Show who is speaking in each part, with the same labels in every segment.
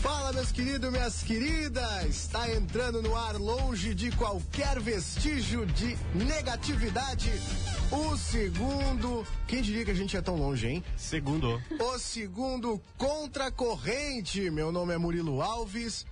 Speaker 1: Fala, meus queridos, minhas queridas! Está entrando no ar longe de qualquer vestígio de negatividade. O segundo. Quem diria que a gente é tão longe, hein?
Speaker 2: Segundo.
Speaker 1: O segundo Contra a Corrente. Meu nome é Murilo Alves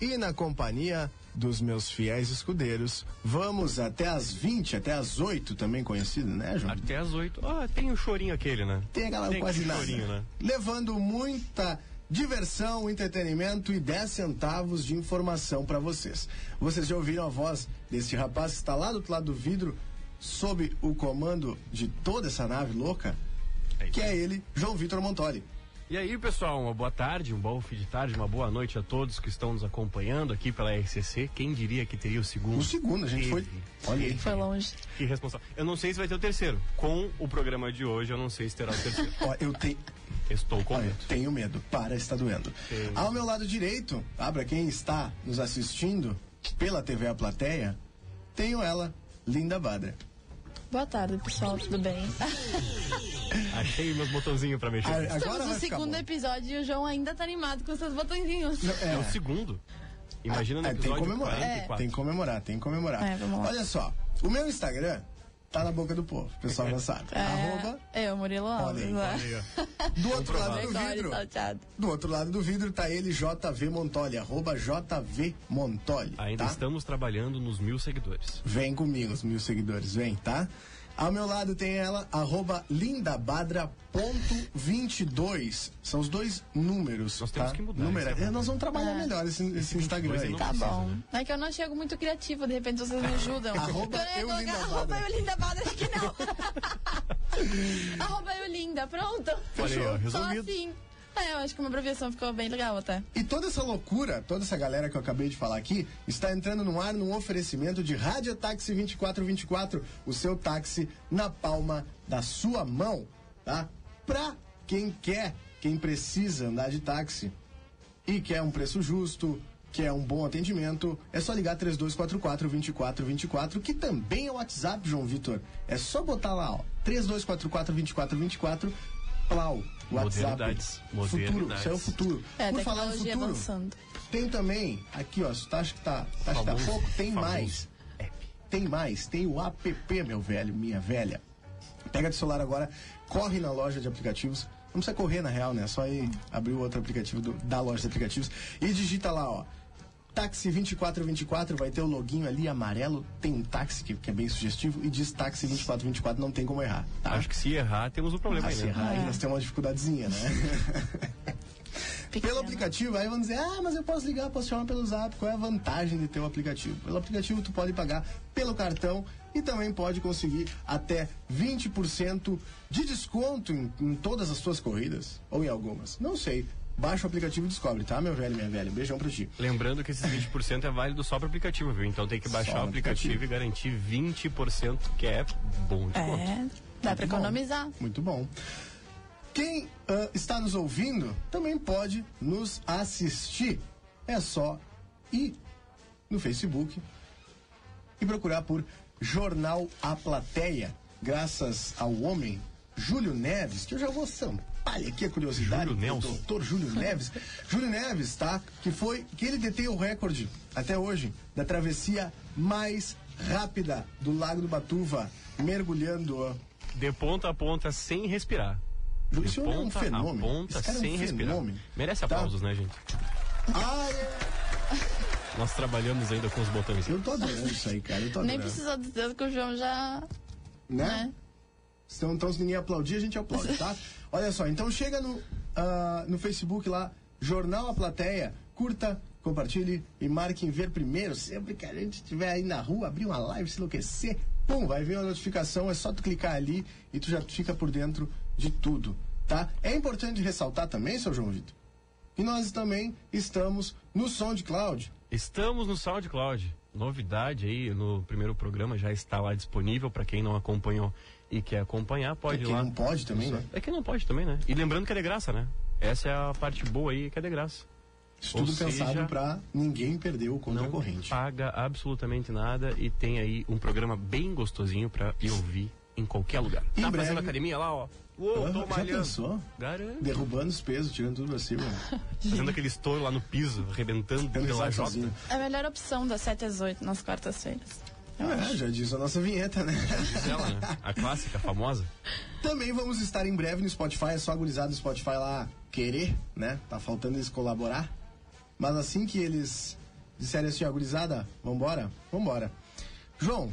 Speaker 1: e na companhia dos meus fiéis escudeiros, vamos até as 20, até as 8 também conhecido, né, João?
Speaker 2: Até as oito. Ah,
Speaker 1: um
Speaker 2: tem o chorinho aquele, né?
Speaker 1: Tem aquela quase
Speaker 2: aquele
Speaker 1: nada.
Speaker 2: chorinho, né?
Speaker 1: Levando muita diversão, entretenimento e 10 centavos de informação para vocês. Vocês já ouviram a voz desse rapaz que está lá do outro lado do vidro, sob o comando de toda essa nave louca? Que é ele, João Vitor Montori.
Speaker 2: E aí, pessoal, uma boa tarde, um bom fim de tarde, uma boa noite a todos que estão nos acompanhando aqui pela RCC. Quem diria que teria o segundo?
Speaker 1: O segundo, a gente foi.
Speaker 2: Teve.
Speaker 1: Olha aí.
Speaker 3: Foi longe.
Speaker 2: Que responsável. Eu não sei se vai ter o terceiro. Com o programa de hoje, eu não sei se terá o terceiro.
Speaker 1: Ó, eu tenho.
Speaker 2: Estou com
Speaker 1: Olha,
Speaker 2: medo.
Speaker 1: tenho medo. Para, está doendo.
Speaker 2: Tenho.
Speaker 1: Ao meu lado direito, ah, para quem está nos assistindo pela TV A Plateia, tenho ela, Linda Badra.
Speaker 3: Boa tarde, pessoal. Tudo bem?
Speaker 1: é.
Speaker 2: Achei meus botãozinhos pra mexer.
Speaker 1: A-
Speaker 3: Estamos no
Speaker 1: vai ficar
Speaker 3: segundo
Speaker 1: bom.
Speaker 3: episódio e o João ainda tá animado com seus botõezinhos.
Speaker 1: Não,
Speaker 2: É o
Speaker 1: é,
Speaker 2: segundo. Imagina no
Speaker 1: é, tem que
Speaker 2: episódio
Speaker 1: comemorar.
Speaker 2: 44.
Speaker 1: Tem que comemorar, tem que comemorar.
Speaker 3: É, vamos lá.
Speaker 1: Olha só, o meu Instagram tá na boca do povo, o pessoal já sabe. Arroba,
Speaker 3: É, eu, Murilo Alves.
Speaker 1: aí,
Speaker 3: né?
Speaker 2: Aí, ó.
Speaker 1: do outro lado do
Speaker 3: Gregório
Speaker 1: vidro.
Speaker 3: salteado.
Speaker 1: Do outro lado do vidro tá ele, JV Montoli, arroba JV Montoli.
Speaker 2: Ainda
Speaker 1: tá?
Speaker 2: estamos trabalhando nos mil seguidores.
Speaker 1: Vem comigo, os mil seguidores, vem, tá? Ao meu lado tem ela, arroba lindabadra.22. São os dois números.
Speaker 2: Nós
Speaker 1: tá?
Speaker 2: temos que mudar
Speaker 1: Número-
Speaker 2: esse
Speaker 1: é, nós vamos trabalhar
Speaker 3: É.
Speaker 1: melhor esse, esse Instagram
Speaker 2: 22
Speaker 1: aí.
Speaker 2: eu não
Speaker 3: Tá
Speaker 2: Precisa,
Speaker 3: bom.
Speaker 2: né?
Speaker 3: É que eu não chego muito criativa, de repente vocês me ajudam.
Speaker 1: Arroba
Speaker 3: eu ia
Speaker 1: eu,
Speaker 3: colocar
Speaker 1: Linda
Speaker 3: arroba
Speaker 1: Badra.
Speaker 3: eu linda badra aqui não. arroba eu linda, pronto.
Speaker 2: Olha aí, ó,
Speaker 3: Só
Speaker 2: resolvido.
Speaker 3: assim. É, eu acho que uma abreviação ficou bem legal até.
Speaker 1: E toda essa loucura, toda essa galera que eu acabei de falar aqui, está entrando no ar num oferecimento de Rádio Táxi 2424, o seu táxi na palma da sua mão, tá? Pra quem quer, quem precisa andar de táxi e quer um preço justo, quer um bom atendimento, é só ligar 3244 2424, que também é o WhatsApp, João Vitor. É só botar lá, ó, 3244 2424, plau, WhatsApp.
Speaker 2: Modernidades,
Speaker 1: Futuro,
Speaker 2: modernidades.
Speaker 1: isso é o futuro.
Speaker 3: É,
Speaker 1: Por falar em
Speaker 3: tecnologia
Speaker 1: futuro,
Speaker 3: avançando.
Speaker 1: tem também, aqui ó, se tu acha que tá, tu acha que tá
Speaker 2: Famoso,
Speaker 1: pouco, tem
Speaker 2: famoso.
Speaker 1: mais. Tem mais, tem o app, meu velho, minha velha. Pega do celular agora, corre na loja de aplicativos. Não precisa correr na real, né? É Só ir abrir o outro aplicativo do- da loja de aplicativos e digita lá, ó. Táxi 2424 vai ter o loginho ali amarelo, tem um táxi que, que é bem sugestivo e diz táxi 2424, não tem como errar. Tá?
Speaker 2: Acho que se errar, temos um problema
Speaker 1: Ah,
Speaker 2: aí,
Speaker 1: se
Speaker 2: né?
Speaker 1: errar, aí nós temos uma dificuldadezinha, né? Pelo
Speaker 3: Pequeno.
Speaker 1: aplicativo, aí vão dizer, ah, mas eu posso ligar, posso chamar pelo zap, qual é a vantagem de ter o aplicativo? Pelo aplicativo tu pode pagar pelo cartão e também pode conseguir até 20% de desconto em, em todas as suas corridas, ou em algumas, não sei. Baixa o aplicativo e descobre, tá, meu velho, minha velha? Beijão pra ti.
Speaker 2: Lembrando que esses 20% é válido só para aplicativo, viu? Então tem que baixar
Speaker 1: Só
Speaker 2: o aplicativo,
Speaker 1: aplicativo.
Speaker 2: e garantir 20% que é bom de conta.
Speaker 3: É, dá pra
Speaker 1: Muito Tá bom.
Speaker 3: economizar.
Speaker 1: Muito bom. Quem ah, está nos ouvindo também pode nos assistir. É só ir no Facebook e procurar por Jornal A Plateia. Graças ao homem Júlio Neves, que eu já vou sampalhar aqui a curiosidade.
Speaker 2: Júlio
Speaker 1: do
Speaker 2: Nelson.
Speaker 1: Doutor Júlio Neves. Júlio Neves, tá? Que foi, que ele detém o recorde, até hoje, da travessia mais rápida do Lago do Batuva, mergulhando ó,
Speaker 2: De ponta a ponta sem respirar.
Speaker 1: Júlio,
Speaker 2: De
Speaker 1: esse homem é um
Speaker 2: ponta
Speaker 1: fenômeno.
Speaker 2: a ponta
Speaker 1: Esse cara é um
Speaker 2: sem respirar.
Speaker 1: fenômeno.
Speaker 2: Merece
Speaker 1: Tá.
Speaker 2: aplausos, né, gente?
Speaker 1: Ah, é.
Speaker 2: Nós trabalhamos ainda com os botões.
Speaker 1: eu tô adorando isso aí, cara. Eu tô
Speaker 3: Nem
Speaker 1: adorando.
Speaker 3: precisou dizer que o João já.
Speaker 1: Né?
Speaker 3: né?
Speaker 1: Então, então, se ninguém aplaudir, a gente aplaude, tá? Olha só, então chega no, ah, no Facebook lá, Jornal A Plateia, curta, compartilhe e marque em ver primeiro. Sempre que a gente estiver aí na rua, abrir uma live, se enlouquecer, pum, vai ver a notificação, é só tu clicar ali e tu já fica por dentro de tudo, tá? É importante ressaltar também, seu João Vitor, E nós também estamos no SoundCloud.
Speaker 2: Estamos no SoundCloud. Novidade aí no primeiro programa já está lá disponível para quem não acompanhou e quer acompanhar, pode
Speaker 1: Porque
Speaker 2: ir lá.
Speaker 1: não pode também, né?
Speaker 2: É que não pode também, né? E lembrando que é de graça, né? Essa é a parte boa aí que é de graça. Ou
Speaker 1: Estudo pensado
Speaker 2: seja,
Speaker 1: pra ninguém perder o contra
Speaker 2: Não tá
Speaker 1: corrente.
Speaker 2: paga absolutamente nada e tem aí um programa bem gostosinho pra ir ouvir em qualquer lugar.
Speaker 1: Em
Speaker 2: tá
Speaker 1: breve-
Speaker 2: fazendo academia lá, ó. Uou,
Speaker 1: Aham,
Speaker 2: tô
Speaker 1: Já
Speaker 2: malhando.
Speaker 1: pensou?
Speaker 2: Garanto.
Speaker 1: Derrubando os pesos, tirando tudo pra cima.
Speaker 2: Fazendo aquele estouro lá no piso, arrebentando
Speaker 1: Dando
Speaker 2: pela
Speaker 1: risada
Speaker 2: jota.
Speaker 1: sozinho.
Speaker 3: É a melhor opção das 7 às 8 nas quartas-feiras.
Speaker 1: É, já diz a nossa vinheta, né?
Speaker 2: Diz ela, né? A clássica, a famosa.
Speaker 1: Também vamos estar em breve no Spotify, é só agonizar do Spotify lá querer, né? Tá faltando eles colaborar. Mas assim que eles disserem assim, agonizada, vambora? Vambora. João,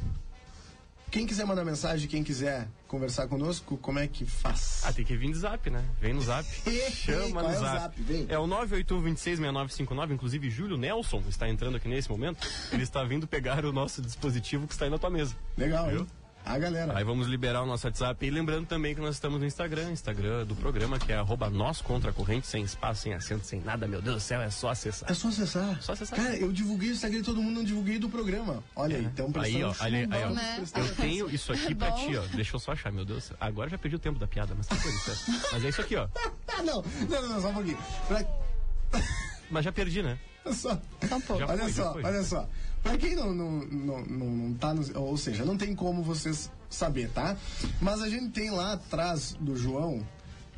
Speaker 1: quem quiser mandar mensagem, quem quiser conversar conosco, como é que faz?
Speaker 2: Ah, tem que vir de zap, né? Vem no zap.
Speaker 1: Ei,
Speaker 2: Chama
Speaker 1: qual
Speaker 2: no
Speaker 1: é o
Speaker 2: zap.
Speaker 1: zap? Vem.
Speaker 2: É o 981266959. Inclusive, Júlio Nelson está entrando aqui nesse momento. Ele está vindo pegar o nosso dispositivo que está aí na tua mesa.
Speaker 1: Legal,
Speaker 2: Viu?
Speaker 1: hein? A galera.
Speaker 2: Aí vamos liberar o nosso WhatsApp. E lembrando também que nós estamos no Instagram, Instagram do programa, que é arroba nós contra a corrente, sem espaço, sem acento, sem nada. Meu Deus do céu, é só acessar.
Speaker 1: É só acessar.
Speaker 2: Só acessar.
Speaker 1: Cara, eu divulguei o Instagram de todo mundo, não divulguei do programa. Olha aí, então
Speaker 2: Aí, ó,
Speaker 1: prestando
Speaker 2: olha aí, ó.
Speaker 3: né?
Speaker 2: Eu tenho isso aqui pra
Speaker 3: Bom.
Speaker 2: ti, ó. Deixa eu só achar, meu Deus. Agora já perdi o tempo da piada, mas tá coisa, certo? Mas é isso aqui, ó.
Speaker 1: Ah, não, não, não, não, só um pouquinho. Pra...
Speaker 2: Mas já perdi, né?
Speaker 1: Só...
Speaker 3: Só um pouco.
Speaker 2: Já-
Speaker 1: olha
Speaker 2: foi,
Speaker 1: só,
Speaker 2: foi.
Speaker 1: olha só. Pra quem não, não, não, não, não tá no, Ou seja, não tem como vocês saber, tá? Mas a gente tem lá atrás do João,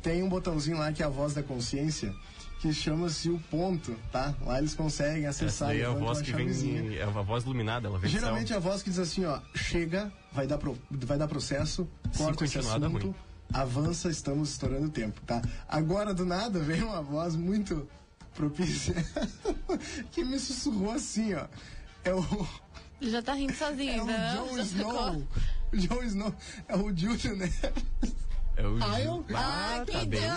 Speaker 1: tem um botãozinho lá que é a voz da consciência, que chama-se o ponto, tá? Lá eles conseguem
Speaker 2: Essa
Speaker 1: acessar
Speaker 2: daí é a
Speaker 1: levantam
Speaker 2: voz que
Speaker 1: chavezinha.
Speaker 2: vem. É a voz iluminada, ela
Speaker 4: Então,
Speaker 2: vem do céu.
Speaker 1: Geralmente é a voz que diz assim, ó, chega, vai dar, pro- vai dar processo, corta esse
Speaker 2: insinuada,
Speaker 1: assunto,
Speaker 2: ruim.
Speaker 1: avança, estamos estourando o tempo, tá? Agora, do nada, veio uma voz muito propícia que me sussurrou assim, ó. É o,
Speaker 3: Já tá rindo sozinho,
Speaker 2: um
Speaker 1: é o
Speaker 3: ainda, não?
Speaker 1: John
Speaker 3: Já ficou.
Speaker 1: Snow. O John Snow é o Júlio, né?
Speaker 2: É o
Speaker 1: Ah,
Speaker 2: Gil.
Speaker 1: eu-
Speaker 2: Ah,
Speaker 3: Ah,
Speaker 2: tá
Speaker 3: que
Speaker 2: bem.
Speaker 3: deu.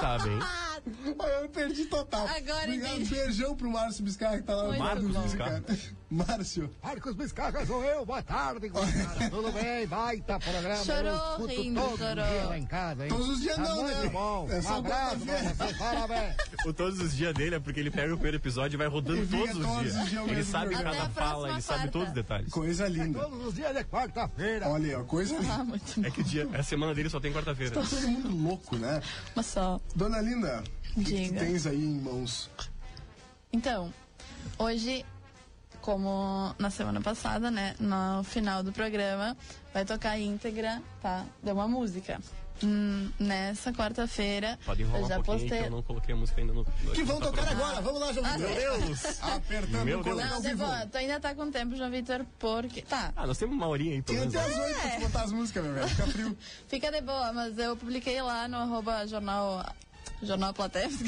Speaker 2: Tá bem.
Speaker 3: Ah,
Speaker 1: Eu perdi total.
Speaker 3: Agora
Speaker 1: Obrigado,
Speaker 3: entendi.
Speaker 1: beijão pro Márcio Biscarra que tá lá
Speaker 3: Muito
Speaker 1: Marcos
Speaker 3: bom.
Speaker 1: Biscarra. Márcio.
Speaker 4: Marcos Biscaca sou eu, boa tarde, gurizada. Tudo bem? Baita programa.
Speaker 3: Chorou,
Speaker 4: eu escuto
Speaker 3: rindo,
Speaker 4: todo
Speaker 3: chorou.
Speaker 4: dia lá em casa, hein?
Speaker 1: Todos os dias
Speaker 4: tá
Speaker 1: não,
Speaker 4: muito
Speaker 1: né?
Speaker 4: bom.
Speaker 1: É só
Speaker 4: um abraço pra
Speaker 1: quarta-feira.
Speaker 4: vocês, parabéns.
Speaker 2: O todos os dias dele é porque ele pega o primeiro episódio e vai rodando
Speaker 1: E fica
Speaker 2: todos os
Speaker 1: todos
Speaker 2: dias.
Speaker 1: os dias o
Speaker 2: Ele
Speaker 1: mesmo
Speaker 2: sabe
Speaker 3: programa.
Speaker 2: cada
Speaker 3: Até a
Speaker 2: fala,
Speaker 3: próxima
Speaker 2: ele sabe
Speaker 3: quarta.
Speaker 2: todos os detalhes.
Speaker 1: Coisa linda.
Speaker 4: Todos os dias é quarta-feira.
Speaker 1: Olha aí, ó, coisa linda.
Speaker 3: Ah, muito bom.
Speaker 2: É que o dia, a semana dele só tem quarta-feira.
Speaker 1: Todo mundo louco, né?
Speaker 3: Mas só.
Speaker 1: Dona Linda, o que, que tu
Speaker 3: Diga.
Speaker 1: tens aí em mãos?
Speaker 3: Então, hoje, como na semana passada, né? No final do programa, vai tocar a íntegra, tá? De uma música. Hum, nessa quarta-feira,
Speaker 2: Pode
Speaker 3: eu
Speaker 2: enrolar
Speaker 3: já
Speaker 2: um pouquinho aí
Speaker 3: postei.
Speaker 2: que eu não coloquei a música ainda no.
Speaker 1: Que vão
Speaker 2: no
Speaker 1: tocar
Speaker 2: programa.
Speaker 1: agora, vamos lá, João
Speaker 2: Meu
Speaker 1: Vitor.
Speaker 2: Deus!
Speaker 1: Apertando
Speaker 2: Meu
Speaker 1: o colar
Speaker 2: Deus.
Speaker 3: Não,
Speaker 1: ao vivo.
Speaker 3: Debora, tu ainda tá com tempo, João Vitor, porque. Tá,
Speaker 2: Ah, nós temos uma horinha aí, pelo
Speaker 1: Tem
Speaker 2: menos.
Speaker 1: até
Speaker 2: né?
Speaker 1: as oito
Speaker 3: É.
Speaker 1: pra te botar as músicas, meu velho. Fica frio.
Speaker 3: Fica de boa, mas eu publiquei lá no arroba jornal. Jornal Plateia,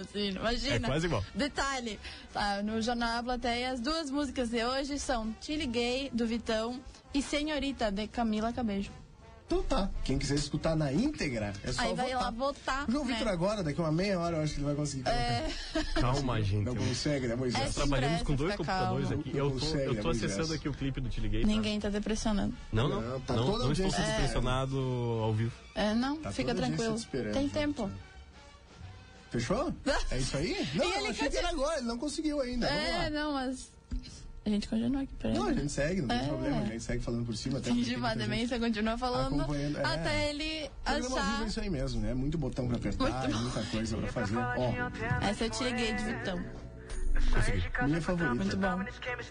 Speaker 3: assim, imagina.
Speaker 2: É quase igual.
Speaker 3: Detalhe, tá, no Jornal Plateia, as duas músicas de hoje são Te Liguei, do Vitão, e Senhorita, de Camila Cabejo.
Speaker 1: Então tá, quem quiser escutar na íntegra, é só
Speaker 3: Aí vai
Speaker 1: votar.
Speaker 3: lá votar.
Speaker 1: O João
Speaker 3: né?
Speaker 1: Vitor agora, daqui uma meia hora, eu acho que ele vai conseguir. colocar.
Speaker 2: Calma, gente.
Speaker 1: Não
Speaker 2: eu-
Speaker 1: consegue, né,
Speaker 3: É
Speaker 1: Moisés?
Speaker 3: sim.
Speaker 2: Trabalhamos
Speaker 3: pressa,
Speaker 2: com dois
Speaker 3: fica
Speaker 2: computadores
Speaker 3: calmo.
Speaker 2: aqui. Eu tô,
Speaker 1: Consegue,
Speaker 2: eu tô
Speaker 1: né,
Speaker 2: acessando
Speaker 1: Moisés?
Speaker 2: aqui o clipe do Te Liguei. tá?
Speaker 3: Ninguém tá depressionando.
Speaker 2: Não,
Speaker 1: Não,
Speaker 2: não.
Speaker 1: tá
Speaker 2: não,
Speaker 1: toda
Speaker 2: não estou
Speaker 1: audiência
Speaker 2: sendo
Speaker 1: te
Speaker 2: pressionado ao vivo.
Speaker 3: É, não,
Speaker 1: Tá
Speaker 3: fica
Speaker 1: todo dia
Speaker 3: tranquilo.
Speaker 1: se esperando, né?
Speaker 3: Tem
Speaker 1: gente.
Speaker 3: tempo.
Speaker 1: Fechou? É isso aí? Não,
Speaker 3: E
Speaker 1: eu
Speaker 3: ele
Speaker 1: achei que era agora, ele não conseguiu ainda.
Speaker 3: É,
Speaker 1: Vamos lá.
Speaker 3: não, mas. A gente continua aqui, peraí.
Speaker 1: Não, a gente segue, não tem
Speaker 3: É.
Speaker 1: problema, a gente segue falando por cima. Até
Speaker 3: Entendi, mas
Speaker 1: muita
Speaker 3: também
Speaker 1: gente.
Speaker 3: você continua falando
Speaker 1: Acompanhando, é.
Speaker 3: até ele
Speaker 1: Programa ao vivo é
Speaker 3: achar.
Speaker 1: isso aí mesmo, né? Muito botão pra apertar,
Speaker 3: Muito bom.
Speaker 1: muita coisa pra fazer. Ó,
Speaker 3: Essa eu te liguei de Vitão.
Speaker 1: minha favorita.
Speaker 3: tá Muito bom. um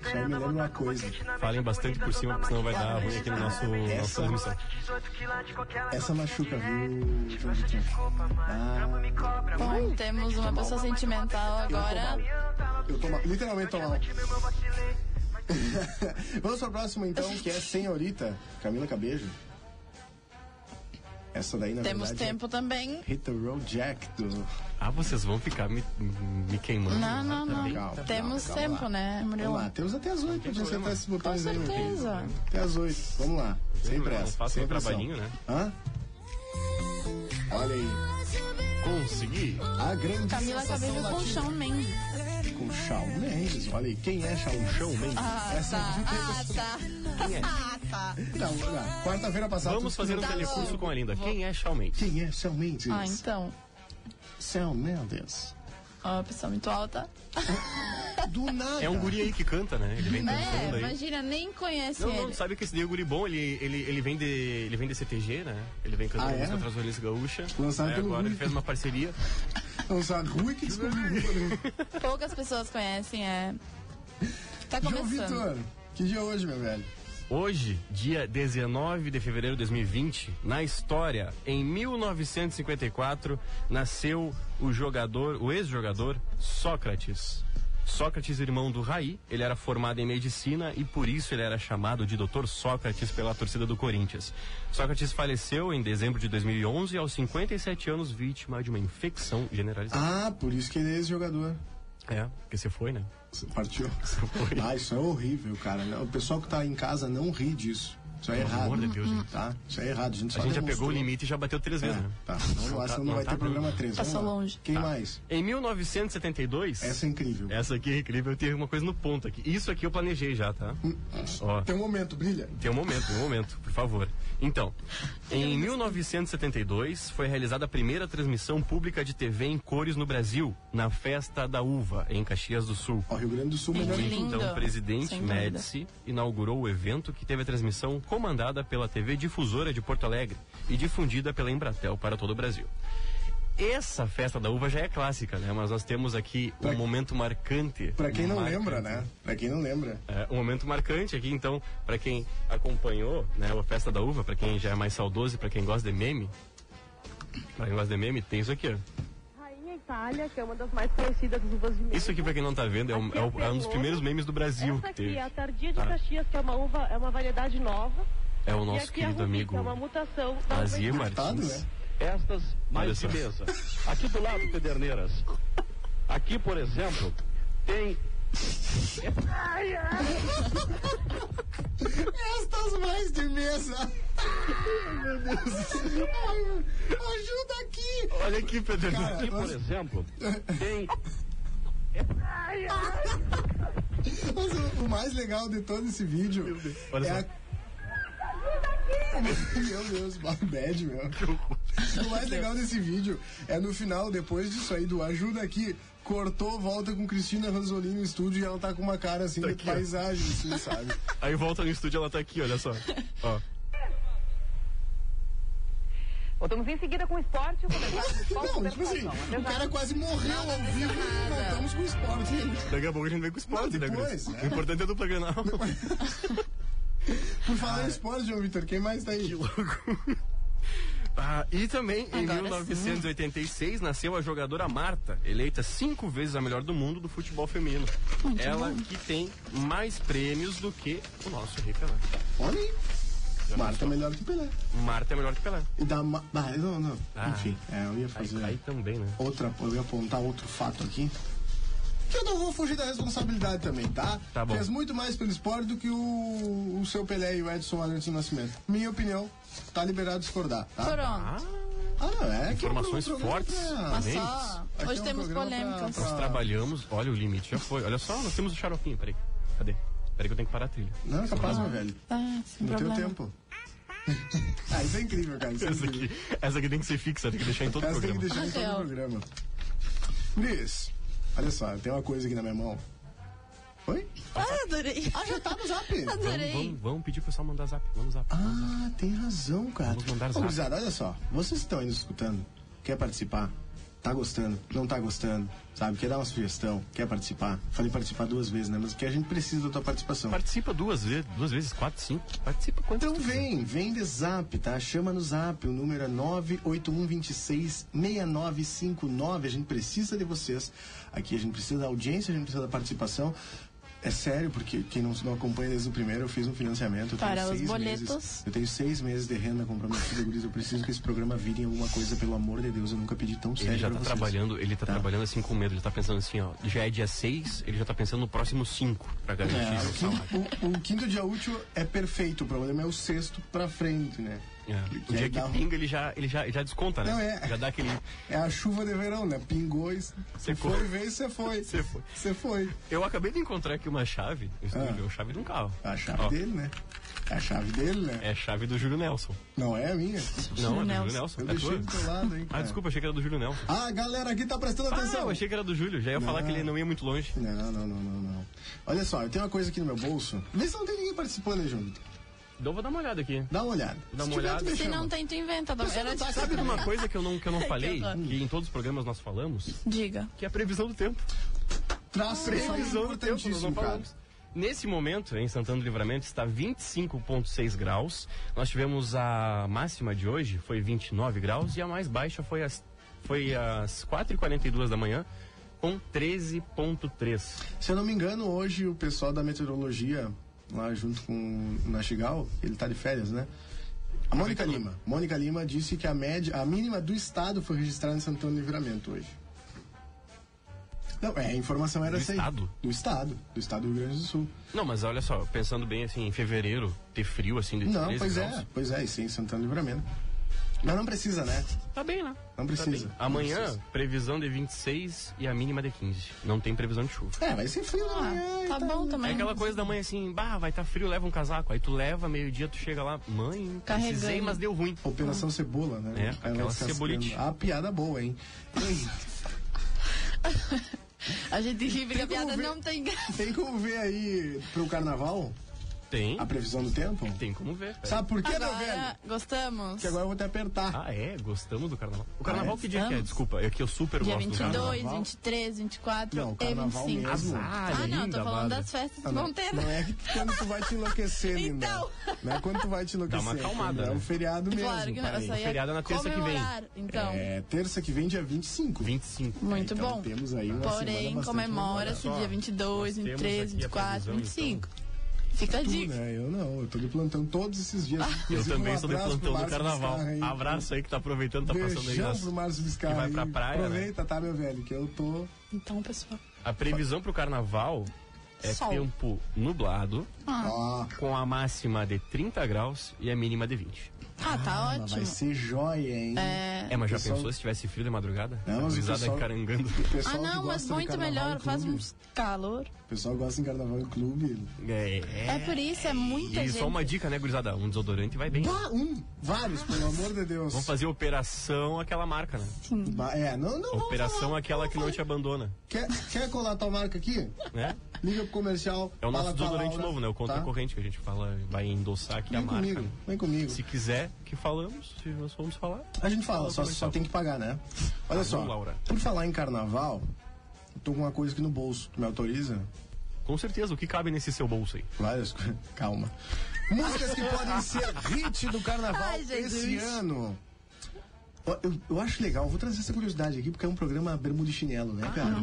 Speaker 1: Só me lembra uma coisa.
Speaker 2: Falem bastante por cima, porque senão vai dar ruim aqui no nosso, nossa
Speaker 1: Essa- é
Speaker 2: transmissão.
Speaker 3: um
Speaker 1: Essa machuca,
Speaker 3: né?
Speaker 1: Ah, viu, João Vitor?
Speaker 3: Bom,
Speaker 1: né,
Speaker 3: temos uma pessoa sentimental agora.
Speaker 1: Eu tô mal, literalmente tô mal. Vamos pra próxima então, que é Senhorita, Camila Cabejo. Essa daí, na
Speaker 3: Temos
Speaker 1: verdade,
Speaker 3: tempo também.
Speaker 1: é Hit the Road Jack do...
Speaker 2: Ah, vocês vão ficar me, me queimando.
Speaker 3: Não, não, não.
Speaker 1: calma,
Speaker 3: Temos
Speaker 1: calma, calma
Speaker 3: tempo, né,
Speaker 1: Vamos lá,
Speaker 3: Murilo?
Speaker 1: temos até as oito pra você
Speaker 2: problema.
Speaker 1: acertar esses botões
Speaker 3: Com
Speaker 1: aí. né? meu filho.
Speaker 3: certeza.
Speaker 1: Até as oito, vamos lá. Sem
Speaker 2: problema,
Speaker 1: pressa,
Speaker 2: faça
Speaker 1: sem
Speaker 2: um
Speaker 1: pressão.
Speaker 2: trabalhinho, né?
Speaker 1: Hã? Olha aí,
Speaker 2: Consegui.
Speaker 1: a grande
Speaker 3: Camila
Speaker 1: sensação
Speaker 3: Cabello com
Speaker 1: latina.
Speaker 3: Shawn Mendes.
Speaker 1: Com Shawn Mendes, olha aí, quem é Shawn Shawn Mendes?
Speaker 3: Ah,
Speaker 1: Essa
Speaker 3: tá.
Speaker 1: é a
Speaker 3: Ah, tá. Ah, tá.
Speaker 1: Não, não. Quarta-feira passada.
Speaker 2: Vamos
Speaker 1: tudo
Speaker 2: fazer um
Speaker 3: Tá
Speaker 2: telecurso
Speaker 3: bom.
Speaker 2: com a Linda. Quem é Shawn Mendes?
Speaker 1: Quem é Shawn Mendes?
Speaker 3: Ah, então.
Speaker 1: Shawn Mendes.
Speaker 3: Ó, pessoa muito alta.
Speaker 1: Do nada.
Speaker 2: É um guri aí que canta, né? Ele vem dançando
Speaker 3: É,
Speaker 2: aí.
Speaker 3: imagina, nem conhece
Speaker 2: Não,
Speaker 3: ele.
Speaker 2: não, sabe que esse daí é o guri bom, ele, ele, ele, vem de, ele vem de CTG, né? Ele vem cantando
Speaker 1: Ah, é?
Speaker 2: música atrás do Olhos Gaúcha.
Speaker 1: Lançado
Speaker 2: Aí
Speaker 1: pelo
Speaker 2: agora
Speaker 1: Guri.
Speaker 2: ele fez uma parceria.
Speaker 1: Não sabe ruim que descobriu.
Speaker 3: Poucas pessoas conhecem, é. Tá
Speaker 1: João
Speaker 3: começando.
Speaker 1: Vitor, que dia é hoje, meu velho?
Speaker 2: Hoje, dia 19 de fevereiro de 2020, na história, em 1954, nasceu o jogador, o ex-jogador Sócrates. Sócrates, irmão do Raí, ele era formado em medicina e por isso ele era chamado de Dr. Sócrates pela torcida do Corinthians. Sócrates faleceu em dezembro de 2011 aos 57 anos, vítima de uma infecção generalizada.
Speaker 1: Ah, por isso que ele é ex-jogador.
Speaker 2: É, porque você foi, né?
Speaker 1: Você Partiu.
Speaker 2: Foi.
Speaker 1: Ah, isso é horrível, cara. O pessoal que tá em casa não ri disso. Isso é errado.
Speaker 2: amor de Deus, gente.
Speaker 1: Tá? Isso é errado. A gente, só
Speaker 2: A gente já
Speaker 1: demonstrou.
Speaker 2: pegou o limite e já bateu três vezes, né? Tá.
Speaker 1: É, tá. Vamos lá, senão não
Speaker 2: Não
Speaker 1: vai
Speaker 2: tá
Speaker 1: ter
Speaker 2: bom.
Speaker 1: programa 3.
Speaker 3: Passou longe.
Speaker 1: Quem mais?
Speaker 2: Em 1972...
Speaker 1: Essa é incrível.
Speaker 2: Essa aqui é incrível, eu tenho uma coisa no ponto aqui. Isso aqui eu planejei já, tá? Ó,
Speaker 1: Tem um momento, brilha.
Speaker 2: tem um momento, tem um momento, por favor. Então, em 1972 foi realizada a primeira transmissão pública de TV em cores no Brasil, na Festa da Uva, em Caxias do Sul.
Speaker 1: Ó, Rio Grande do Sul, melhor
Speaker 2: O
Speaker 3: Que
Speaker 1: de tudo.
Speaker 3: lindo.
Speaker 2: então presidente
Speaker 3: Sem dúvida.
Speaker 2: Médici inaugurou o evento que teve a transmissão comandada pela TV Difusora de Porto Alegre e difundida pela Embratel para todo o Brasil. Essa festa da uva já é clássica, né? Mas nós temos aqui um
Speaker 1: Pra-
Speaker 2: momento marcante.
Speaker 1: Pra quem não
Speaker 2: Marcante.
Speaker 1: lembra, né? Pra quem não lembra.
Speaker 2: É, um momento marcante aqui, então, para quem acompanhou né, a festa da uva, para quem já é mais saudoso e para quem gosta de meme, para quem gosta de meme, tem isso aqui. ó.
Speaker 5: Rainha Itália, que é uma das mais conhecidas uvas de mel.
Speaker 2: Isso aqui, para quem não tá vendo, é um, é o- é um dos primeiros memes do Brasil
Speaker 5: Essa
Speaker 2: que
Speaker 5: aqui
Speaker 2: teve.
Speaker 5: é a tardia de
Speaker 2: Ah.
Speaker 5: Caxias, que é uma uva, é uma variedade nova.
Speaker 2: É o
Speaker 5: e
Speaker 2: nosso
Speaker 5: aqui é a
Speaker 2: querido
Speaker 5: Rubi,
Speaker 2: amigo
Speaker 5: que é uma mutação da uva
Speaker 2: Azier
Speaker 5: Itália.
Speaker 1: Tado,
Speaker 2: Martins.
Speaker 1: né?
Speaker 6: estas
Speaker 2: Olha
Speaker 6: mais
Speaker 2: só.
Speaker 6: de mesa. Aqui do lado, Pederneiras. Aqui, por exemplo, tem
Speaker 1: Estas mais de mesa. Ai, meu Deus. Ai, meu- Ajuda aqui.
Speaker 2: Olha aqui, Pedro.
Speaker 6: aqui, por
Speaker 1: nós-
Speaker 6: exemplo, tem
Speaker 1: Mas o, o mais legal de todo esse vídeo
Speaker 2: Olha
Speaker 1: é
Speaker 2: só.
Speaker 1: a- Meu Deus, bad, meu. O mais legal desse vídeo é no final, depois disso aí do Ajuda Aqui, cortou, volta com Cristina Ranzolini no estúdio e ela tá com uma cara assim de
Speaker 2: aqui, ó.
Speaker 1: paisagem, assim, sabe?
Speaker 2: Aí volta no estúdio, ela tá aqui, olha só. Ó.
Speaker 5: Voltamos em seguida com o esporte. o comentário do Paulo
Speaker 1: Não, tipo assim,
Speaker 5: Conversão.
Speaker 1: o cara quase morreu ao vivo e voltamos com o esporte.
Speaker 2: Daqui a pouco a gente vem com o esporte,
Speaker 1: Não,
Speaker 2: né,
Speaker 1: depois,
Speaker 2: Gris?
Speaker 1: né?
Speaker 2: O importante é a dupla Grenal.
Speaker 1: Por falar em esporte, João Vitor, quem mais tá aí?
Speaker 2: Ah, e também, em
Speaker 3: Agora
Speaker 2: 1986, nasceu a jogadora Marta, eleita cinco vezes a melhor do mundo do futebol feminino. Ela que tem mais prêmios do que o nosso Rei Pelé.
Speaker 1: Olha aí. Marta é melhor que Pelé.
Speaker 2: Marta é melhor que Pelé.
Speaker 1: E da Ma... Ah, não, não.
Speaker 2: Ah.
Speaker 1: Enfim, é, eu ia
Speaker 2: Aí,
Speaker 1: fazer.
Speaker 2: aí também, né?
Speaker 1: outra, eu ia apontar outro fato aqui. Que eu não vou fugir da responsabilidade também, tá?
Speaker 2: Tá bom.
Speaker 1: Fez muito mais pelo esporte do que o, o seu Pelé e o Edson Arantes do Nascimento. Minha opinião, tá liberado discordar, tá?
Speaker 3: Pronto.
Speaker 2: Ah,
Speaker 1: Ah, é. que é um
Speaker 2: Informações
Speaker 1: programa
Speaker 2: fortes.
Speaker 1: pra-
Speaker 3: Mas
Speaker 2: memes.
Speaker 3: só.
Speaker 1: Ah, Aqui
Speaker 3: Hoje
Speaker 1: é um
Speaker 3: temos
Speaker 1: programa
Speaker 3: polêmicas.
Speaker 1: pra-
Speaker 2: nós trabalhamos. Olha, o limite já foi. Olha só, nós temos o xaropinho, peraí. Cadê? Peraí que eu tenho que parar a trilha.
Speaker 1: Não, é capaz, meu velho.
Speaker 3: Ah, sem
Speaker 1: No teu
Speaker 3: problema.
Speaker 1: tempo. ah, isso é incrível, cara. Isso é
Speaker 2: Essa
Speaker 1: incrível.
Speaker 2: aqui, essa aqui tem que ser fixa, tem que deixar em todo o
Speaker 1: Essa tem que
Speaker 2: programa.
Speaker 1: deixar em todo o
Speaker 3: Raquel.
Speaker 1: programa. Liz, olha só, tem uma coisa aqui na minha mão. Oi?
Speaker 3: Ah, adorei.
Speaker 1: Ah, já tá no zap.
Speaker 2: Vamos,
Speaker 3: Adorei.
Speaker 2: Então, vamos, vamos pedir pro pessoal mandar zap. Vamos zap. vamos zap.
Speaker 1: Ah, tem razão, cara.
Speaker 2: Vamos mandar
Speaker 1: Ô,
Speaker 2: zap.
Speaker 1: gurizada, olha só. Vocês que estão aí nos escutando, quer participar? Tá gostando, não tá gostando, sabe? Quer dar uma sugestão, quer participar? Falei participar duas vezes, né? Mas que a gente precisa da tua participação.
Speaker 2: Participa duas vezes, duas vezes, quatro, cinco. Participa quantas
Speaker 1: Então
Speaker 2: tu quiser.
Speaker 1: vem, vem de zap, tá? Chama no zap, o número é 981266959. A gente precisa de vocês aqui, a gente precisa da audiência, a gente precisa da participação. É sério, porque quem não, não acompanha desde o primeiro, eu fiz um financiamento. Eu
Speaker 3: Para
Speaker 1: tenho
Speaker 3: os
Speaker 1: seis
Speaker 3: boletos.
Speaker 1: Meses, eu tenho seis meses de renda comprometida, guris. Eu preciso que esse programa vire em alguma coisa, pelo amor de Deus. Eu nunca pedi tão sério
Speaker 2: Ele já
Speaker 1: pra
Speaker 2: tá
Speaker 1: vocês.
Speaker 2: trabalhando, ele tá, trabalhando assim com medo, ele tá pensando assim, ó, já é dia 6, ele já tá pensando no próximo 5 pra
Speaker 1: É,
Speaker 2: garantir o
Speaker 1: o, quinto,
Speaker 2: salário.
Speaker 1: o- o quinto dia útil é perfeito, o problema é o sexto pra frente, né?
Speaker 2: É. O
Speaker 1: aí
Speaker 2: dia que
Speaker 1: dá um-
Speaker 2: pinga, ele já, ele já, ele já desconta, né?
Speaker 1: Não, é.
Speaker 2: Já dá aquele.
Speaker 1: É a chuva de verão, né? Pingou e você
Speaker 2: Secou.
Speaker 1: foi, veio e você foi.
Speaker 2: Você foi.
Speaker 1: Você foi.
Speaker 2: Eu acabei de encontrar aqui uma chave. Eu escolhi a chave de um carro.
Speaker 1: É Ah. a chave
Speaker 2: Ó,
Speaker 1: dele, né? É a chave dele, né?
Speaker 2: É a chave do Júlio Nelson.
Speaker 1: Não é a minha.
Speaker 2: Não, é do Júlio
Speaker 3: Nelson.
Speaker 2: Nelson.
Speaker 1: Eu
Speaker 2: é
Speaker 1: deixei
Speaker 2: tua?
Speaker 1: do teu lado, hein?
Speaker 2: Ah,
Speaker 1: cara.
Speaker 2: desculpa, achei que era do Júlio Nelson.
Speaker 1: Ah, a galera aqui tá prestando
Speaker 2: Ah,
Speaker 1: atenção. Ah.
Speaker 2: eu achei que era do Júlio. Já ia falar
Speaker 1: Não.
Speaker 2: que ele não ia muito longe.
Speaker 1: Não, não, não, não, não. Olha só, eu tenho uma coisa aqui no meu bolso. Vê se não tem ninguém participando aí, Junto.
Speaker 2: Então eu vou dar uma olhada aqui.
Speaker 1: Dá uma olhada. Se
Speaker 2: Dá uma
Speaker 1: tiver,
Speaker 2: olhada.
Speaker 1: tu me
Speaker 3: Tipo, Se
Speaker 1: chama.
Speaker 3: não tem, tu inventa. Dom. Era
Speaker 1: tá-
Speaker 3: de...
Speaker 2: Sabe de uma coisa que eu não, que eu não falei,
Speaker 3: horror.
Speaker 2: que em todos os programas nós falamos,
Speaker 3: Diga.
Speaker 2: que é a previsão do tempo.
Speaker 1: Traço
Speaker 2: Previsão do tempo, nós Ah, não
Speaker 1: importantíssimo, cara.
Speaker 2: falamos. Nesse momento, em Santana do Livramento, está 25,6 graus. Nós tivemos a máxima de hoje, foi 29 graus, e a mais baixa foi às, foi às 4h42 da manhã, com 13,3.
Speaker 1: Se eu não me engano, hoje o pessoal da meteorologia, lá junto com o Nastigal, ele tá de férias, né? A Mônica Lima. Mônica Lima disse que a média, a mínima do estado foi registrada em Santana do Livramento hoje. Não, é, a informação era
Speaker 2: Do
Speaker 1: essa aí.
Speaker 2: estado?
Speaker 1: Do estado, do estado do Rio Grande do Sul.
Speaker 2: Não, mas olha só, pensando bem assim, em fevereiro, ter frio assim de 13
Speaker 1: Não, pois
Speaker 2: graus.
Speaker 1: é, pois é, isso é em Santana do Livramento. Mas não precisa, né?
Speaker 2: Tá bem, né?
Speaker 1: Não precisa.
Speaker 2: Tá bem. Amanhã,
Speaker 1: Não precisa.
Speaker 2: previsão de 26 e a mínima de 15. Não tem previsão de chuva.
Speaker 1: É, vai ser frio
Speaker 3: Ah,
Speaker 1: amanhã. e
Speaker 3: tá bom também.
Speaker 2: É aquela coisa da mãe assim, bah, vai tá frio, leva um casaco. Aí tu leva, meio-dia, tu chega lá, mãe,
Speaker 3: Carregando.
Speaker 2: precisei, mas deu ruim.
Speaker 1: Operação Cebola, né?
Speaker 2: tá. É,
Speaker 1: Ela
Speaker 2: aquela
Speaker 1: descascando.
Speaker 2: cebolite.
Speaker 1: Ah, piada boa, hein?
Speaker 3: A gente ri porque a
Speaker 1: Tem como
Speaker 3: piada
Speaker 1: ver-
Speaker 3: não tem graça.
Speaker 1: Tem como ver aí pro carnaval
Speaker 2: Tem,
Speaker 1: a previsão do tempo?
Speaker 2: tem como ver. cara.
Speaker 1: Sabe por quê, meu velho?
Speaker 3: Agora, É, gostamos.
Speaker 1: Que agora eu vou te apertar.
Speaker 2: Ah, é? Gostamos do carnaval. O carnaval
Speaker 1: Ah, é?
Speaker 2: que dia que é?
Speaker 3: Estamos.
Speaker 2: Desculpa, é que eu super
Speaker 3: Dia
Speaker 2: gosto do
Speaker 3: 22,
Speaker 1: carnaval.
Speaker 3: 23, 24
Speaker 1: Não,
Speaker 3: e
Speaker 1: carnaval
Speaker 3: 25.
Speaker 1: mesmo.
Speaker 3: Ah, não, tô
Speaker 2: ainda,
Speaker 3: falando
Speaker 2: é Bárbara.
Speaker 3: das festas
Speaker 1: Ah,
Speaker 3: que vão ter. né?
Speaker 1: não é quando tu vai te enlouquecer, linda.
Speaker 3: Então.
Speaker 1: Não é quando tu vai te enlouquecer.
Speaker 2: Dá uma acalmada,
Speaker 1: entendeu? É um
Speaker 2: né?
Speaker 1: feriado mesmo.
Speaker 3: Claro que não,
Speaker 1: peraí.
Speaker 3: essa aí
Speaker 2: feriado é na terça que vem.
Speaker 3: comemorar, Então,
Speaker 1: É, terça que vem, dia 25.
Speaker 2: 25.
Speaker 3: muito
Speaker 1: então
Speaker 3: bom.
Speaker 1: temos aí uma semana
Speaker 3: Porém,
Speaker 1: bastante
Speaker 3: comemora-se
Speaker 2: comemorada.
Speaker 3: dia 22,
Speaker 2: Nós temos aqui
Speaker 3: 23,
Speaker 2: a
Speaker 3: 24,
Speaker 2: previsão,
Speaker 3: 25. Fica a
Speaker 1: Tu,
Speaker 3: dica.
Speaker 1: né? Eu não, eu tô de plantão todos esses dias.
Speaker 3: Ah.
Speaker 2: Eu
Speaker 1: Inclusive,
Speaker 2: também
Speaker 1: um
Speaker 2: sou de
Speaker 1: abraço pro
Speaker 2: plantão do
Speaker 1: Márcio
Speaker 2: carnaval.
Speaker 1: Biscarra aí.
Speaker 2: Abraço aí que tá aproveitando, tá passando aí.
Speaker 1: Beijão
Speaker 2: nas-
Speaker 1: pro Márcio Biscarra.
Speaker 2: que vai pra
Speaker 1: aí.
Speaker 2: praia, né?
Speaker 1: Aproveita, tá, meu velho, que eu tô...
Speaker 3: Então, pessoal.
Speaker 2: A previsão pro carnaval é
Speaker 3: Sol.
Speaker 2: tempo nublado,
Speaker 3: Ah.
Speaker 1: Ó,
Speaker 2: com a máxima de 30 graus e a mínima de 20.
Speaker 3: Ah, tá
Speaker 1: mas
Speaker 3: ótimo.
Speaker 1: vai ser joia, hein?
Speaker 3: É.
Speaker 2: É, mas já
Speaker 1: Pessoal-
Speaker 2: pensou se tivesse frio de madrugada?
Speaker 1: Não,
Speaker 2: A
Speaker 1: mas o
Speaker 2: gurizada
Speaker 1: pessoal-
Speaker 2: carangando.
Speaker 1: O pessoal que
Speaker 3: Ah, não,
Speaker 1: gosta
Speaker 3: mas
Speaker 1: de
Speaker 3: muito
Speaker 1: carnaval em
Speaker 3: melhor. Faz um
Speaker 1: clube,
Speaker 3: uns calor.
Speaker 1: O pessoal gosta de carnaval em clube.
Speaker 2: É,
Speaker 3: É por isso, é muita
Speaker 2: E
Speaker 3: gente.
Speaker 2: só uma dica, né, gurizada? Um desodorante vai bem.
Speaker 1: Bah, um, vários, pelo amor de Deus.
Speaker 2: Vamos fazer operação aquela marca, né?
Speaker 1: Bah, É, não, não. vamos
Speaker 2: Operação
Speaker 1: falar.
Speaker 2: aquela que não te abandona,
Speaker 1: Quer, quer colar tua marca aqui?
Speaker 2: né?
Speaker 1: Liga pro comercial.
Speaker 2: É o
Speaker 1: fala
Speaker 2: nosso
Speaker 1: com a
Speaker 2: desodorante
Speaker 1: Laura,
Speaker 2: novo, né? O contra
Speaker 1: tá?
Speaker 2: corrente que a gente fala, vai endossar aqui a
Speaker 1: Vem
Speaker 2: marca.
Speaker 1: comigo,
Speaker 2: né?
Speaker 1: vem comigo.
Speaker 2: Se quiser, que falamos, se nós formos falar.
Speaker 1: A gente fala, só,
Speaker 2: Fala,
Speaker 1: só tem que pagar, né?
Speaker 2: Ah,
Speaker 1: Olha só,
Speaker 2: Laura.
Speaker 1: por falar em carnaval, eu tô com uma coisa aqui no bolso. Tu me autoriza?
Speaker 2: Com certeza, o que cabe nesse seu bolso aí?
Speaker 1: Várias coisas. Calma. Músicas que podem ser hit do carnaval
Speaker 3: Ai, Jesus.
Speaker 1: esse ano. Ó, Eu, eu acho legal, eu vou trazer essa curiosidade aqui, porque é um programa bermuda e chinelo, né, cara?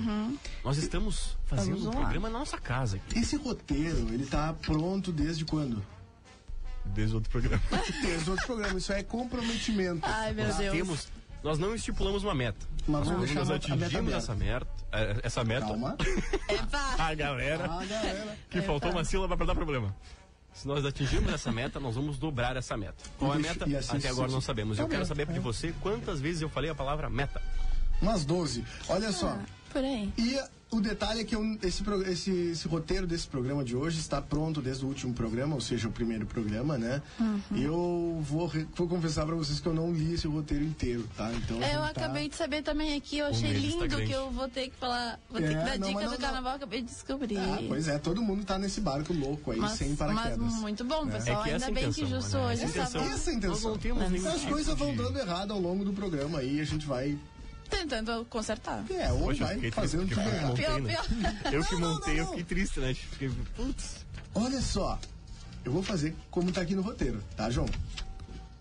Speaker 2: Nós estamos fazendo
Speaker 3: Vamos
Speaker 2: um
Speaker 3: lá.
Speaker 2: programa na nossa casa aqui.
Speaker 1: Esse roteiro, ele tá pronto desde quando?
Speaker 2: Desde outro programa.
Speaker 1: Desde outro programa, isso é comprometimento.
Speaker 3: Ai, meu
Speaker 2: Nós
Speaker 3: Deus.
Speaker 2: temos. Nós não estipulamos uma meta.
Speaker 1: Mas vamos
Speaker 2: Nós
Speaker 1: deixar a meta
Speaker 2: atingimos
Speaker 1: aberta.
Speaker 2: essa meta. eh, Essa meta.
Speaker 1: Calma.
Speaker 3: Epa.
Speaker 2: A galera.
Speaker 1: Ah, galera.
Speaker 3: É,
Speaker 2: Que faltou
Speaker 3: tá.
Speaker 2: uma sílaba pra dar problema. Se nós atingirmos essa meta, nós vamos dobrar essa meta. Qual é a
Speaker 1: Deixa-
Speaker 2: meta?
Speaker 1: e assim
Speaker 2: Até agora
Speaker 1: se-
Speaker 2: não sabemos. Eu
Speaker 1: Tá
Speaker 2: quero
Speaker 1: bem,
Speaker 2: saber de você quantas vezes eu falei a palavra meta.
Speaker 1: Umas 12. Olha só.
Speaker 3: Por aí.
Speaker 1: E o detalhe é que eu- esse, pro- esse- esse roteiro desse programa de hoje está pronto desde o último programa, ou seja, o primeiro programa, né?
Speaker 3: Uhum.
Speaker 1: Eu vou, re- vou confessar pra vocês que eu não li esse roteiro inteiro, tá? Então
Speaker 3: É, Eu
Speaker 1: tá-
Speaker 3: acabei de saber também aqui, eu achei
Speaker 2: medo está
Speaker 3: lindo
Speaker 2: grande.
Speaker 3: que eu vou ter que falar, vou ter
Speaker 1: É,
Speaker 3: que dar
Speaker 1: não,
Speaker 3: dica
Speaker 1: mas não,
Speaker 3: do
Speaker 1: não.
Speaker 3: carnaval, acabei de descobrir.
Speaker 1: Ah, pois é, todo mundo tá nesse barco louco aí,
Speaker 3: mas,
Speaker 1: sem paraquedas.
Speaker 3: mas muito bom, pessoal.
Speaker 2: É que essa
Speaker 3: Ainda bem
Speaker 2: intenção,
Speaker 3: que justo
Speaker 2: né?
Speaker 3: hoje
Speaker 2: Essa
Speaker 1: Essa,
Speaker 3: estava
Speaker 2: intenção.
Speaker 1: essa é a intenção.
Speaker 2: Nós não temos nenhum
Speaker 1: As
Speaker 2: tipo
Speaker 1: coisas vão
Speaker 2: de-
Speaker 1: dando errado ao longo do programa aí, a gente vai.
Speaker 3: tentando consertar.
Speaker 1: É, ou
Speaker 2: Poxa, eu
Speaker 1: vai
Speaker 2: fiquei triste
Speaker 1: fazendo
Speaker 2: porque
Speaker 1: tudo
Speaker 2: eu
Speaker 1: errado.
Speaker 2: montei,
Speaker 3: Pior,
Speaker 2: né?
Speaker 3: pior.
Speaker 2: Eu que
Speaker 1: Não, não,
Speaker 2: montei,
Speaker 1: não,
Speaker 2: eu
Speaker 1: não.
Speaker 2: fiquei triste, né? Fiquei, putz.
Speaker 1: Olha só, eu vou fazer como tá aqui no roteiro, tá, João?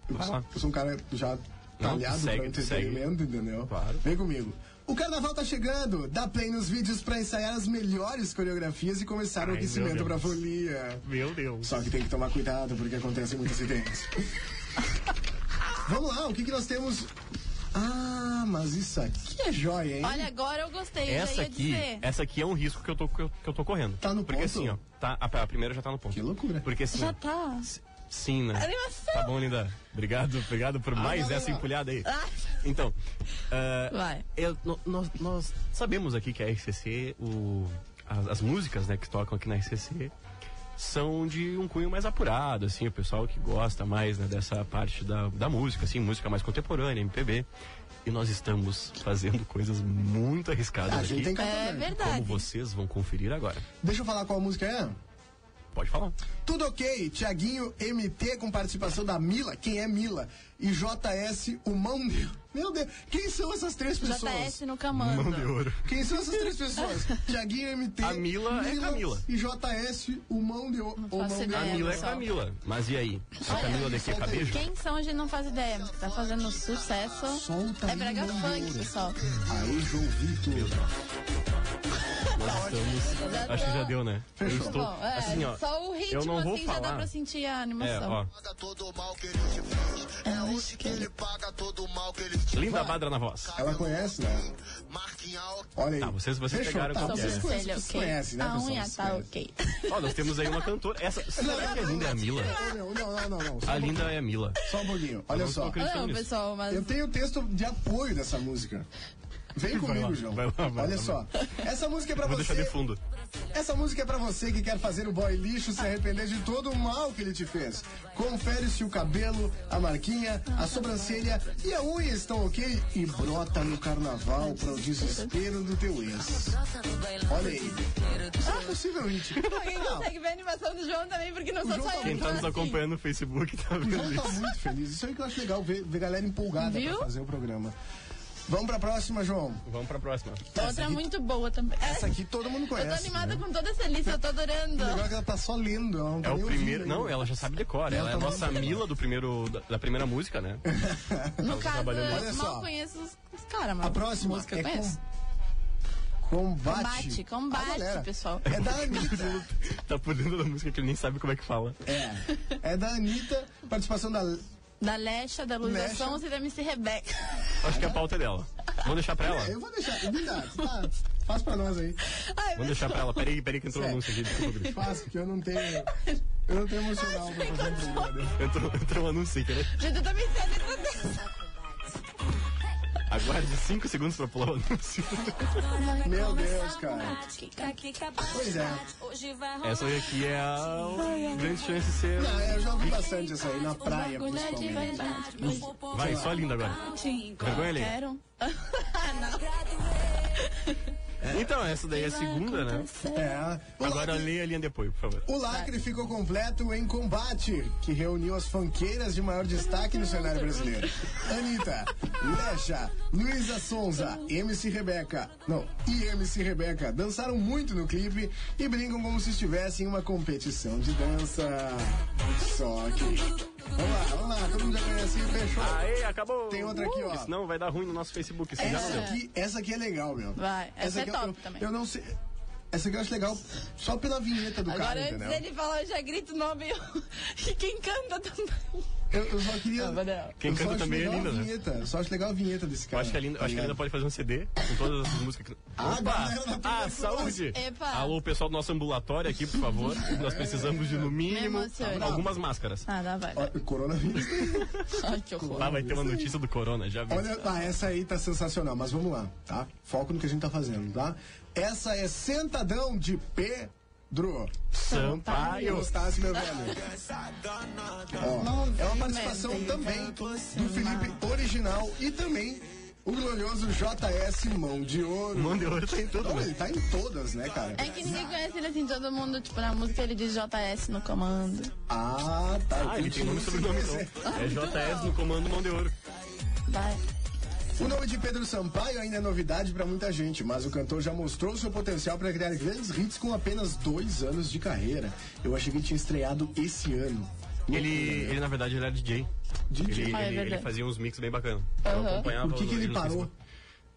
Speaker 1: Eu,
Speaker 2: Vai lá.
Speaker 1: eu sou um cara já talhado
Speaker 2: segue,
Speaker 1: para entretenimento, entendeu?
Speaker 2: Claro.
Speaker 1: Vem comigo. O carnaval tá chegando! Dá play nos vídeos pra ensaiar as melhores coreografias e começar o
Speaker 2: Ai,
Speaker 1: aquecimento
Speaker 2: meu
Speaker 1: pra
Speaker 2: Deus.
Speaker 1: folia.
Speaker 2: Meu Deus.
Speaker 1: Só que tem que tomar cuidado, porque acontecem muitos acidentes. Vamos lá, o que, que nós temos? Ah, mas isso aqui é joia, hein?
Speaker 3: Olha, agora eu gostei, já
Speaker 2: Essa
Speaker 3: ia
Speaker 2: aqui,
Speaker 3: dizer.
Speaker 2: essa aqui é um risco que eu tô, que eu, que eu tô correndo.
Speaker 1: Tá no
Speaker 2: Porque
Speaker 1: ponto?
Speaker 2: assim, ó. Tá, a, a primeira já tá no ponto.
Speaker 1: Que loucura.
Speaker 2: Porque assim, ó,
Speaker 3: Já tá.
Speaker 2: Sim, né?
Speaker 3: Animação.
Speaker 2: Tá bom, linda. Obrigado, obrigado por mais
Speaker 1: não, não,
Speaker 2: essa
Speaker 1: não.
Speaker 2: empulhada aí.
Speaker 3: Ah.
Speaker 2: Então, ah,
Speaker 3: Vai.
Speaker 2: eu- no- nós, nós sabemos aqui que a RCC, o, as, as músicas né, que tocam aqui na RCC são de um cunho mais apurado, assim, o pessoal que gosta mais né, dessa parte da, da música, assim, música mais contemporânea, MPB. E nós estamos fazendo coisas muito arriscadas
Speaker 1: Ah, a
Speaker 2: aqui,
Speaker 1: gente tem que
Speaker 3: É
Speaker 2: como
Speaker 3: verdade.
Speaker 2: vocês vão conferir agora.
Speaker 1: Deixa eu falar qual música é?
Speaker 2: Pode falar.
Speaker 1: Tudo ok, Tiaguinho MT com participação da Mila, quem é Mila? E JS, o Mão de... Meu Deus, quem são essas três pessoas?
Speaker 3: JS tá no comando.
Speaker 2: ouro.
Speaker 1: Quem são essas três pessoas? Tiaguinho MT,
Speaker 2: A Mila é Camila.
Speaker 1: E JS, o Mão de... o
Speaker 3: faço
Speaker 1: Mão de-
Speaker 3: ideia.
Speaker 2: A Mila é
Speaker 3: pessoal.
Speaker 2: Camila. Mas e aí? A Camila de
Speaker 3: um
Speaker 2: que? Cabejo?
Speaker 3: Quem são, a gente não faz ideia. mas que Tá fazendo sucesso.
Speaker 1: Solta
Speaker 3: é
Speaker 1: aí,
Speaker 3: Braga
Speaker 1: mano.
Speaker 3: Funk, pessoal.
Speaker 2: Assim,
Speaker 1: Aí, João Vitor.
Speaker 3: Já
Speaker 2: Acho que já
Speaker 3: tô-
Speaker 2: deu, né? Eu
Speaker 3: Muito
Speaker 2: estou.
Speaker 3: bom, é,
Speaker 2: Assim, ó.
Speaker 3: só o ritmo
Speaker 2: eu não vou
Speaker 3: assim já dá
Speaker 2: falar.
Speaker 3: pra sentir a
Speaker 2: É,
Speaker 3: animação.
Speaker 2: ó.
Speaker 7: paga todo o mal que ele te fez. É
Speaker 3: Eu
Speaker 7: hoje
Speaker 3: acho
Speaker 7: que
Speaker 3: que-
Speaker 7: ele paga todo o mal que ele te
Speaker 2: Linda Badra na voz.
Speaker 1: Ela conhece, né?
Speaker 7: Marquinha
Speaker 1: Olha aí.
Speaker 2: Tá, vocês- vocês
Speaker 1: Fechou,
Speaker 2: pegaram
Speaker 1: tá,
Speaker 2: qual
Speaker 3: São
Speaker 2: que é.
Speaker 1: vocês conhecem,
Speaker 3: Conselho,
Speaker 1: vocês
Speaker 3: ok.
Speaker 1: conhecem, né,
Speaker 3: a
Speaker 1: pessoal?
Speaker 3: unha
Speaker 1: Vocês
Speaker 3: tá
Speaker 1: conhecem.
Speaker 3: ok.
Speaker 2: Ó, nós temos aí uma cantora. Essa. Será que a linda é a Mila?
Speaker 1: Não, não, não, não.
Speaker 2: A linda é a Mila.
Speaker 1: Só um pouquinho. Olha
Speaker 2: Não tô
Speaker 1: só.
Speaker 2: acreditando
Speaker 3: Não,
Speaker 2: nisso.
Speaker 3: pessoal, mas
Speaker 1: Eu tenho o texto de apoio dessa música. Vem comigo,
Speaker 2: lá,
Speaker 1: João.
Speaker 2: vai lá, vai lá,
Speaker 1: Olha
Speaker 2: vai
Speaker 1: só. Essa música é pra
Speaker 2: Vou
Speaker 1: você.
Speaker 2: deixar de fundo.
Speaker 1: Essa música é pra você que quer fazer o boy lixo se arrepender de todo o mal que ele te fez. Confere se o cabelo, a marquinha, a sobrancelha e a unha estão ok e brota no carnaval para o desespero do teu ex. Olha aí. Isso é possível, gente.
Speaker 3: alguém
Speaker 1: Não,
Speaker 3: consegue ver a animação do João também, porque não
Speaker 1: O
Speaker 3: sou
Speaker 1: João
Speaker 3: só
Speaker 1: tá bem.
Speaker 3: eu. que
Speaker 2: Quem tá
Speaker 3: tô
Speaker 2: nos
Speaker 3: assim.
Speaker 2: acompanhando no Facebook tá
Speaker 1: O João
Speaker 2: vendo
Speaker 1: tá
Speaker 2: isso.
Speaker 1: muito feliz. Isso aí que eu acho legal, ver, ver galera empolgada
Speaker 3: Viu?
Speaker 1: pra fazer o programa. Vamos pra próxima, João.
Speaker 2: Vamos pra próxima.
Speaker 3: Outra muito boa também. É,
Speaker 1: Essa né? aqui todo mundo
Speaker 3: eu
Speaker 1: conhece.
Speaker 3: tô animada com toda essa lista, eu tô adorando.
Speaker 1: O legal é que ela tá só lendo. Ela não tá
Speaker 2: É
Speaker 1: nem
Speaker 2: o
Speaker 1: ouvindo
Speaker 2: primeiro.
Speaker 1: ainda.
Speaker 2: Não, ela já sabe decorar. Ela é a
Speaker 1: tá
Speaker 2: nossa
Speaker 1: muito
Speaker 2: Mila do primeiro, da, da primeira música, né?
Speaker 3: No caso,
Speaker 2: trabalhando.
Speaker 1: Olha
Speaker 3: eu
Speaker 1: só.
Speaker 3: mal conheço os, os caras, mas
Speaker 1: A próxima
Speaker 3: música
Speaker 1: é
Speaker 3: eu conheço.
Speaker 1: com- Combate.
Speaker 3: Combate, combate,
Speaker 1: Ah, galera,
Speaker 3: pessoal.
Speaker 1: É da Anitta.
Speaker 2: Tá por dentro da música que ele nem sabe como é que fala.
Speaker 1: É. É da Anitta, participação da.
Speaker 3: Da Lecha, da Luz
Speaker 1: Lecha.
Speaker 3: da Sonza e da MC Rebeca.
Speaker 2: Acho que a pauta é dela. Vamos deixar pra ela.
Speaker 1: Eu vou deixar. Linda, tá, faz pra nós aí.
Speaker 3: Ai,
Speaker 2: Vamos deixar pra ela. Peraí, peraí que entrou o
Speaker 1: Sério.
Speaker 2: anúncio aqui. Desculpa, Gris.
Speaker 1: Faz, porque eu não tenho. Eu não tenho emocional pra fazer um programa.
Speaker 2: Entrou, entrou um anúncio aqui, né?
Speaker 3: gente, eu tô me entendendo dessa.
Speaker 2: Aguarde 5 segundos pra pular o anúncio.
Speaker 1: Meu Deus, cara.
Speaker 3: tá
Speaker 1: Pois é.
Speaker 2: Essa aqui é a grande chance de ser.
Speaker 1: Ah, eu já ouvi bastante isso aí, na praia,
Speaker 3: Bagulho é de
Speaker 1: principalmente.
Speaker 3: verdade.
Speaker 2: Vai, só linda agora. Vergonha ali.
Speaker 3: Quero.
Speaker 2: Então, essa daí é a segunda, né?
Speaker 1: É. O
Speaker 2: Agora
Speaker 1: lacre,
Speaker 2: leia a linha de apoio, por favor.
Speaker 1: o lacre ficou completo em combate, que reuniu as fanqueiras de maior destaque no cenário brasileiro. Anitta, Lecha, Luísa Sonza, MC Rebeca, não, e MC Rebeca dançaram muito no clipe e brincam como se estivessem em uma competição de dança. Só que. Vamos lá, vamos lá, todo mundo já conhece, fechou.
Speaker 2: Aê, acabou!
Speaker 1: Tem outra aqui, ó.
Speaker 2: Senão vai dar ruim no nosso Facebook, isso Ah, já não
Speaker 1: Essa
Speaker 2: deu.
Speaker 1: aqui, essa aqui é legal, meu.
Speaker 3: Vai, essa é
Speaker 1: aqui eu-
Speaker 3: top
Speaker 1: eu,
Speaker 3: também.
Speaker 1: Eu não sei. Essa aqui eu acho legal só pela vinheta do
Speaker 3: Agora, é
Speaker 1: cara,
Speaker 3: antes
Speaker 1: entendeu?
Speaker 3: dele falar, eu já grito o nome e quem canta também.
Speaker 1: Eu, eu só queria.
Speaker 2: Quem
Speaker 1: eu só
Speaker 2: canta
Speaker 1: acho
Speaker 2: também é
Speaker 1: legal
Speaker 2: linda,
Speaker 1: a
Speaker 2: né?
Speaker 1: vinheta, Eu só acho legal a vinheta desse
Speaker 2: Eu
Speaker 1: cara. tá
Speaker 2: acho que a Linda, eu acho que a Linda pode fazer um CD com todas as músicas. que-
Speaker 1: Ah,
Speaker 2: Opa!
Speaker 1: galera, tá tudo
Speaker 2: Ah,
Speaker 1: bem.
Speaker 2: saúde!
Speaker 3: Epa.
Speaker 2: Alô, pessoal do nosso ambulatório aqui, por favor. Nós precisamos de, no mínimo,
Speaker 3: emocionei.
Speaker 2: algumas máscaras.
Speaker 3: Ah, dá, vai. vai.
Speaker 1: Ó, Coronavírus.
Speaker 3: Ai, que horror.
Speaker 2: Lá vai ter uma notícia do Corona, já vi.
Speaker 1: Olha, tá, essa aí tá sensacional, mas vamos lá, tá? Foco no que a gente tá fazendo, tá? Essa é Sentadão de Pedro.
Speaker 2: Sampaio!
Speaker 1: Gostasse, meu velho. Ó, é uma participação também do Felipe original e também o glorioso JS Mão de Ouro.
Speaker 2: Mão de ouro tem tudo,
Speaker 1: Não,
Speaker 2: né?
Speaker 1: ele tá em todas, né, cara?
Speaker 3: É que ninguém conhece ele assim, todo mundo, tipo, na música ele diz JS no comando.
Speaker 1: Ah, tá.
Speaker 2: Ah, ele tem nome e sobrenome, então. É JS no comando Mão de Ouro.
Speaker 3: Vai.
Speaker 1: O nome de Pedro Sampaio ainda é novidade pra muita gente, mas o cantor já mostrou seu potencial pra criar grandes hits com apenas dois anos de carreira. Eu achei que tinha estreado esse ano. né?
Speaker 2: Ele, ele, na verdade, ele era DJ.
Speaker 1: DJ.
Speaker 2: Ele,
Speaker 3: Ah, é
Speaker 2: ele- ele
Speaker 3: verdade.
Speaker 2: fazia uns mix bem bacanas. Eu acompanhava
Speaker 1: Por que, que
Speaker 2: no-
Speaker 1: ele
Speaker 2: no
Speaker 1: parou?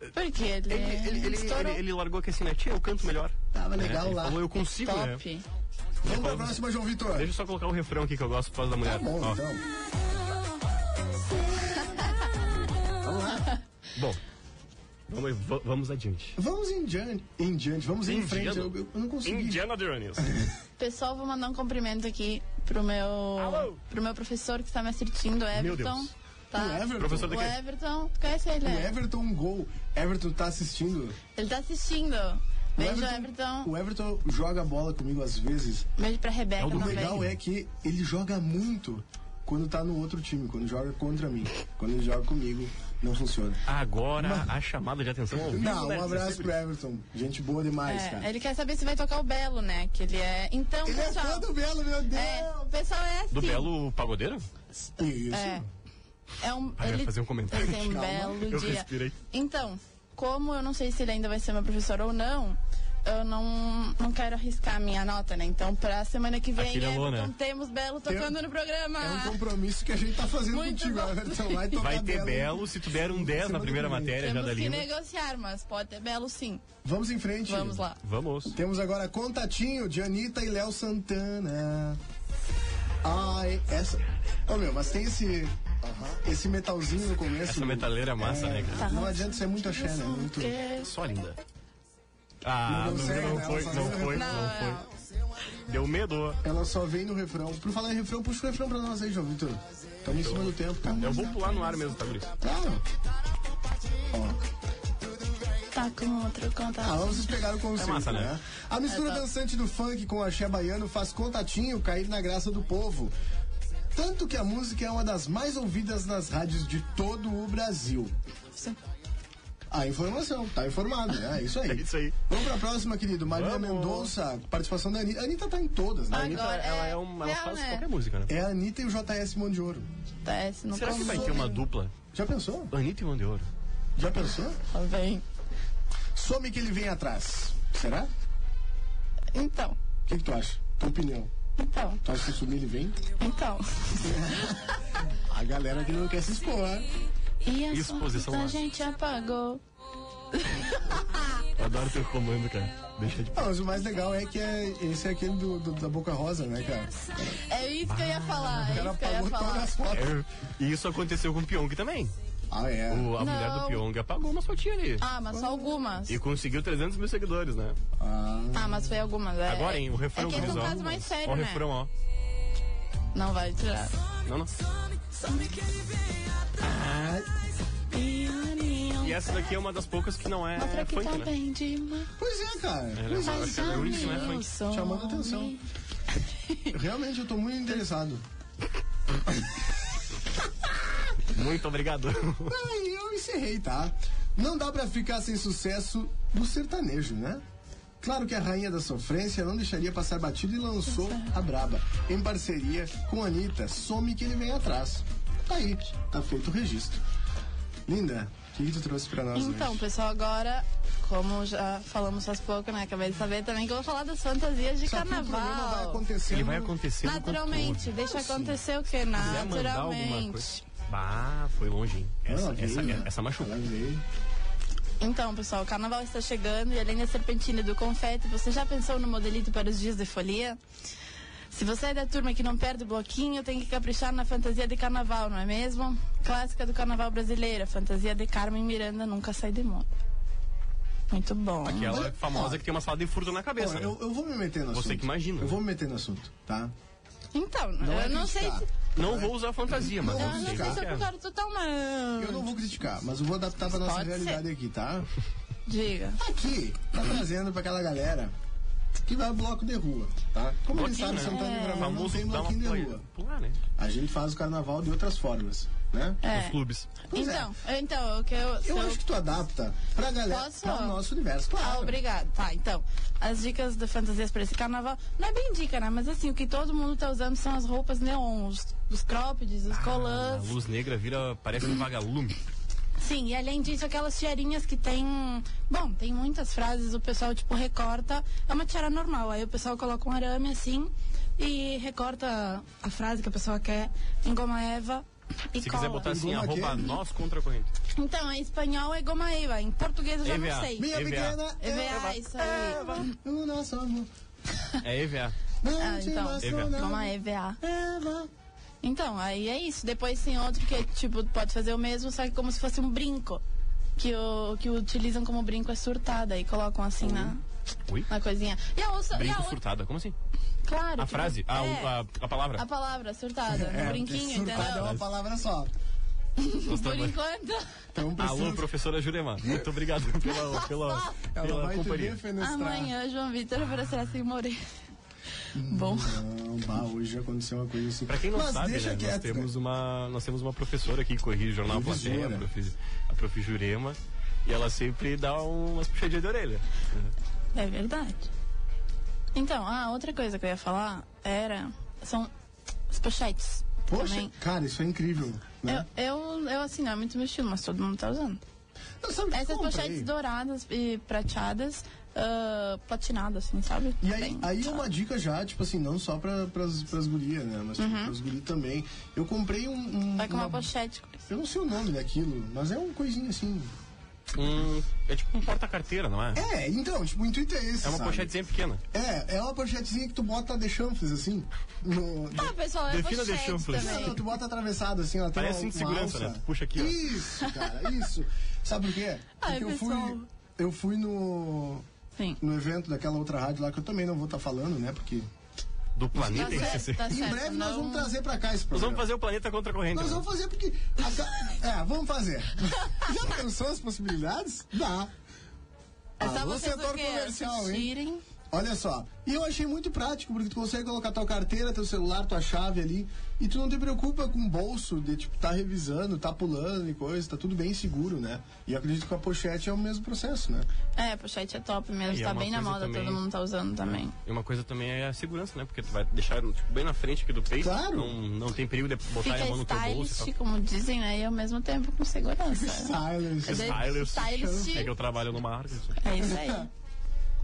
Speaker 2: Facebook.
Speaker 3: Porque ele, é
Speaker 2: Ele, ele, ele-
Speaker 3: estourou.
Speaker 2: ele- ele largou que assim, né? Tia, eu canto melhor.
Speaker 1: Tava
Speaker 2: Né?
Speaker 1: legal
Speaker 2: Ele
Speaker 1: lá.
Speaker 2: Falou, eu consigo, né?
Speaker 3: Top.
Speaker 1: Vamos pra próxima, João Vitor.
Speaker 2: Deixa eu só colocar o refrão aqui que eu gosto por causa da mulher.
Speaker 1: Tá bom,
Speaker 2: Ó,
Speaker 1: então.
Speaker 2: bom, vamos, va- vamos adiante.
Speaker 1: Vamos em diante, em diante, vamos em
Speaker 2: Indiano.
Speaker 1: frente. Eu, eu não consegui. É.
Speaker 2: Indiana Jones.
Speaker 3: Pessoal, vou mandar um cumprimento aqui pro meu, pro meu professor que está me assistindo, Everton.
Speaker 8: Deus.
Speaker 3: Tá?
Speaker 1: O Everton?
Speaker 2: Professor do
Speaker 3: O
Speaker 2: quê?
Speaker 3: Everton, tu conhece ele?
Speaker 1: O
Speaker 3: né?
Speaker 1: Everton um Gol. Everton tá assistindo.
Speaker 3: Ele tá assistindo.
Speaker 1: O
Speaker 3: Beijo, Everton.
Speaker 1: O Everton joga bola comigo às vezes.
Speaker 3: Beijo pra Rebeca
Speaker 1: O
Speaker 3: também.
Speaker 1: legal é que ele joga muito quando tá no outro time, quando joga contra mim. Quando ele joga comigo, não funciona.
Speaker 2: Agora a chamada de atenção ao vivo,
Speaker 1: Não,
Speaker 2: né?
Speaker 1: um abraço pro Everton. Gente boa demais,
Speaker 3: É,
Speaker 1: cara.
Speaker 3: ele quer saber se vai tocar o Belo, né? Que ele é. Então,
Speaker 1: Ele é
Speaker 3: pessoal.
Speaker 1: fã do Belo, meu Deus!
Speaker 3: É, o pessoal é assim.
Speaker 2: Do Belo Pagodeiro?
Speaker 1: Isso.
Speaker 3: É. É um,
Speaker 2: Ah, eu ia
Speaker 3: ele
Speaker 2: fazer um comentário.
Speaker 3: ele tem um
Speaker 2: Calma.
Speaker 3: belo
Speaker 2: Eu
Speaker 3: dia.
Speaker 2: respirei.
Speaker 3: Então, como eu não sei se ele ainda vai ser meu professor ou não, eu não, não quero arriscar a minha nota, né? Então, pra semana que vem,
Speaker 2: Aquele alô,
Speaker 3: Everton,
Speaker 2: né?
Speaker 3: temos Belo tocando no programa.
Speaker 1: É um compromisso que a gente tá fazendo
Speaker 3: Muito
Speaker 1: contigo,
Speaker 3: bom.
Speaker 1: Everton. Vai, tocar
Speaker 2: Vai ter Belo, se tu der um 10 na
Speaker 1: Semana
Speaker 2: primeira
Speaker 1: que vem.
Speaker 2: matéria já
Speaker 3: Temos
Speaker 2: da
Speaker 3: que
Speaker 2: linha.
Speaker 3: negociar, mas pode ter Belo sim.
Speaker 1: Vamos em frente.
Speaker 3: Vamos lá.
Speaker 2: Vamos.
Speaker 1: Temos agora Contatinho de Anitta e Léo Santana. Ai, essa. Ô meu, mas tem esse. Esse metalzinho no começo.
Speaker 2: Essa metaleira é massa, né, cara?
Speaker 1: Não adianta ser muito axé, né? Muito.
Speaker 2: Só linda. Ah,
Speaker 1: Não
Speaker 2: não,
Speaker 1: deu certo,
Speaker 2: não
Speaker 1: né?
Speaker 2: foi,
Speaker 1: Ela
Speaker 2: não
Speaker 1: só-
Speaker 2: foi, não
Speaker 3: Não, não.
Speaker 2: foi. Deu medo.
Speaker 1: Ela só vem no refrão. Por falar em refrão, puxa o refrão pra nós aí, João Vitor. Estamos em cima do tempo, cara.
Speaker 2: É, Eu vou pular no ar mesmo, tá, Guris?
Speaker 1: Claro.
Speaker 3: Tá com outro
Speaker 1: Ah,
Speaker 3: contato.
Speaker 1: vocês pegaram o conceito,
Speaker 2: É massa, né?
Speaker 1: né? A mistura dançante do funk com o axé baiano faz contatinho cair na graça do povo. Tanto que a música é uma das mais ouvidas nas rádios de todo o Brasil. A informação, tá informado, né? É isso aí.
Speaker 2: É isso aí.
Speaker 1: Vamos pra próxima, querido. Maria
Speaker 2: Vamos.
Speaker 1: Mendonça, participação da Anitta. A Anitta tá em todas, né?
Speaker 3: Ai.
Speaker 2: Anitta,
Speaker 3: Agora
Speaker 2: ela
Speaker 3: é
Speaker 2: é uma. Ela
Speaker 3: real,
Speaker 2: faz
Speaker 3: né?
Speaker 2: qualquer música, né?
Speaker 1: É a Anitta e o JS Mão de Ouro.
Speaker 3: Acontece, não
Speaker 2: Será que vai ter uma dupla?
Speaker 1: Já pensou?
Speaker 2: Anitta e Mão de Ouro.
Speaker 1: Já pensou?
Speaker 3: Vem.
Speaker 1: Some que ele vem atrás. Será?
Speaker 3: Então,
Speaker 1: O que, que tu acha? Tua opinião.
Speaker 3: então,
Speaker 1: Tu acha que se sumir ele vem?
Speaker 3: então.
Speaker 1: A galera que não quer se expor. né?
Speaker 3: E a
Speaker 2: Exposição
Speaker 3: a
Speaker 2: lá.
Speaker 3: gente apagou.
Speaker 2: Eu adoro teu comando, cara. Deixa de.
Speaker 1: Ah, mas o mais legal é que é, esse é aquele do, do- da Boca Rosa, né, cara?
Speaker 3: É isso que eu ia falar.
Speaker 1: O
Speaker 3: É
Speaker 1: cara
Speaker 3: isso que eu ia
Speaker 1: apagou todas
Speaker 3: falar.
Speaker 1: as fotos.
Speaker 2: É, E isso aconteceu com o Pyong também.
Speaker 1: Ah, é.
Speaker 2: O- a
Speaker 3: Não.
Speaker 2: mulher do Pyong apagou uma fotinha ali.
Speaker 3: Ah, mas só algumas.
Speaker 2: E conseguiu 300 mil seguidores, né?
Speaker 1: Ah,
Speaker 3: Ah, mas foi algumas. É,
Speaker 2: Agora, hein? O refrão
Speaker 3: É que esse é um
Speaker 2: Guris, ó.
Speaker 3: caso mais sério,
Speaker 2: Ó, o
Speaker 3: né?
Speaker 2: refrão, ó.
Speaker 3: Não vai tirar.
Speaker 2: Não, não. E essa daqui é uma das poucas que não é
Speaker 3: Mostra que
Speaker 2: funk,
Speaker 3: tá
Speaker 2: né?
Speaker 3: bem demais.
Speaker 1: pois é, cara.
Speaker 2: É,
Speaker 1: Pois
Speaker 2: eu
Speaker 1: é.
Speaker 2: acho que é a única que não é funk.
Speaker 3: Wilson.
Speaker 1: Chamando atenção. Realmente, eu tô muito interessado.
Speaker 2: Muito obrigado.
Speaker 1: Aí eu encerrei, tá? Não dá pra ficar sem sucesso do sertanejo, né? Claro que a rainha da sofrência não deixaria passar batido e lançou a Braba, em parceria com a Anitta. Some que ele vem atrás. Tá aí, tá feito o registro. Linda, o que, que tu trouxe pra nós
Speaker 3: Então,
Speaker 1: hoje?
Speaker 3: pessoal, agora, como já falamos faz pouco, né? Acabei de saber também que eu vou falar das fantasias de
Speaker 1: Só que o programa vai
Speaker 3: carnaval.
Speaker 1: acontecer.
Speaker 2: Ele vai
Speaker 1: no-
Speaker 2: acontecer no
Speaker 3: Naturalmente,
Speaker 2: contorno.
Speaker 3: deixa acontecer o que?
Speaker 2: Quer mandar alguma coisa?
Speaker 3: Naturalmente.
Speaker 2: Bah, foi longe, hein? Essa,
Speaker 1: Ela veio,
Speaker 2: essa,
Speaker 1: né?
Speaker 2: essa machucou.
Speaker 1: Ela veio.
Speaker 3: Então, pessoal, o carnaval está chegando e além da serpentina e do confete, você já pensou no modelito para os dias de folia? Se você é da turma que não perde o bloquinho, tem que caprichar na fantasia de carnaval, não é mesmo? Clássica do carnaval brasileira, fantasia de Carmen Miranda nunca sai de moda. Muito bom.
Speaker 2: Aquela famosa que tem uma sala de furto na
Speaker 1: Ó,
Speaker 2: cabeça. né?
Speaker 1: eu, eu vou me meter no
Speaker 2: Você
Speaker 1: assunto.
Speaker 2: que imagina.
Speaker 1: Eu vou me meter no assunto, tá?
Speaker 3: Então,
Speaker 1: Não
Speaker 3: eu
Speaker 1: é
Speaker 3: não sei
Speaker 1: criticar.
Speaker 3: se.
Speaker 2: Não vou usar fantasia, mas
Speaker 1: Não,
Speaker 3: Eu
Speaker 2: não,
Speaker 3: não sei
Speaker 2: sei.
Speaker 3: se
Speaker 2: o que
Speaker 3: eu
Speaker 2: é.
Speaker 3: concordo total,
Speaker 1: Eu não
Speaker 3: não.
Speaker 1: vou criticar, mas eu vou adaptar pra nossa
Speaker 3: Pode ser.
Speaker 1: realidade aqui, tá?
Speaker 3: Diga.
Speaker 1: aqui tá trazendo pra aquela galera que vai ao bloco de rua, tá? Como eles
Speaker 2: Bloquinho,
Speaker 1: sabem,
Speaker 2: né?
Speaker 1: Santana do Livramento É. não
Speaker 2: famoso
Speaker 1: tem
Speaker 2: dá
Speaker 1: bloquinho de
Speaker 2: uma
Speaker 1: rua.
Speaker 2: play- pular, né?
Speaker 1: A gente faz o carnaval de outras formas, né?
Speaker 2: Nos clubes.
Speaker 1: Pois é.
Speaker 3: Então, então, o que eu. se
Speaker 1: Eu
Speaker 3: eu-
Speaker 1: acho que tu adapta pra galera,
Speaker 3: Posso?
Speaker 1: pra nosso universo,
Speaker 3: Ah,
Speaker 1: claro.
Speaker 3: obrigado. Tá, então, as dicas de fantasias para esse carnaval, não é bem dica, né? Mas assim, o que todo mundo tá usando são as roupas neon, os, os croppeds,
Speaker 2: Ah,
Speaker 3: os
Speaker 2: A
Speaker 3: colãs.
Speaker 2: luz negra vira, parece um vagalume.
Speaker 3: Sim, e além disso, aquelas tiarinhas que tem. Bom, tem muitas frases, o pessoal, tipo, recorta. É uma tiara normal, aí o pessoal coloca um arame assim e recorta a frase que a pessoa quer em goma eva e
Speaker 2: Se
Speaker 3: cola.
Speaker 2: quiser botar assim,
Speaker 1: Goma
Speaker 2: arroba
Speaker 1: quê?
Speaker 2: nós contra a corrente.
Speaker 3: Então, em espanhol é goma eva, em português eu já
Speaker 2: EVA.
Speaker 3: não sei.
Speaker 1: Minha
Speaker 2: EVA.
Speaker 1: pequena
Speaker 3: EVA, isso aí.
Speaker 1: o nosso amor.
Speaker 2: É EVA.
Speaker 1: Não
Speaker 3: Ah,
Speaker 1: te
Speaker 3: então,
Speaker 1: emocionar.
Speaker 3: goma EVA.
Speaker 1: Eva.
Speaker 3: Então, aí é isso. Depois tem outro que, tipo, pode fazer o mesmo, só que como se fosse um brinco. Que, o, que utilizam como brinco é surtada e colocam assim na,
Speaker 2: Oi?
Speaker 3: Uma coisinha. E a outra. E a
Speaker 2: Brinco
Speaker 3: outra
Speaker 2: surtada, como assim?
Speaker 3: claro.
Speaker 2: A
Speaker 3: que-
Speaker 2: frase, a,
Speaker 3: é,
Speaker 2: a, a palavra.
Speaker 3: a palavra surtada. um brinquinho,
Speaker 1: surtada é uma
Speaker 2: Tá
Speaker 3: entendeu?
Speaker 1: palavra só.
Speaker 2: Gostou,
Speaker 3: Por
Speaker 2: né?
Speaker 3: enquanto.
Speaker 1: Então,
Speaker 2: Alô,
Speaker 1: preciso-
Speaker 2: professora Jurema, muito obrigado pela, pela,
Speaker 1: ela
Speaker 2: pela
Speaker 1: vai te
Speaker 2: companhia.
Speaker 1: defenestrar.
Speaker 3: Amanhã, João Vitor aparecerá sem morrer. assim,
Speaker 2: Hum.
Speaker 3: Bom.
Speaker 1: Não, bah, hoje aconteceu uma coisa assim.
Speaker 2: Pra quem não
Speaker 1: Mas
Speaker 2: sabe,
Speaker 1: deixa
Speaker 2: né, nós,
Speaker 1: quieto,
Speaker 2: temos uma, nós temos uma professora aqui que corrige jornal plateia, a
Speaker 1: Revisora.
Speaker 2: prof, a prof Jurema, e ela sempre dá umas puxadinhas de orelha.
Speaker 3: É verdade. Então, ah, outra coisa que eu ia falar era. São os pochetes.
Speaker 1: Poxa,
Speaker 3: também.
Speaker 1: cara, isso é incrível. Né?
Speaker 3: Eu, eu, eu, assim, não é muito meu estilo, mas todo mundo tá usando.
Speaker 1: Eu sempre
Speaker 3: Essas
Speaker 1: comprei.
Speaker 3: pochetes douradas e prateadas, ah, platinadas, assim, sabe?
Speaker 1: E aí,
Speaker 3: Bem, tá.
Speaker 1: aí é
Speaker 3: sabe?
Speaker 1: uma dica já, tipo assim, não só pra, pras, pras gurias, né? Mas
Speaker 3: Uhum.
Speaker 1: tipo, pras gurias também. Eu comprei um. um-
Speaker 3: Vai com uma,
Speaker 1: uma-
Speaker 3: pochete.
Speaker 1: Eu não sei o nome daquilo, mas é um coisinho assim.
Speaker 2: Hum, é tipo um porta-carteira, não é?
Speaker 1: É, então, tipo, o intuito é esse.
Speaker 2: É uma
Speaker 1: sabe?
Speaker 2: pochetezinha pequena.
Speaker 1: É, é uma pochetezinha que tu bota de chanfles, assim. No...
Speaker 3: Ah, pessoal, é
Speaker 2: Defina
Speaker 3: pochete
Speaker 2: deixou, Fran.
Speaker 1: Não,
Speaker 3: também.
Speaker 1: não, tu bota atravessado assim, ó. tem
Speaker 2: Parece
Speaker 1: uma,
Speaker 2: cinto de segurança,
Speaker 1: uma alça.
Speaker 2: né? Tu puxa aqui, ó.
Speaker 1: Isso, cara, isso. Sabe por quê? Porque
Speaker 3: Ai,
Speaker 1: eu
Speaker 3: pessoal.
Speaker 1: fui. Eu fui no.
Speaker 3: Sim.
Speaker 1: No evento daquela outra rádio lá que eu também não vou estar falando, né? Porque.
Speaker 2: Do planeta
Speaker 3: Tá certo,
Speaker 2: esquecer.
Speaker 3: tá
Speaker 1: em
Speaker 3: certo.
Speaker 1: breve nós
Speaker 3: não-
Speaker 1: vamos trazer pra cá esse
Speaker 2: Nós
Speaker 1: programa.
Speaker 2: vamos fazer o planeta contra a corrente.
Speaker 1: Nós
Speaker 2: né?
Speaker 1: vamos fazer porque. a ca- É, vamos fazer. Já pensou as possibilidades? Dá. Ah,
Speaker 3: É só
Speaker 1: Alô,
Speaker 3: vocês
Speaker 1: setor
Speaker 3: o quê?
Speaker 1: comercial, hein?
Speaker 3: Assistirem.
Speaker 1: Olha só, e eu achei muito prático, porque tu consegue colocar tua carteira, teu celular, tua chave ali, e tu não te preocupa com o bolso de tipo, tá revisando, tá pulando e coisa, tá tudo bem seguro, né? E eu acredito que a pochete é o mesmo processo, né?
Speaker 3: É, pochete é top
Speaker 2: E
Speaker 3: mesmo,
Speaker 2: é
Speaker 3: tá
Speaker 2: uma
Speaker 3: bem na
Speaker 2: coisa
Speaker 3: moda,
Speaker 2: também-
Speaker 3: todo mundo tá usando também.
Speaker 2: E uma coisa também é a segurança, né? Porque tu vai deixar tipo, bem na frente aqui do peito.
Speaker 1: Claro.
Speaker 2: Não, não tem perigo de botar
Speaker 3: Fica
Speaker 2: a mão no teu bolso e
Speaker 3: stylish,
Speaker 2: tal.
Speaker 3: como dizem, né? E ao mesmo tempo com segurança.
Speaker 1: Silence.
Speaker 3: Cadê?
Speaker 2: Stylish.
Speaker 3: Stylish.
Speaker 2: É que Ah, eu trabalho numa marca.
Speaker 3: É isso aí.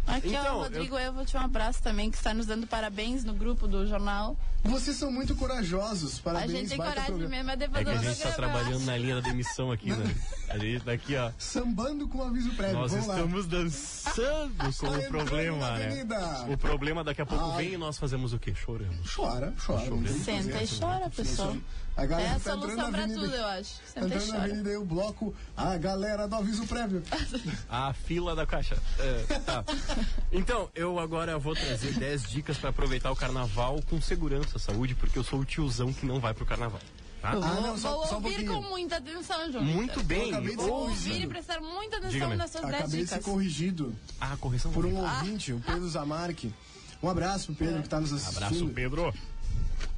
Speaker 3: Aqui,
Speaker 2: Então,
Speaker 3: ó, Rodrigo, eu... vou te um abraço também, que está nos dando parabéns no grupo do jornal.
Speaker 1: Vocês são muito corajosos, parabéns.
Speaker 3: a gente tem
Speaker 1: baita
Speaker 3: coragem
Speaker 1: programa.
Speaker 3: mesmo, é depois
Speaker 2: É que
Speaker 3: do
Speaker 2: a gente tá
Speaker 3: programa.
Speaker 2: trabalhando na linha da demissão aqui, né? A gente daqui, ó.
Speaker 1: Sambando com um aviso prévio,
Speaker 2: Nós
Speaker 1: vamos lá.
Speaker 2: estamos dançando com o
Speaker 1: entrando
Speaker 2: problema,
Speaker 1: na
Speaker 2: né?
Speaker 1: avenida.
Speaker 2: O problema daqui a pouco
Speaker 1: Ai.
Speaker 2: vem e nós fazemos o quê? Choramos.
Speaker 1: Chora, chora. não tem o que fazer.
Speaker 3: Senta e chora, pessoal.
Speaker 1: A
Speaker 3: É
Speaker 1: galera tá
Speaker 3: a
Speaker 1: entrando
Speaker 3: solução
Speaker 1: na
Speaker 3: pra
Speaker 1: avenida.
Speaker 3: tudo, eu acho. Senta e
Speaker 1: Entrando na
Speaker 3: chora.
Speaker 1: avenida aí o bloco, a galera do aviso prévio.
Speaker 2: A fila da caixa. É, tá. Então, eu agora vou trazer 10 dicas pra aproveitar o carnaval com segurança, saúde, porque eu sou o tiozão que não vai pro carnaval. tá?
Speaker 3: Eu
Speaker 1: Ah,
Speaker 3: vou,
Speaker 1: não, só-
Speaker 3: vou
Speaker 1: só um
Speaker 3: ouvir
Speaker 1: pouquinho.
Speaker 3: com muita atenção, João.
Speaker 2: Muito
Speaker 3: Vitor.
Speaker 2: bem.
Speaker 1: acabei de ser
Speaker 3: Vou ouvir e
Speaker 2: ouça.
Speaker 3: prestar muita
Speaker 2: Diga-me.
Speaker 3: atenção nas suas 10
Speaker 1: Acabei de ser
Speaker 3: né, dicas.
Speaker 1: corrigido
Speaker 2: Ah, correção.
Speaker 1: por um
Speaker 2: não.
Speaker 1: ouvinte, o Pedro Zamarque. Um abraço pro
Speaker 3: É.
Speaker 1: Pedro que tá nos assistindo.
Speaker 2: Abraço, Pedro.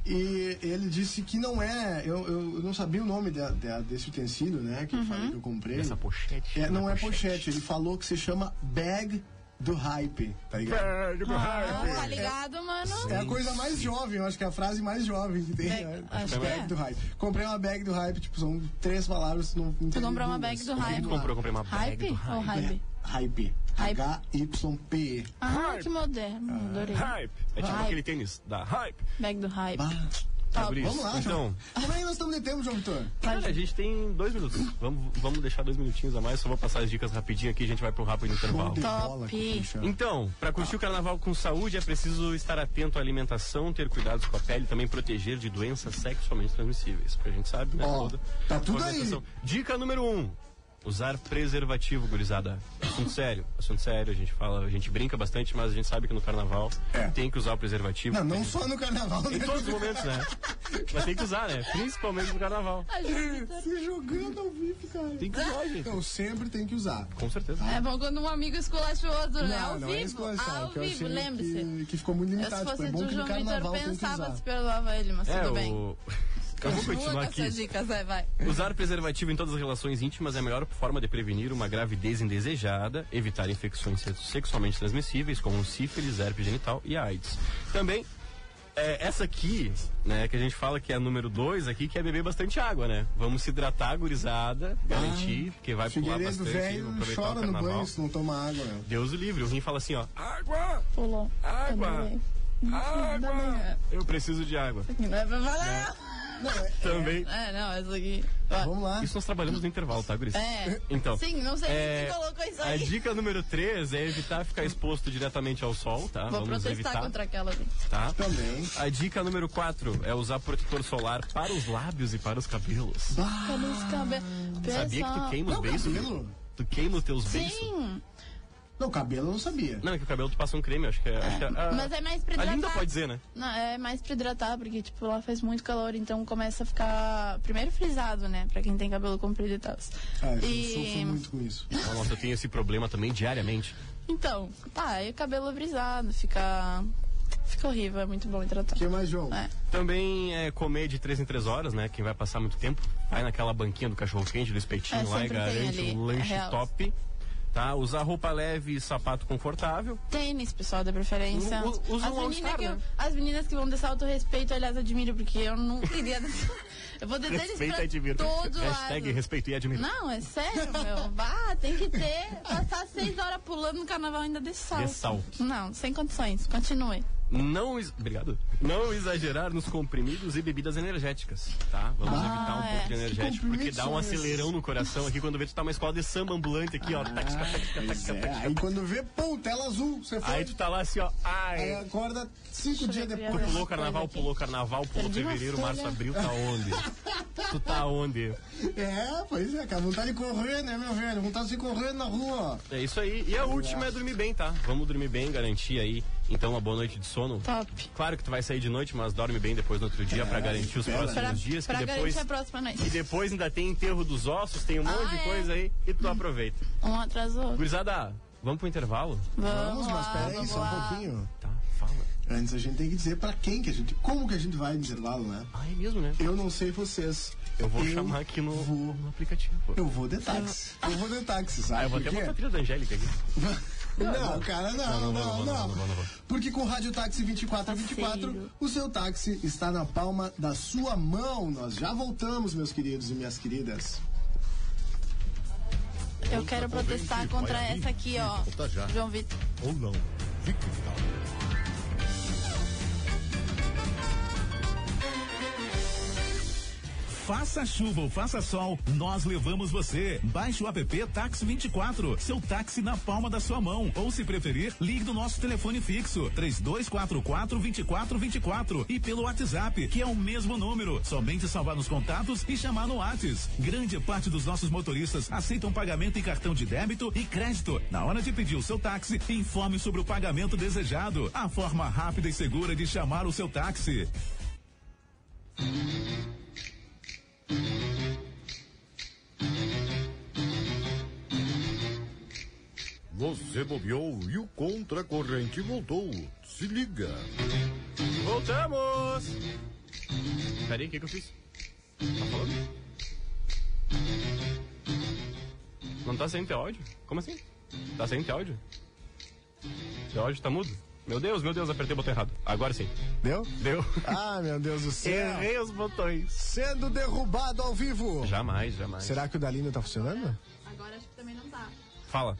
Speaker 1: E ele disse que não é. Eu, eu- eu não sabia o nome da- da- desse utensílio, né? Que eu
Speaker 3: Uhum.
Speaker 1: falei que eu comprei.
Speaker 2: Essa pochete.
Speaker 1: É, não é pochete, ele falou que se chama bag do hype, tá ligado?
Speaker 3: Ah, tá ligado, mano?
Speaker 1: É a coisa mais jovem, eu acho que é a frase mais jovem que tem.
Speaker 3: Bag-
Speaker 1: né?
Speaker 3: acho que
Speaker 1: bag
Speaker 3: é.
Speaker 1: do hype. Comprei uma bag do hype, tipo, são três palavras. Não, não
Speaker 3: Tu
Speaker 1: tem
Speaker 3: comprou
Speaker 1: duas.
Speaker 3: uma bag do
Speaker 1: Comprei
Speaker 3: hype?
Speaker 2: Tu
Speaker 1: uma-
Speaker 2: comprou, eu comprei uma bag
Speaker 3: Hype
Speaker 2: do
Speaker 3: ou
Speaker 2: hype.
Speaker 3: hype?
Speaker 1: É, hype.
Speaker 3: Hype.
Speaker 1: H-Y-P-E.
Speaker 3: Ah, que moderno, adorei.
Speaker 2: Hype. É tipo
Speaker 3: Hype.
Speaker 2: aquele tênis da Hype.
Speaker 3: Bag do hype.
Speaker 1: Ah,
Speaker 2: Tá,
Speaker 3: Top.
Speaker 2: guris?
Speaker 1: Vamos lá, João.
Speaker 2: Então,
Speaker 1: Como é que nós estamos de tempo, João Vitor?
Speaker 2: Cara, a gente tem dois minutos. Vamos, vamos deixar dois minutinhos a mais. Só vou passar as dicas rapidinho aqui. A gente vai pro rápido intervalo.
Speaker 1: de
Speaker 3: Top.
Speaker 1: bola, Christian.
Speaker 2: Então, para curtir o carnaval com saúde é preciso estar atento à alimentação, ter cuidados com a pele, e também proteger de doenças sexualmente transmissíveis, porque a gente sabe, né?
Speaker 1: Ó, tá tudo aí.
Speaker 2: orientação. Dica número um: usar preservativo, gurizada. Assunto sério, assunto sério. A gente fala, a gente brinca bastante, mas a gente sabe que no carnaval
Speaker 1: É.
Speaker 2: tem que usar o preservativo.
Speaker 1: Não, não
Speaker 2: Tem-
Speaker 1: só no carnaval, né?
Speaker 2: Em todos os momentos, né? Mas tem que usar, né? Principalmente no carnaval.
Speaker 3: Ah, João Vitor.
Speaker 1: Se jogando ao vivo, cara.
Speaker 2: Tem que usar, gente.
Speaker 1: Então sempre tem que usar.
Speaker 2: Com certeza.
Speaker 3: É bom quando um amigo esculacha o outro, né? Ao
Speaker 1: não é
Speaker 3: vivo.
Speaker 1: esculação,
Speaker 3: ao
Speaker 1: que eu achei
Speaker 3: vivo, lembre-se.
Speaker 1: Que, que ficou muito
Speaker 3: Eu, se
Speaker 1: limitado. Tipo,
Speaker 3: fosse
Speaker 1: é bom
Speaker 3: do
Speaker 1: que no
Speaker 3: João Vitor,
Speaker 1: carnaval tem que
Speaker 3: pensava assim.
Speaker 1: usar.
Speaker 3: se perdoava ele, mas
Speaker 2: É,
Speaker 3: tudo bem.
Speaker 2: o... Eu vou continuar
Speaker 3: Continua com
Speaker 2: aqui.
Speaker 3: essas dicas, vai, vai.
Speaker 2: Usar preservativo em todas as relações íntimas é a melhor forma de prevenir uma gravidez indesejada, evitar infecções se- sexualmente transmissíveis, como sífilis, herpes genital e AIDS. Também, é, essa aqui, né, que a gente fala que é a número 2 aqui, que é beber bastante água, né? Vamos se hidratar, gurizada, garantir, que vai pular
Speaker 1: Ah, Figueiredo
Speaker 2: bastante,
Speaker 1: velho
Speaker 2: aproveitar o
Speaker 1: chora no
Speaker 2: carnaval.
Speaker 1: banho se não toma água, né?
Speaker 2: Deus o livre, o rim fala assim, ó, água,
Speaker 3: Pulou.
Speaker 2: água, água,
Speaker 3: manhã.
Speaker 2: eu preciso de água.
Speaker 3: Não é pra falar.
Speaker 1: Não, é,
Speaker 2: Também,
Speaker 3: É, não, essa aqui.
Speaker 1: vamos lá.
Speaker 2: isso nós trabalhamos no intervalo, tá, guris?
Speaker 3: É.
Speaker 2: Então,
Speaker 3: Sim, não sei
Speaker 2: É,
Speaker 3: quem colocou isso
Speaker 2: A
Speaker 3: aí.
Speaker 2: dica número 3 é evitar ficar exposto diretamente ao sol, tá?
Speaker 3: Vou
Speaker 2: Vamos
Speaker 3: protestar
Speaker 2: evitar,
Speaker 3: contra aquela.
Speaker 2: tá?
Speaker 1: Também.
Speaker 2: A dica número 4 é usar protetor solar para os lábios e para os cabelos.
Speaker 3: Cadê
Speaker 2: Ah,
Speaker 3: os cabelos?
Speaker 2: Sabia que tu queima os
Speaker 1: Não,
Speaker 2: beiços?
Speaker 1: cabelo.
Speaker 2: Tu queima os teus beiços?
Speaker 3: Sim.
Speaker 1: Não, cabelo eu não sabia.
Speaker 2: Não, é que o cabelo tu passa um creme, eu acho que é. Acho que a, a-
Speaker 3: Mas é mais pra
Speaker 2: a
Speaker 3: hidratar.
Speaker 2: linda pode dizer, né?
Speaker 3: Não, é mais pra hidratar, porque, tipo, lá faz muito calor, então começa a ficar. Primeiro frisado, né? Pra quem tem cabelo comprido e tal.
Speaker 1: Ah, eu
Speaker 3: e...
Speaker 1: sofro muito com isso.
Speaker 2: Ah, Nossa, eu tenho esse problema também diariamente.
Speaker 3: Então, tá, aí o cabelo brisado, fica. Fica horrível, é muito bom hidratar.
Speaker 1: O que mais, João?
Speaker 3: É.
Speaker 2: Também é comer de 3 em 3 horas, né? Quem vai passar muito tempo, vai naquela banquinha do cachorro-quente, do espetinho
Speaker 3: É,
Speaker 2: lá e
Speaker 3: sempre tem
Speaker 2: garante
Speaker 3: ali,
Speaker 2: um
Speaker 3: é
Speaker 2: lanche
Speaker 3: real.
Speaker 2: top. Tá? Usar roupa leve e sapato confortável.
Speaker 3: Tênis, pessoal, da preferência.
Speaker 2: U- u- usa
Speaker 3: as,
Speaker 2: um
Speaker 3: meninas
Speaker 2: All-Star,
Speaker 3: que,
Speaker 2: né?
Speaker 3: as meninas que vão descer alto respeito, aliás, admiro, porque eu não queria dançar. Eu vou descer tênis
Speaker 2: Respeito e
Speaker 3: pra
Speaker 2: admiro.
Speaker 3: todo
Speaker 2: Hashtag
Speaker 3: lado.
Speaker 2: respeito e admiro.
Speaker 3: Não, é sério, meu. Bah, tem que ter. Passar seis horas pulando no carnaval ainda de salto.
Speaker 2: De salto.
Speaker 3: Não, sem condições. Continue.
Speaker 2: Não, ex- obrigado. Não exagerar nos comprimidos e bebidas energéticas, tá? Vamos evitar um
Speaker 3: é.
Speaker 2: pouco de
Speaker 3: Que
Speaker 2: energético, porque
Speaker 1: comprimidos
Speaker 2: dá um
Speaker 1: são esses?
Speaker 2: acelerão no coração aqui quando vê tu tá uma escola de samba ambulante aqui, ó. Tac, tac, tac, tac,
Speaker 1: Pois
Speaker 2: tac,
Speaker 1: é,
Speaker 2: tac.
Speaker 1: aí quando vê, pum, tela azul. Você
Speaker 3: Ah.
Speaker 1: foi.
Speaker 2: Aí tu tá lá assim, ó.
Speaker 1: Aí
Speaker 3: É.
Speaker 2: Ai.
Speaker 1: acorda cinco
Speaker 3: Deixa eu
Speaker 1: dias
Speaker 3: ver,
Speaker 1: depois.
Speaker 3: criança.
Speaker 2: Pulou carnaval,
Speaker 3: Coisa aqui.
Speaker 2: pulou carnaval, pulou
Speaker 3: Perdi uma
Speaker 2: fevereiro, março,
Speaker 3: folha.
Speaker 2: abril, tá onde? tu tá onde?
Speaker 1: É, pois é, cara. Vontade de correr, né, meu velho? Vontade de correr na rua.
Speaker 2: É isso aí. E a última é dormir bem, tá? Vamos dormir bem, garantir aí, então, uma boa noite de sono.
Speaker 3: Top.
Speaker 2: Claro que tu vai sair de noite, mas dorme bem depois no outro dia pra garantir os
Speaker 1: espera.
Speaker 2: próximos
Speaker 3: Pra,
Speaker 2: dias, que
Speaker 3: pra
Speaker 2: depois
Speaker 3: garantir a próxima
Speaker 2: E
Speaker 3: noite.
Speaker 2: depois ainda tem enterro dos ossos, tem um monte de
Speaker 3: é?
Speaker 2: coisa aí e tu aproveita.
Speaker 3: Um atrás do outro.
Speaker 2: Gurizada, vamos pro intervalo?
Speaker 3: Vamos,
Speaker 1: Vamos,
Speaker 3: lá,
Speaker 1: mas peraí,
Speaker 3: vamos
Speaker 1: só um
Speaker 3: lá.
Speaker 1: pouquinho.
Speaker 2: Tá, fala.
Speaker 1: Antes a gente tem que dizer pra quem que a gente. Como que a gente vai no intervalo, né?
Speaker 2: Ah, é mesmo, né?
Speaker 1: Eu não sei vocês.
Speaker 2: Eu vou chamar aqui no,
Speaker 1: vou-
Speaker 2: no aplicativo.
Speaker 1: Eu vou de táxi. Eu vou de táxi, sabe?
Speaker 2: Ah, eu vou
Speaker 1: por
Speaker 2: até
Speaker 1: quê?
Speaker 2: botar a trilha da Angélica aqui.
Speaker 1: Não, cara, não, não, não,
Speaker 2: não,
Speaker 1: Tá
Speaker 2: não, não, não, não, não.
Speaker 1: Porque com o Rádio Táxi 2424,
Speaker 3: Parceiro.
Speaker 1: o seu táxi está na palma da sua mão. Nós já voltamos, meus queridos e minhas queridas.
Speaker 3: Eu quero protestar contra essa aqui, ó.
Speaker 8: Volta já.
Speaker 3: João Vitor.
Speaker 8: Ou não. Fique calmo.
Speaker 9: Faça chuva ou faça sol, nós levamos você. Baixe o app Táxi 24, seu táxi na palma da sua mão. Ou se preferir, ligue do nosso telefone fixo 3244 2424 e pelo WhatsApp, que é o mesmo número. Somente salvar nos contatos e chamar no WhatsApp. Grande parte dos nossos motoristas aceitam pagamento em cartão de débito e crédito. Na hora de pedir o seu táxi, informe sobre o pagamento desejado. A forma rápida e segura de chamar o seu táxi.
Speaker 8: Você bobeou e o contra-corrente voltou. Se liga.
Speaker 2: Voltamos! Peraí, o que, que eu fiz? Tá falando? Não tá sem teu áudio? Como assim? Tá sem teu áudio? Teu áudio tá mudo? Meu Deus, meu Deus, apertei o botão errado. Agora sim.
Speaker 1: Deu?
Speaker 2: Deu.
Speaker 1: Ah, meu Deus do céu.
Speaker 2: Errei os botões.
Speaker 1: é. Sendo derrubado ao vivo.
Speaker 2: Jamais, jamais.
Speaker 1: Será que o Dalino tá funcionando?
Speaker 3: Agora acho que também não tá.
Speaker 2: Fala.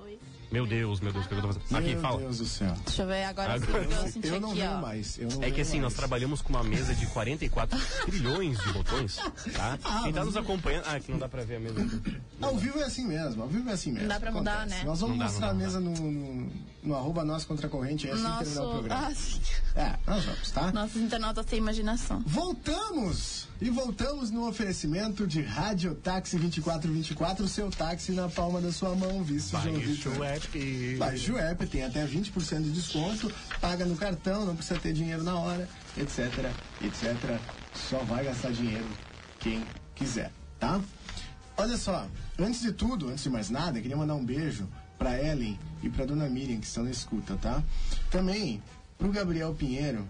Speaker 3: Oi.
Speaker 2: Meu Deus, meu Deus, o que eu tô fazendo? Aqui,
Speaker 1: meu
Speaker 2: fala.
Speaker 1: Deus do céu.
Speaker 3: Deixa eu ver agora,
Speaker 2: Agora
Speaker 3: sim, que eu senti
Speaker 1: Eu não
Speaker 3: aqui,
Speaker 1: venho
Speaker 3: ó.
Speaker 1: mais. Eu não
Speaker 2: É que
Speaker 1: venho
Speaker 2: assim, nós
Speaker 1: mais.
Speaker 2: trabalhamos com uma mesa de 44 trilhões de botões, tá? Quem tá nos acompanhando... Ah, aqui não dá pra ver a mesa.
Speaker 1: Ao vivo é assim mesmo, ao vivo é assim mesmo.
Speaker 3: dá pra mudar,
Speaker 1: Acontece.
Speaker 3: né?
Speaker 1: Nós vamos
Speaker 2: Não dá,
Speaker 1: mostrar
Speaker 2: não dá,
Speaker 1: a mesa no, no, no arroba nós contra a corrente, aí assim que terminar o
Speaker 3: Nosso...
Speaker 1: programa.
Speaker 3: Ah, sim.
Speaker 1: É, nós vamos, tá?
Speaker 3: Nossos internautas têm imaginação.
Speaker 1: Voltamos! E voltamos no oferecimento de Rádio Táxi 2424, seu táxi na palma da sua mão, vice João Vitor.
Speaker 2: é app.
Speaker 1: Baixe o app, tem até 20% de desconto, paga no cartão, não precisa ter dinheiro na hora, etc, etc. Só vai gastar dinheiro quem quiser, tá? Olha só, antes de tudo, antes de mais nada, queria mandar um beijo pra Ellen e pra Dona Miriam, que estão na escuta, tá? Também pro Gabriel Pinheiro,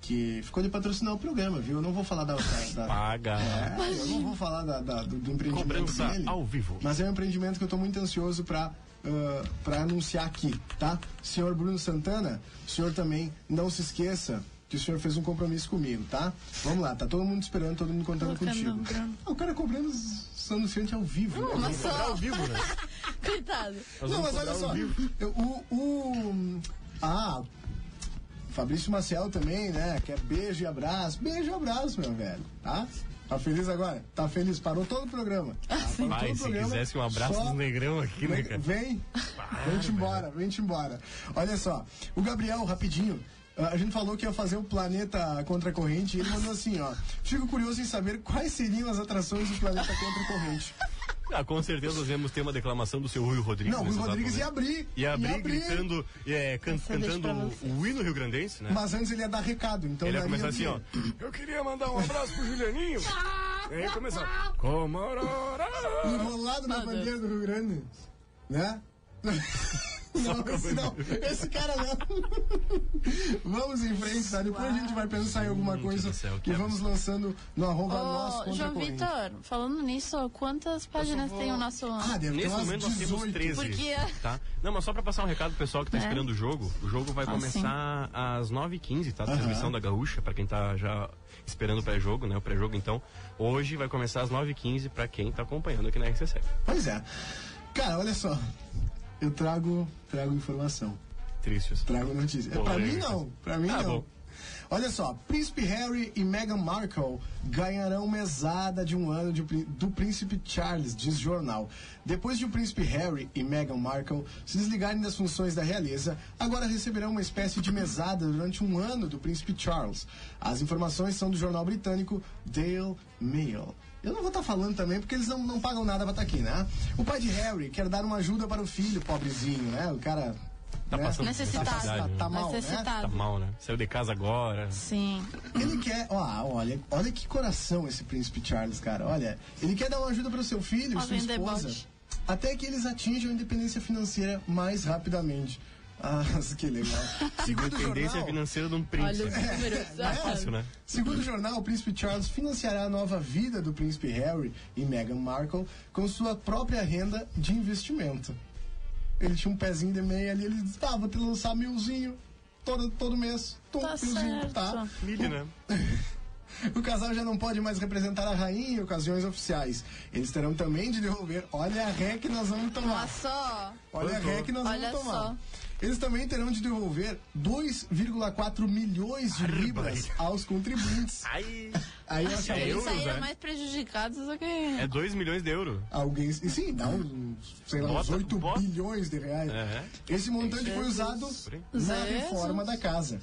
Speaker 1: que ficou de patrocinar o programa, viu? Eu não vou falar da... da- da-
Speaker 2: Paga.
Speaker 1: é, eu não vou falar da- da- do, do empreendimento
Speaker 2: Cobrança
Speaker 1: dele,
Speaker 2: ao vivo.
Speaker 1: Mas é um empreendimento que eu tô muito ansioso pra, ah, pra anunciar aqui, tá? Senhor Bruno Santana, o senhor também não se esqueça que o senhor fez um compromisso comigo, tá? Vamos lá, tá todo mundo esperando, todo mundo contando
Speaker 3: Colocando
Speaker 1: contigo.
Speaker 3: o Bruno.
Speaker 1: Ah, o cara cobrando sanduíche ao vivo. né?
Speaker 3: Mas só...
Speaker 2: Ao vivo, né?
Speaker 3: Coitado.
Speaker 2: Nós
Speaker 1: Não,
Speaker 2: vamos
Speaker 1: mas
Speaker 2: cobrar
Speaker 1: olha
Speaker 2: ao
Speaker 1: só.
Speaker 2: vivo.
Speaker 1: eu- O. o ah. Fabrício Maciel também, né? Quer beijo e abraço. Beijo e abraço, meu velho. Tá? Tá feliz agora? Tá feliz? Parou todo o programa. Tá? Parou todo
Speaker 2: Pai,
Speaker 1: o
Speaker 2: se
Speaker 1: programa,
Speaker 2: quisesse um abraço
Speaker 1: só-
Speaker 2: do negrão aqui, né, cara?
Speaker 1: Vem, vem-te embora, vem-te embora. Olha só, o Gabriel, rapidinho, ah, a gente falou que ia fazer o Planeta Contra a Corrente e ele mandou assim, ó. Fico curioso em saber quais seriam as atrações do Planeta Contra a Corrente.
Speaker 2: Ah, com certeza nós vamos ter uma declamação do seu Rui Rodrigues.
Speaker 1: Não, o Rui
Speaker 2: nesse exato
Speaker 1: Rodrigues ia abrir.
Speaker 2: momento. Ia abrir, gritando, é, can-
Speaker 3: Essa eu deixo
Speaker 2: cantando
Speaker 3: pra vocês.
Speaker 2: o hino Rio Grandense, né?
Speaker 1: Mas antes ele ia dar recado, então
Speaker 2: Ele ia
Speaker 1: daí
Speaker 2: começar
Speaker 1: eu
Speaker 2: assim,
Speaker 1: ia-
Speaker 2: ó. Eu queria mandar um abraço pro Julianinho. E aí ia começar. Comororá.
Speaker 1: Enrolado na
Speaker 3: Meu
Speaker 1: bandeira do Rio Grande. Né? Não, esse não. Esse cara não. vamos em frente, tá? Depois a gente vai pensar em alguma coisa
Speaker 2: do céu, é que
Speaker 1: e vamos lançando no arroba nosso
Speaker 3: Ô,
Speaker 1: contra
Speaker 3: João
Speaker 1: corrente.
Speaker 3: Vitor, falando nisso, quantas páginas tem o nosso.
Speaker 1: Ah, deve ter
Speaker 2: Nesse
Speaker 1: umas
Speaker 2: momento nós temos
Speaker 1: 18.
Speaker 2: 13.
Speaker 3: Porque-
Speaker 2: Tá? Não, mas só pra passar um recado pro pessoal que tá
Speaker 3: É.
Speaker 2: esperando o jogo. O jogo vai
Speaker 3: Ah,
Speaker 2: começar às 9h15, tá? A transmissão da Gaúcha, pra quem tá já esperando o pré-jogo, né? O pré-jogo, então. Hoje vai começar às 9h15 pra quem tá acompanhando aqui na RCC.
Speaker 1: Pois é. Cara, olha só. Eu trago, trago informação.
Speaker 2: Tristes.
Speaker 1: Trago notícia. É,
Speaker 2: Pô,
Speaker 1: pra
Speaker 2: legal.
Speaker 1: mim não, pra mim
Speaker 2: Tá
Speaker 1: não.
Speaker 2: bom.
Speaker 1: Olha só, Príncipe Harry e Meghan Markle ganharão mesada de um ano de pri- do Príncipe Charles, diz jornal. Depois de o Príncipe Harry e Meghan Markle se desligarem das funções da realeza, agora receberão uma espécie de mesada durante um ano do Príncipe Charles. As informações são do jornal britânico Daily Mail. Eu não vou estar falando também porque eles não, não pagam nada pra estar aqui, né? O pai de Harry quer dar uma ajuda para o filho, pobrezinho, né? O cara.
Speaker 2: Tá
Speaker 1: né?
Speaker 2: passando
Speaker 3: Necessitado.
Speaker 2: necessidade, né?
Speaker 1: Tá mal, né?
Speaker 2: Tá
Speaker 3: Necessitado.
Speaker 2: mal, né? Saiu de casa agora.
Speaker 3: Sim.
Speaker 1: Ele quer. Ó, olha, olha que coração esse príncipe Charles, cara. Olha, ele quer dar uma ajuda pro seu filho, sua
Speaker 3: Alguém
Speaker 1: esposa,
Speaker 3: deboche.
Speaker 1: até que eles atinjam a independência financeira mais rapidamente. Ah, que legal. Segundo o
Speaker 2: Dependência
Speaker 1: jornal,
Speaker 2: financeira de um
Speaker 3: Olha
Speaker 2: príncipe.
Speaker 3: o número.
Speaker 2: Tá fácil, né?
Speaker 1: Segundo o jornal, o príncipe Charles financiará a nova vida do príncipe Harry e Meghan Markle com sua própria renda de investimento. Ele tinha um pezinho de meia ali, ele disse, ah, vou te lançar milzinho todo, todo mês. Tum,
Speaker 3: Tá
Speaker 1: milzinho,
Speaker 3: certo.
Speaker 1: tá?
Speaker 2: Milho, né?
Speaker 1: O casal já não pode mais representar a rainha em ocasiões oficiais. Eles terão também de devolver. Olha a ré que nós vamos tomar.
Speaker 3: Olha só.
Speaker 1: Olha a ré que nós
Speaker 3: é. Olha
Speaker 1: vamos tomar.
Speaker 3: só.
Speaker 1: Eles também terão de devolver 2,4 milhões de libras aos contribuintes.
Speaker 2: Ai,
Speaker 1: Aí eu acho
Speaker 3: Eles
Speaker 2: euros,
Speaker 3: saíram
Speaker 2: né?
Speaker 3: mais prejudicados do que.
Speaker 2: é 2 milhões de euros.
Speaker 1: Alguém. E sim, dá uns, sei lá, uns
Speaker 2: Bota,
Speaker 1: 8
Speaker 2: bota.
Speaker 1: bilhões de reais.
Speaker 2: É.
Speaker 1: Esse montante foi usado na
Speaker 3: Jesus.
Speaker 1: reforma da casa.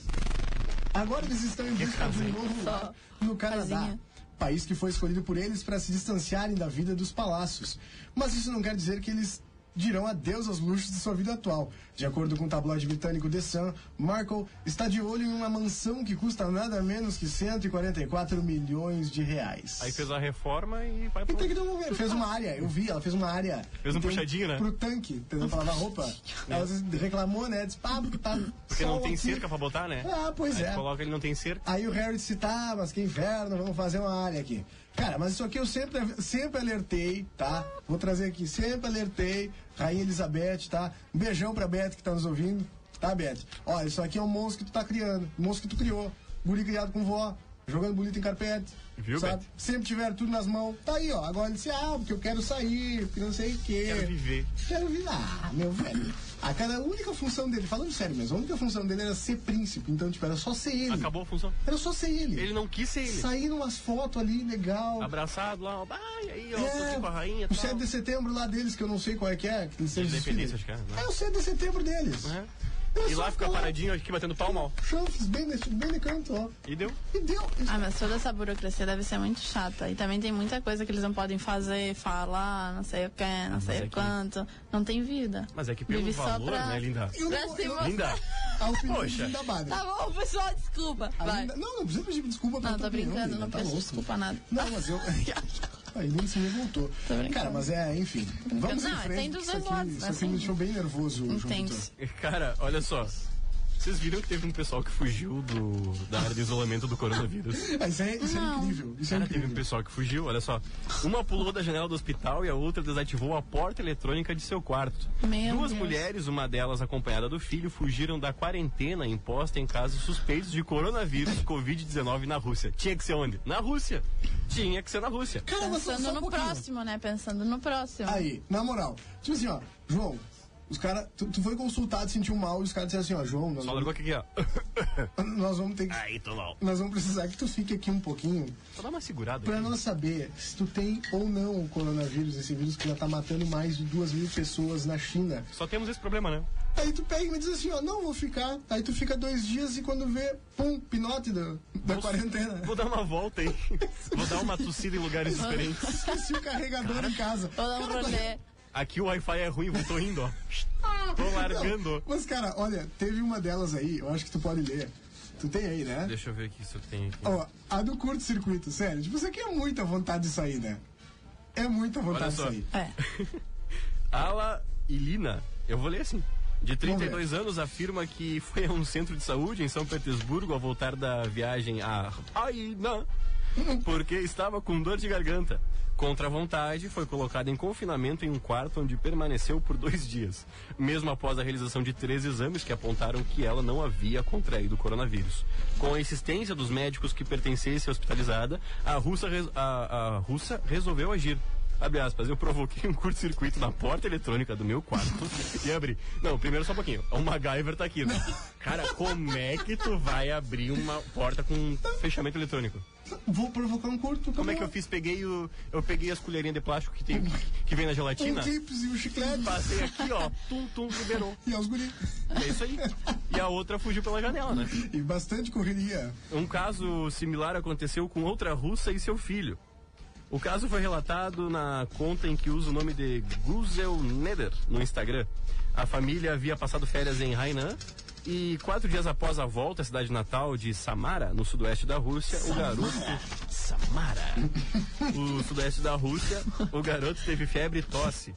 Speaker 1: Agora eles estão em busca de um novo lar no Canadá.
Speaker 3: casinha.
Speaker 1: País que foi escolhido por eles para se distanciarem da vida dos palácios. Mas isso não quer dizer que eles dirão adeus aos luxos de sua vida atual. De acordo com o tabloide britânico The Sun, Markle está de olho em uma mansão que custa nada menos que 144 milhões de reais.
Speaker 2: Aí fez a reforma e vai
Speaker 1: E Então
Speaker 2: pro...
Speaker 1: tem que devolver. Fez uma área, eu vi, ela fez uma área.
Speaker 2: Fez um
Speaker 1: Então,
Speaker 2: puxadinho, né?
Speaker 1: Pro tanque, entendeu? Pra lavar roupa. Ela reclamou, né? Disse, pá, porque tá.
Speaker 2: Porque não
Speaker 1: sol
Speaker 2: tem
Speaker 1: aqui."
Speaker 2: cerca pra botar, né?
Speaker 1: Ah, pois
Speaker 2: Aí
Speaker 1: é.
Speaker 2: tu coloca ele não tem cerca.
Speaker 1: Aí o Harry disse, tá, mas que inverno, vamos fazer uma área aqui. Cara, mas isso aqui eu sempre, sempre alertei, tá? Vou trazer aqui, sempre alertei, Rainha Elizabeth, tá? Um beijão pra Beth que tá nos ouvindo, tá, Beth? Olha, isso aqui é um monstro que tu tá criando, um monstro que tu criou, guri criado com vó, jogando bonito em carpete,
Speaker 2: Viu,
Speaker 1: sabe?
Speaker 2: Beth?
Speaker 1: Sempre tiveram tudo nas mãos, tá aí, ó. Agora ele disse, ah, porque eu quero sair, porque não sei o quê.
Speaker 2: Quero viver.
Speaker 1: Quero vir lá, meu velho. A cara, a única função dele, falando sério mesmo, a única função dele era ser príncipe. Então, tipo, era só ser ele.
Speaker 2: Acabou a função.
Speaker 1: Era só ser ele.
Speaker 2: Ele não quis ser ele.
Speaker 1: Saíram umas fotos ali, legal.
Speaker 2: Abraçado lá, ó. Ai, aí, ó,
Speaker 1: É,
Speaker 2: tô com a rainha e
Speaker 1: o
Speaker 2: tal.
Speaker 1: 7 de setembro lá deles, que eu não sei qual é que é. Que eles têm
Speaker 2: Independência,
Speaker 1: desfile.
Speaker 2: acho que é, né?
Speaker 1: É o 7 de setembro deles.
Speaker 2: É.
Speaker 1: Eu
Speaker 2: E
Speaker 1: só
Speaker 2: lá fica
Speaker 1: fico
Speaker 2: paradinho aqui batendo palma, ó.
Speaker 1: Chanfes, bem de, bem de canto, ó.
Speaker 2: E deu.
Speaker 1: E deu.
Speaker 3: Ah, mas toda essa burocracia deve ser muito chata. E também tem muita coisa que eles não podem fazer, falar, não sei o que, não sei
Speaker 2: é
Speaker 3: o
Speaker 2: que-
Speaker 3: quanto. Não tem vida.
Speaker 2: Mas é que pelo
Speaker 3: Vive só
Speaker 2: valor,
Speaker 3: pra-
Speaker 2: né, linda?
Speaker 1: Eu
Speaker 3: Pra
Speaker 1: não-
Speaker 3: se
Speaker 1: eu-
Speaker 3: mostrar.
Speaker 2: Linda,
Speaker 1: A opinião
Speaker 2: Poxa.
Speaker 1: da Bárbara.
Speaker 3: Tá bom, pessoal, desculpa.
Speaker 1: A
Speaker 3: Vai.
Speaker 1: linda- Não, não precisa pedir desculpa pela
Speaker 3: Não,
Speaker 1: tua
Speaker 3: tô
Speaker 1: opinião,
Speaker 3: brincando,
Speaker 1: linda,
Speaker 3: não
Speaker 1: tá
Speaker 3: peço
Speaker 1: louco.
Speaker 3: desculpa nada.
Speaker 1: Não, mas eu. Aí nem se revoltou.
Speaker 3: brincando.
Speaker 1: Cara, mas é, enfim. Vamos em
Speaker 3: Não,
Speaker 1: frente.
Speaker 3: tem dos
Speaker 1: que isso
Speaker 3: dois
Speaker 1: aqui-
Speaker 3: lados,
Speaker 1: Isso
Speaker 3: né?
Speaker 1: aqui me
Speaker 3: Sim.
Speaker 1: deixou bem nervoso, João Vitor.
Speaker 3: Intenso.
Speaker 2: então. Cara, olha só. Vocês viram que teve um pessoal que fugiu do, da área de isolamento do coronavírus?
Speaker 1: Ah, Isso é, isso é incrível. Isso é
Speaker 2: Cara, teve um
Speaker 1: incrível.
Speaker 2: pessoal que fugiu, olha só. Uma pulou da janela do hospital e a outra desativou a porta eletrônica de seu quarto.
Speaker 3: Meu
Speaker 2: Duas
Speaker 3: Deus.
Speaker 2: mulheres, uma delas acompanhada do filho, fugiram da quarentena imposta em casos suspeitos de coronavírus Covid-19 na Rússia. Tinha que ser onde? Na Rússia. Tinha que ser na Rússia.
Speaker 1: Cara, mas só- só
Speaker 3: Pensando
Speaker 1: um
Speaker 3: no
Speaker 1: pouquinho.
Speaker 3: próximo, né? Pensando no próximo.
Speaker 1: Aí, na moral, tipo assim, ó, João, os caras, tu, tu foi consultado, sentiu mal, e os caras disseram assim, ó, João, nós,
Speaker 2: Só largou aqui, ó.
Speaker 1: vamos- nós vamos ter que.
Speaker 2: Aí, tô mal.
Speaker 1: Nós vamos precisar que tu fique aqui um pouquinho
Speaker 2: Só dá uma segurada.
Speaker 1: pra
Speaker 2: aqui.
Speaker 1: nós saber se tu tem ou não o coronavírus, esse vírus que já tá matando mais de duas mil pessoas na China.
Speaker 2: Só temos esse problema, né?
Speaker 1: Aí tu pega e me diz assim, ó, não vou ficar. Aí tu fica dois dias e quando vê, pum, pinote da, da quarentena.
Speaker 2: Vou dar uma volta aí. Vou dar uma tossida em
Speaker 3: Uhum.
Speaker 2: lugares diferentes.
Speaker 1: Esqueci o carregador em casa.
Speaker 3: Vou dar um
Speaker 1: Cara,
Speaker 3: rolê.
Speaker 2: Aqui o Wi-Fi é ruim, tô indo, ó. Tô largando.
Speaker 1: Mas, cara, olha, teve uma delas aí, eu acho que tu pode ler. Tu tem aí, né?
Speaker 2: Deixa eu ver aqui se eu tenho aqui.
Speaker 1: Ó, a do curto-circuito, sério. Tipo, isso aqui é muita vontade de sair, né? É muita vontade de
Speaker 2: só.
Speaker 1: sair.
Speaker 3: É.
Speaker 2: Ala Ilina, eu vou ler assim. De 32 anos, afirma que foi a um centro de saúde em São Petersburgo ao voltar da viagem a Haina, porque estava com dor de garganta. Contra a vontade, foi colocada em confinamento em um quarto onde permaneceu por dois dias, mesmo após a realização de três exames que apontaram que ela não havia contraído o coronavírus. Com a insistência dos médicos que pertencesse à hospitalizada, a russa, res- a- a russa resolveu agir. Abre aspas, eu provoquei um curto-circuito na porta eletrônica do meu quarto e abri. Não, primeiro só um pouquinho. O MacGyver tá aqui, né? Cara, como é que tu vai abrir uma porta com um fechamento eletrônico?
Speaker 1: Vou provocar um curto.
Speaker 2: Como é que eu fiz? Peguei o. Eu peguei as colherinhas de plástico que, tem, que vem na
Speaker 1: Um
Speaker 2: gelatina.
Speaker 1: chips e um chiclete
Speaker 2: Passei aqui, ó, tum, tum, liberou.
Speaker 1: e aos guris.
Speaker 2: É isso aí. E a outra fugiu pela janela, né?
Speaker 1: E bastante correria.
Speaker 2: Um caso similar aconteceu com outra russa e seu filho. O caso foi relatado na conta em que usa o nome de Guzel Neder no Instagram. A família havia passado férias em Hainan e quatro dias após a volta à cidade natal de Samara, no sudoeste da Rússia, o garoto. Samara! O sudoeste da Rússia, o garoto teve febre e tosse.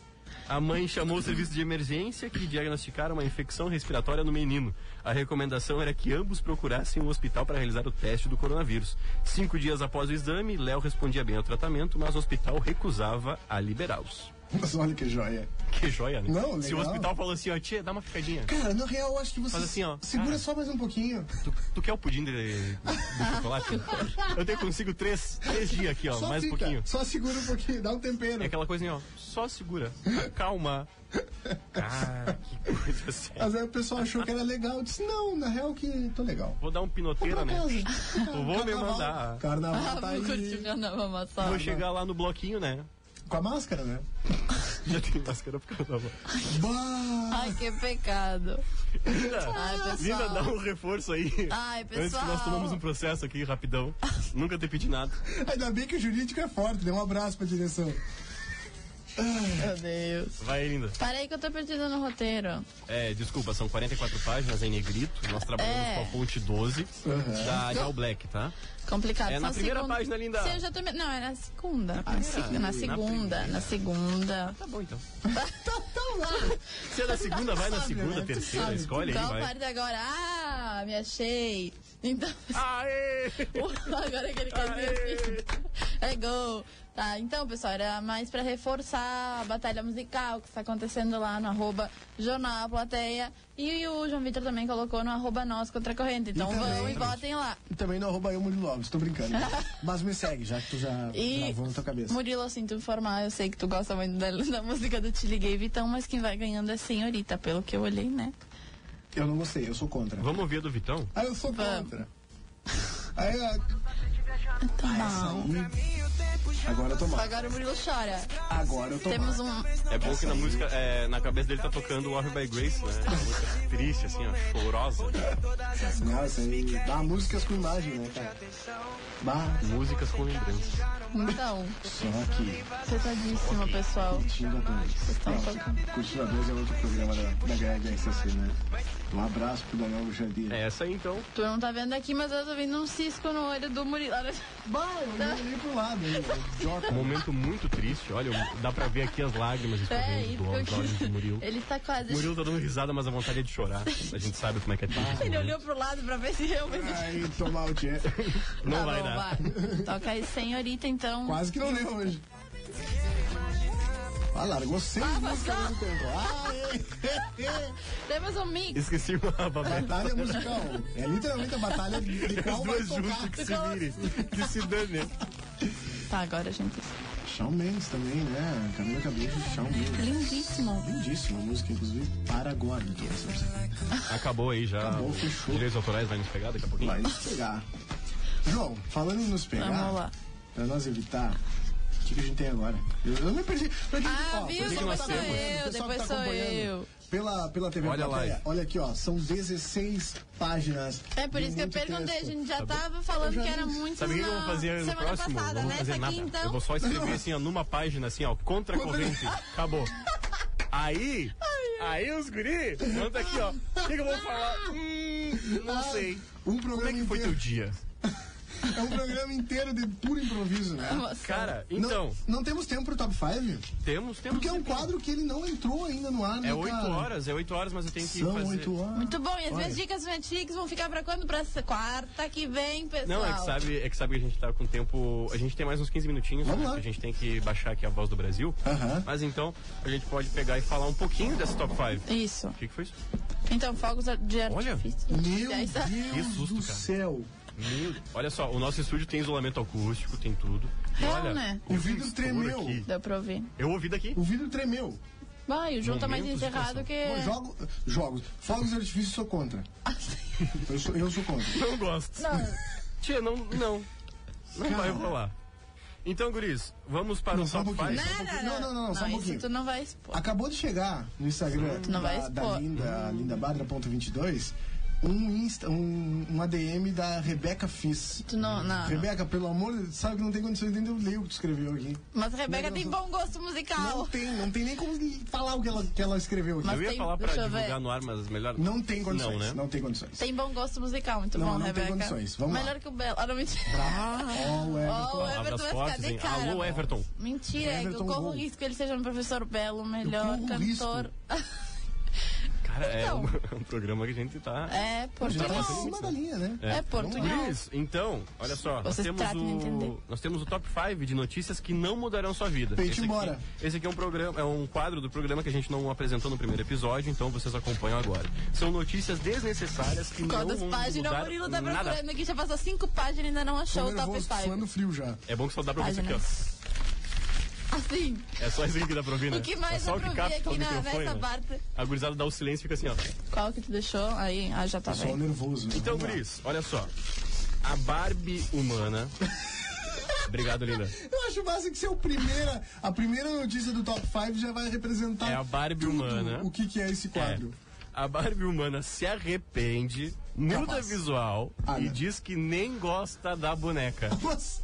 Speaker 2: A mãe chamou o serviço de emergência que diagnosticaram uma infecção respiratória no menino. A recomendação era que ambos procurassem um hospital para realizar o teste do coronavírus. Cinco dias após o exame, Léo respondia bem ao tratamento, mas o hospital recusava a liberá-los.
Speaker 1: Mas olha que joia.
Speaker 2: Que joia, né?
Speaker 1: Não,
Speaker 2: Se o
Speaker 1: legal.
Speaker 2: hospital falou assim, ó, tia, dá uma ficadinha.
Speaker 1: Cara, na real, eu acho que você.
Speaker 2: Faz assim, ó.
Speaker 1: Segura
Speaker 2: Cara.
Speaker 1: só mais um pouquinho.
Speaker 2: Tu, tu quer o pudim de, de chocolate? Eu tenho consigo três, três dias aqui, ó,
Speaker 1: só
Speaker 2: mais
Speaker 1: fica,
Speaker 2: um pouquinho.
Speaker 1: Só segura um pouquinho, dá um tempero.
Speaker 2: É aquela coisinha, ó, só segura, calma. Cara, que coisa séria.
Speaker 1: Mas aí o pessoal achou que era legal. Eu Disse, não, na real que tô legal.
Speaker 2: Vou dar um pinoteira, né?
Speaker 1: Eu
Speaker 2: vou me mandar.
Speaker 1: Carnaval
Speaker 3: Ah,
Speaker 1: tá
Speaker 3: vou curtir
Speaker 1: aí.
Speaker 3: minha nova
Speaker 2: Vou
Speaker 3: maçã.
Speaker 2: chegar lá no bloquinho, né?
Speaker 1: Com a máscara, né?
Speaker 2: Já tem máscara pro carnaval.
Speaker 1: Bah!
Speaker 3: Ai, que pecado.
Speaker 2: Linda,
Speaker 3: Ai,
Speaker 2: Linda, dá
Speaker 3: pessoal.
Speaker 2: um reforço aí.
Speaker 3: Ai,
Speaker 2: Antes que nós
Speaker 3: pessoal.
Speaker 2: tomamos um processo aqui, rapidão. Nunca te pedi nada.
Speaker 1: Ainda bem que o jurídico é forte, deu um abraço pra direção.
Speaker 3: Meu Deus.
Speaker 2: Vai, linda.
Speaker 3: Parei que eu tô perdida no roteiro.
Speaker 2: É, desculpa, são 44 páginas em negrito. Nós trabalhamos
Speaker 3: É.
Speaker 2: com a fonte 12 da Gal Black, tá?
Speaker 3: Complicado.
Speaker 2: É na
Speaker 3: São
Speaker 2: primeira
Speaker 3: segunda-
Speaker 2: página, linda.
Speaker 3: Sim, eu já tô... me- Não, é na segunda. Na, se- na segunda,
Speaker 2: primeira.
Speaker 3: na segunda.
Speaker 2: Tá bom, então. Se é da segunda, vai na
Speaker 1: Sabe, né?
Speaker 2: segunda,
Speaker 1: Tu
Speaker 2: terceira,
Speaker 1: sabe,
Speaker 2: escolhe aí,
Speaker 3: Qual
Speaker 2: vai.
Speaker 3: parte Então, agora? Ah, me achei. Então,
Speaker 2: Aê!
Speaker 3: agora que ele quer me
Speaker 2: Aê!
Speaker 3: É gol. Tá, então, pessoal, era mais pra reforçar a batalha musical que está acontecendo lá no arroba Jornal a Plateia. E o João Vitor também colocou no arroba Nós Contra a Corrente. Então
Speaker 1: E também-
Speaker 3: vão e votem lá.
Speaker 1: E também não arroba eu Murilo Alves, tô brincando. Mas me segue, já que tu já
Speaker 3: E,
Speaker 1: gravou na tua cabeça.
Speaker 3: Murilo, eu sinto informar, eu sei que tu gosta muito da, da música do Te Liguei, Vitão, mas quem vai ganhando é Senhorita, pelo que eu olhei, né?
Speaker 1: Eu não gostei, eu sou contra.
Speaker 2: Vamos ouvir a do Vitão?
Speaker 1: Ah, eu sou contra. Aí, ó, é
Speaker 3: Não.
Speaker 1: agora eu tô mal.
Speaker 3: Tá Agora o Murilo chora.
Speaker 1: Agora eu tô mal.
Speaker 3: Temos um...
Speaker 2: É bom que na música, é, na cabeça dele tá tocando Love by Grace, né? Uma música triste, assim, ó, chorosa.
Speaker 1: Nossa, e dá músicas com imagem, né, cara? Bah,
Speaker 2: Músicas com lembranças.
Speaker 3: Então,
Speaker 1: só que
Speaker 3: pesadíssimo, pessoal.
Speaker 1: Curtindo a Band.
Speaker 3: tocando.
Speaker 1: Curtindo a Band é outro programa da, da HSC, né? Um abraço pro Daniel Jandir.
Speaker 2: É essa aí, então.
Speaker 3: Tu não tá vendo aqui, mas eu tô vendo um cisco no olho do Murilo. Olha,
Speaker 1: Bah, eu não olhei pro lado aí, idiota.
Speaker 2: Um momento muito triste. Olha, dá pra ver aqui as lágrimas
Speaker 1: Tá
Speaker 3: É
Speaker 2: escorrendo
Speaker 3: isso
Speaker 2: do-
Speaker 3: que
Speaker 2: dos olhos do
Speaker 3: eu
Speaker 2: Murilo.
Speaker 3: quis. Ele tá quase.
Speaker 2: O Murilo tá dando risada, mas a vontade é de chorar. A gente sabe como é que é triste.
Speaker 3: Ele olhou pro lado pra ver se eu.
Speaker 1: Aí, tomar o tchê.
Speaker 2: Não
Speaker 3: tá
Speaker 2: vai
Speaker 3: bom,
Speaker 2: dar.
Speaker 3: vai. Toca aí, senhorita, então.
Speaker 1: Quase que não leu hoje. Ah, largou seis
Speaker 3: Ah,
Speaker 1: músicas ao
Speaker 3: passou.
Speaker 1: mesmo tempo. Ah, é, é, é.
Speaker 3: Temos um mix.
Speaker 2: Esqueci uma babeta.
Speaker 1: Batalha musical. É literalmente a batalha de
Speaker 2: As
Speaker 1: qual vai
Speaker 2: duas juntas
Speaker 1: tocar.
Speaker 2: que se virem. Que se dane.
Speaker 3: Tá, agora, gente.
Speaker 1: Shawn Mendes também, né? Camila Cabello, Shawn Mendes.
Speaker 3: Lindíssimo.
Speaker 1: Lindíssima a música, inclusive, para agora. Então, você
Speaker 2: Acabou aí já.
Speaker 1: Acabou,
Speaker 2: os
Speaker 1: fechou.
Speaker 2: Direitos autorais vai nos pegar daqui a pouquinho.
Speaker 1: vai nos pegar. João, falando em nos
Speaker 3: Vamos
Speaker 1: pegar,
Speaker 3: lá.
Speaker 1: pra nós evitar, o que, que a gente tem agora? Eu, eu me perdi. Eu,
Speaker 3: Ah,
Speaker 1: ó, pra quem
Speaker 3: viu? Depois
Speaker 1: tá
Speaker 3: sou
Speaker 1: acompanhando,
Speaker 3: Ah, eu,
Speaker 1: pessoal que
Speaker 3: depois
Speaker 1: tá
Speaker 3: sou
Speaker 1: acompanhando,
Speaker 3: eu.
Speaker 1: pela, pela TV
Speaker 2: Olha a
Speaker 1: Plateia.
Speaker 2: live.
Speaker 1: Olha aqui, ó, são 16 páginas.
Speaker 3: É por
Speaker 1: de
Speaker 3: isso que eu
Speaker 1: muito
Speaker 3: perguntei, a
Speaker 1: texto.
Speaker 3: gente já tava falando
Speaker 1: já
Speaker 3: que
Speaker 1: li.
Speaker 3: era muito
Speaker 2: Sabe o que eu vou
Speaker 3: na
Speaker 2: fazer no
Speaker 3: semana
Speaker 2: próximo?
Speaker 3: passada,
Speaker 2: não vou
Speaker 3: né?
Speaker 2: fazer
Speaker 3: Essa
Speaker 2: nada.
Speaker 3: aqui
Speaker 2: Eu
Speaker 3: então.
Speaker 2: vou só escrever assim, ó, numa página, assim, ó, contra a corrente. Acabou. Aí, aí os guri, manda aqui, ó. O que, que eu vou falar?
Speaker 1: Ah!
Speaker 2: Hum, não sei.
Speaker 1: Um
Speaker 2: Como
Speaker 1: programa
Speaker 2: é que foi teu
Speaker 1: inteiro.
Speaker 2: dia?
Speaker 1: É um programa inteiro de puro improviso, né?
Speaker 3: Nossa.
Speaker 2: Cara,
Speaker 1: Não-
Speaker 2: então,
Speaker 1: Não, temos tempo pro top 5?
Speaker 2: temos, temos.
Speaker 1: Porque é um
Speaker 2: tempo.
Speaker 1: quadro que ele não entrou ainda no ar, né?
Speaker 2: É 8
Speaker 1: cara?
Speaker 2: horas, é 8 horas, mas eu tenho que
Speaker 1: São
Speaker 2: fazer.
Speaker 1: 8 horas.
Speaker 3: Muito bom, e as
Speaker 1: Olha.
Speaker 3: minhas dicas Netflix vão ficar pra quando? Pra se- quarta que vem, pessoal.
Speaker 2: Não, é que sabe, é que sabe que a gente tá com tempo. A gente tem mais uns 15 minutinhos,
Speaker 1: Vamos
Speaker 2: né,
Speaker 1: lá.
Speaker 2: que a gente tem que baixar aqui a voz do Brasil.
Speaker 1: Aham.
Speaker 2: Mas então, a gente pode pegar e falar um pouquinho dessa top 5.
Speaker 3: Isso.
Speaker 2: O que, que foi isso?
Speaker 3: Então, fogos de
Speaker 2: Olha.
Speaker 3: artifício.
Speaker 1: Meu
Speaker 3: Dez-
Speaker 2: Que
Speaker 1: Deus
Speaker 2: susto,
Speaker 1: do
Speaker 2: cara.
Speaker 1: céu.
Speaker 2: Meu, olha só, o nosso estúdio tem isolamento acústico, tem tudo. E
Speaker 3: Real,
Speaker 2: olha,
Speaker 3: né?
Speaker 1: O
Speaker 2: eu
Speaker 1: vidro
Speaker 2: ouvi
Speaker 1: tremeu.
Speaker 2: aqui.
Speaker 3: Deu pra ouvir.
Speaker 2: Eu ouvi daqui.
Speaker 1: O vidro tremeu.
Speaker 3: Vai, o João tá mais
Speaker 2: Momentos de tensão.
Speaker 3: encerrado que.
Speaker 1: Bom, jogo- jogos. Fogos de artifício sou contra. Eu sou, eu sou contra.
Speaker 2: Não gosto.
Speaker 3: Não,
Speaker 1: tá-
Speaker 2: Tia, não, não. Não vai rolar. Então, guris, vamos para
Speaker 1: Não,
Speaker 2: o
Speaker 1: só um
Speaker 2: top
Speaker 1: pouquinho.
Speaker 2: 5.
Speaker 1: Só um pouquinho. Não, não, não, só um pouquinho.
Speaker 3: Isso tu não vai expor.
Speaker 1: Acabou de chegar no Instagram
Speaker 3: não vai
Speaker 1: da,
Speaker 3: expor.
Speaker 1: da Linda, lindabadra.22, um, Insta- um, um ADM da Rebeca Fiz.
Speaker 3: Tu não, não, não.
Speaker 1: Rebeca, pelo amor de Deus, sabe que não tem condições nem de eu ler o que tu escreveu aqui.
Speaker 3: Mas a Rebeca
Speaker 1: Não,
Speaker 3: tem
Speaker 1: não.
Speaker 3: bom gosto musical.
Speaker 1: Não tem, não tem nem como falar o que ela, que ela escreveu aqui.
Speaker 3: Mas
Speaker 2: Eu ia
Speaker 3: tem-
Speaker 2: falar pra
Speaker 3: deixa eu ver.
Speaker 2: divulgar no ar, mas melhor
Speaker 1: Não tem condições, não,
Speaker 2: Não, né?
Speaker 1: tem condições.
Speaker 3: Tem bom gosto musical, muito
Speaker 1: Não,
Speaker 3: bom,
Speaker 1: não tem
Speaker 3: Rebeca.
Speaker 1: condições. Vamos lá.
Speaker 3: Melhor que o Belo. Ah, não, mentira.
Speaker 1: Ó, o
Speaker 3: Ó, o
Speaker 1: Everton.
Speaker 3: Everton
Speaker 2: Abra
Speaker 3: vai
Speaker 2: as
Speaker 3: ficar
Speaker 2: portas,
Speaker 3: de
Speaker 2: hein?
Speaker 3: cara.
Speaker 2: Alô, Everton.
Speaker 3: Mentira, é que eu
Speaker 1: Everton
Speaker 3: corro o
Speaker 1: Gol.
Speaker 3: risco que ele seja um professor Belo, melhor
Speaker 1: corro o
Speaker 3: cantor.
Speaker 2: Cara, é
Speaker 3: Então.
Speaker 2: um, é um programa que a gente tá.
Speaker 3: É,
Speaker 1: Já tá em
Speaker 3: português.
Speaker 1: cima da linha, né?
Speaker 3: É português.
Speaker 2: Guris, então, olha só, nós
Speaker 3: Vocês
Speaker 2: temos,
Speaker 3: tratem de entender.
Speaker 2: o, nós temos o top 5 de notícias que não mudarão sua vida.
Speaker 1: Peito
Speaker 2: esse,
Speaker 1: embora.
Speaker 2: Aqui, esse aqui é um programa, é um quadro do programa que a gente não apresentou no primeiro episódio, então vocês acompanham agora. São notícias desnecessárias que não
Speaker 3: Quantas
Speaker 2: vão
Speaker 3: páginas? O
Speaker 2: mudar
Speaker 3: Murilo tá
Speaker 2: nada.
Speaker 3: procurando aqui, já passou cinco páginas e ainda não
Speaker 1: Tô
Speaker 3: achou o top
Speaker 1: nervoso,
Speaker 3: 5.
Speaker 1: suando frio já.
Speaker 3: tá
Speaker 2: É bom que só dá pra ouvir isso aqui, ó.
Speaker 3: Páginas. Assim,
Speaker 2: É só isso aqui que dá pra ouvir, né?
Speaker 3: o que mais
Speaker 2: é só
Speaker 3: eu
Speaker 2: o que
Speaker 3: provi
Speaker 2: capta o
Speaker 3: aqui na,
Speaker 2: microfone,
Speaker 3: nessa
Speaker 2: né?
Speaker 3: parte?
Speaker 2: A gurizada dá o silêncio e fica assim, ó.
Speaker 3: Qual que tu deixou? Aí, ah, já tá
Speaker 1: Só
Speaker 3: vendo.
Speaker 1: nervoso. né?
Speaker 2: Então,
Speaker 1: Vamos lá.
Speaker 2: Guris, olha só. A Barbie humana. Obrigado, linda.
Speaker 1: Eu acho massa que se é o primeira, a primeira notícia do top 5 já vai representar
Speaker 2: É a Barbie
Speaker 1: tudo
Speaker 2: humana.
Speaker 1: o que, que é esse quadro.
Speaker 2: É. A Barbie humana se arrepende, muda
Speaker 1: Capaz.
Speaker 2: visual
Speaker 1: Ah,
Speaker 2: e
Speaker 1: não.
Speaker 2: diz que nem gosta da boneca.
Speaker 1: Mas,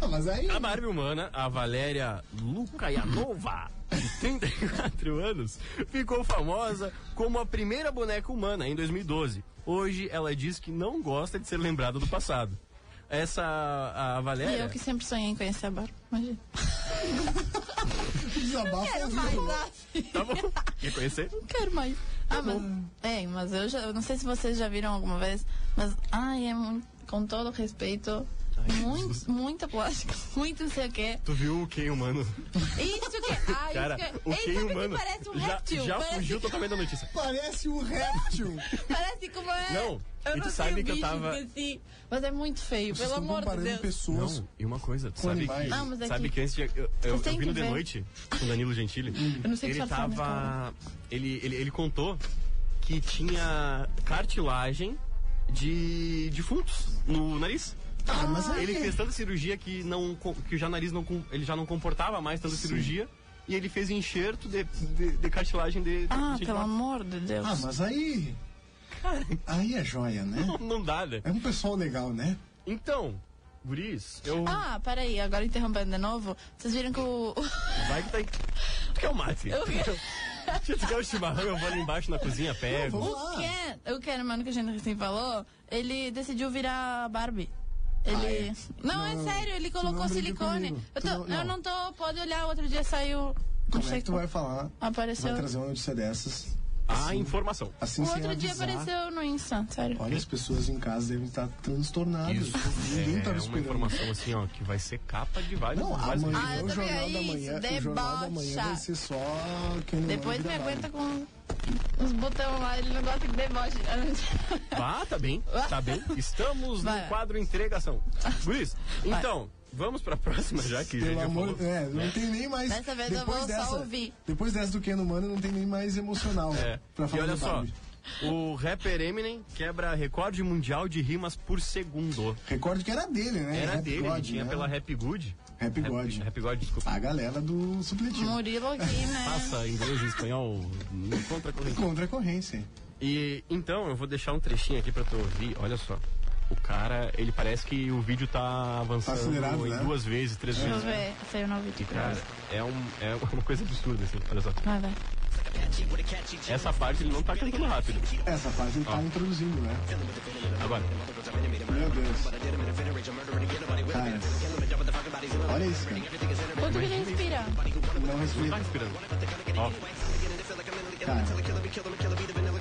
Speaker 1: Ah, mas aí.
Speaker 2: A Barbie humana, a Valéria Lucayanova, de 34 anos, ficou famosa como a primeira boneca humana em 2012. Hoje ela diz que não gosta de ser lembrada do passado. Essa a
Speaker 3: E
Speaker 2: Valéria.
Speaker 3: eu que sempre sonhei em conhecer a Bárbara. Imagina.
Speaker 1: Desabafo ao
Speaker 3: Quero
Speaker 1: vivo.
Speaker 3: mais, assim.
Speaker 2: Tá bom? Quer conhecer?
Speaker 3: Não quero mais. Ah, mas. É, mas eu já. Eu não sei se vocês já viram alguma vez, mas. Ai, é muito. Com todo respeito. muito, muita plástica, muito não sei o quê.
Speaker 2: Tu viu o Ken humano?
Speaker 3: Isso que. é, Ai,
Speaker 2: Cara,
Speaker 3: isso que.
Speaker 2: o
Speaker 3: Ei,
Speaker 2: Ken
Speaker 3: sabe
Speaker 2: humano
Speaker 3: que parece um
Speaker 2: já,
Speaker 3: réptil?
Speaker 2: já
Speaker 3: parece,
Speaker 2: fugiu totalmente da notícia.
Speaker 1: Parece um réptil.
Speaker 3: parece como é.
Speaker 2: Não,
Speaker 3: eu
Speaker 2: e
Speaker 3: não
Speaker 2: tu
Speaker 3: sei
Speaker 2: sabe
Speaker 3: o
Speaker 2: que eu
Speaker 3: bicho,
Speaker 2: tava-
Speaker 3: esqueci. Mas é muito feio,
Speaker 1: Vocês
Speaker 3: pelo
Speaker 1: estão
Speaker 3: amor de
Speaker 1: comparando
Speaker 3: Deus.
Speaker 1: pessoas.
Speaker 2: Não, e uma coisa, tu sabe
Speaker 1: animais.
Speaker 2: que,
Speaker 3: Não, mas é
Speaker 2: sabe
Speaker 3: que-
Speaker 2: que antes de, eu, eu, eu
Speaker 3: tem
Speaker 2: vi
Speaker 3: que
Speaker 2: no The
Speaker 3: ver.
Speaker 2: Noite com o Danilo Gentili,
Speaker 3: Hum. Eu não sei o é que
Speaker 2: ele
Speaker 3: você vai falar, mas
Speaker 2: tava ele, ele ele contou que tinha cartilagem de defuntos no nariz.
Speaker 1: Ah, mas aí.
Speaker 2: Ele fez tanta cirurgia que não co- que já o nariz não com- ele já não comportava mais tanta cirurgia e ele fez enxerto de, de, de cartilagem de, de
Speaker 3: Ah,
Speaker 2: gente
Speaker 3: pelo
Speaker 2: morta.
Speaker 3: amor de Deus.
Speaker 1: Ah, mas aí. Aí é joia, né?
Speaker 2: não dá, né?
Speaker 1: É um pessoal legal, né?
Speaker 2: Então, guris, eu
Speaker 3: Ah, peraí, agora interrompendo de novo. Vocês viram que o.
Speaker 2: vai que tá Tu quer o mate?
Speaker 3: Eu quero.
Speaker 2: Se tu quer o chimarrão, eu vou ali embaixo na cozinha, pego.
Speaker 1: Vamos
Speaker 3: O
Speaker 1: lá.
Speaker 3: Ken, o Ken, mano, que a gente recém falou, ele decidiu virar Barbie. Ele. não, é
Speaker 1: Ah, Não,
Speaker 3: sério, ele
Speaker 1: tu
Speaker 3: colocou
Speaker 1: não brinca
Speaker 3: silicone.
Speaker 1: comigo.
Speaker 3: Eu,
Speaker 1: Tu
Speaker 3: tô-
Speaker 1: não- não.
Speaker 3: eu não tô. Pode olhar, outro dia saiu.
Speaker 1: Como
Speaker 3: não
Speaker 1: é
Speaker 3: sei
Speaker 1: que tu vai falar? Vai
Speaker 3: Apareceu.
Speaker 1: trazer uma notícia dessas.
Speaker 2: A informação.
Speaker 1: Assim
Speaker 3: O
Speaker 1: sem
Speaker 3: Então- Um outro dia
Speaker 1: avisar.
Speaker 3: apareceu no Insta, sério.
Speaker 1: Olha, as pessoas em casa devem estar transtornadas. Ninguém
Speaker 2: é
Speaker 1: estava
Speaker 2: uma
Speaker 1: esperando.
Speaker 2: informação assim, ó, que vai ser capa de vários.
Speaker 1: Não,
Speaker 2: vários
Speaker 1: amanhã
Speaker 3: Ah, eu
Speaker 1: o
Speaker 3: também,
Speaker 1: Jornal
Speaker 3: é
Speaker 1: da
Speaker 3: isso,
Speaker 1: Manhã, o Jornal da Manhã
Speaker 3: debocha.
Speaker 1: vai ser só quem não
Speaker 3: Depois me
Speaker 1: manda
Speaker 3: aguenta com os botões lá, ele não gosta de deboche.
Speaker 2: Ah, tá bem, tá bem. Estamos
Speaker 3: Vai.
Speaker 2: no quadro entregação. Luiz, então, vamos pra próxima, já que
Speaker 1: Pelo
Speaker 2: já
Speaker 1: amor,
Speaker 2: falou.
Speaker 1: é, não tem nem mais.
Speaker 3: Dessa vez eu
Speaker 1: depois
Speaker 3: vou só
Speaker 1: dessa,
Speaker 3: ouvir.
Speaker 1: Depois dessa do Ken Humano, não tem nem mais emocional
Speaker 2: É.
Speaker 1: pra
Speaker 2: E
Speaker 1: falar
Speaker 2: olha
Speaker 1: do
Speaker 2: só,
Speaker 1: Barbie.
Speaker 2: O rapper Eminem quebra recorde mundial de rimas por segundo.
Speaker 1: Recorde que era dele, né?
Speaker 2: Era
Speaker 1: Rap
Speaker 2: dele,
Speaker 1: God,
Speaker 2: ele tinha
Speaker 1: né?
Speaker 2: pela Rap Good.
Speaker 1: Rap God.
Speaker 2: Rap God, desculpa.
Speaker 1: A galera do supletivo.
Speaker 3: Murilo aqui, né?
Speaker 2: Passa inglês e espanhol no contra corrente.
Speaker 1: Contra a corrência.
Speaker 2: E então, eu vou deixar um trechinho aqui pra tu ouvir. Olha só. O cara, ele parece que o vídeo tá avançando
Speaker 1: Tá acelerado,
Speaker 2: em
Speaker 1: né?
Speaker 2: duas vezes, três
Speaker 3: Deixa eu
Speaker 2: vezes.
Speaker 3: ver. Saiu no vídeo.
Speaker 2: Cara, é, um, é uma coisa absurda, assim. Olha só.
Speaker 3: Vai, vai.
Speaker 2: Essa parte ele não tá cantando rápido.
Speaker 1: Essa parte ele
Speaker 2: Ah.
Speaker 1: tá introduzindo, né?
Speaker 2: Agora.
Speaker 1: Meu Deus. Cara, olha isso, cara.
Speaker 3: Quanto que ele respira?
Speaker 1: Não
Speaker 2: Tá
Speaker 1: respira.
Speaker 2: respirando. Ó,
Speaker 1: Cara,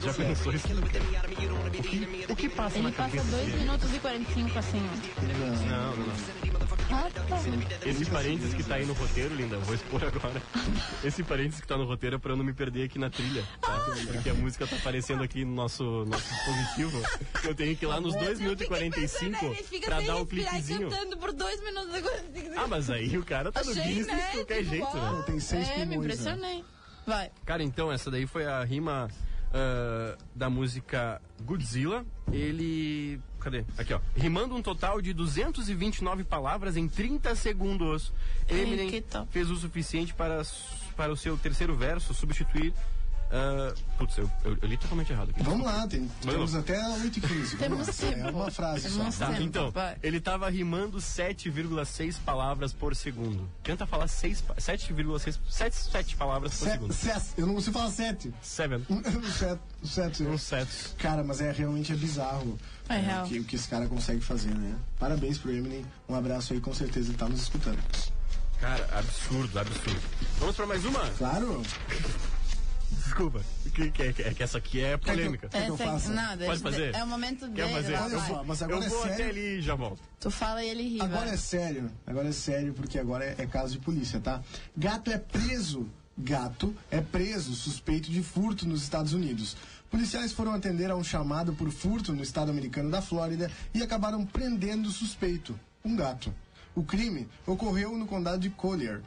Speaker 2: já pensou isso? O que, o que passa na
Speaker 3: Ele passa
Speaker 2: cabeça
Speaker 3: 2
Speaker 2: dele?
Speaker 3: minutos e 45 assim. Ah, tá
Speaker 1: não.
Speaker 2: Não, não, não.
Speaker 3: Rapaz.
Speaker 2: Esse parênteses que tá aí no roteiro, linda, eu vou expor agora. Esse parênteses que tá no roteiro é pra eu não me perder aqui na trilha, tá? Porque a música tá aparecendo aqui no nosso, nosso dispositivo. Eu né? tenho que ir lá nos 2 minutos e 45 pra dar o cliquezinho.
Speaker 3: por 2 minutos e 45
Speaker 2: Ah, mas aí o cara tá no Guinness de qualquer jeito, né?
Speaker 1: Tem seis
Speaker 3: É, me
Speaker 1: pulmões, né?
Speaker 3: impressionei. Vai.
Speaker 2: Cara, então, essa daí foi a rima ah, da música Godzilla. Ele. Cadê? Aqui, ó. Rimando um total de 229 palavras em 30 segundos.
Speaker 3: que
Speaker 2: Eminem
Speaker 3: tal.
Speaker 2: fez o suficiente para, s- para o seu terceiro verso substituir. ah, putz, eu, eu, eu li totalmente errado aqui.
Speaker 1: Vamos lá, tem, temos até 8 e 15.
Speaker 3: Temos
Speaker 1: Vamos lá.
Speaker 3: tempo.
Speaker 1: É uma frase só.
Speaker 3: Temos
Speaker 2: Tá,
Speaker 3: Senta,
Speaker 2: então,
Speaker 3: vai.
Speaker 2: ele tava rimando 7,6 palavras por segundo. Tenta falar seis pa- 7,6 sete- sete palavras por
Speaker 1: Sete,
Speaker 2: segundo.
Speaker 1: sete, eu não consigo falar sete.
Speaker 2: Seven.
Speaker 1: Sete, sete.
Speaker 2: Uns sets.
Speaker 1: Cara, mas é realmente é bizarro
Speaker 3: É
Speaker 1: né,
Speaker 3: real.
Speaker 1: o que, o que esse cara consegue fazer, né? Parabéns pro Eminem. Um abraço aí, com certeza ele tá nos escutando.
Speaker 2: Cara, absurdo, absurdo. Vamos pra mais uma?
Speaker 1: Claro,
Speaker 2: Desculpa. Que, que, que, é que essa aqui é polêmica.
Speaker 1: Quer que eu faça?
Speaker 3: nada.
Speaker 2: Pode fazer?
Speaker 3: É o momento
Speaker 2: Quer
Speaker 3: dele.
Speaker 2: fazer?
Speaker 3: lá
Speaker 1: Olha
Speaker 3: vai.
Speaker 1: só, mas
Speaker 2: Eu
Speaker 1: agora é
Speaker 2: vou
Speaker 1: sério.
Speaker 2: até ali e já volto.
Speaker 3: Tu fala e ele ri.
Speaker 1: Agora
Speaker 3: vai.
Speaker 1: é sério, agora é sério, porque agora é, é caso de polícia, tá? Gato é preso. Gato é preso, suspeito de furto nos Estados Unidos. Policiais foram atender a um chamado por furto no estado americano da Flórida e acabaram prendendo o suspeito, um gato. O crime ocorreu no condado de Collier.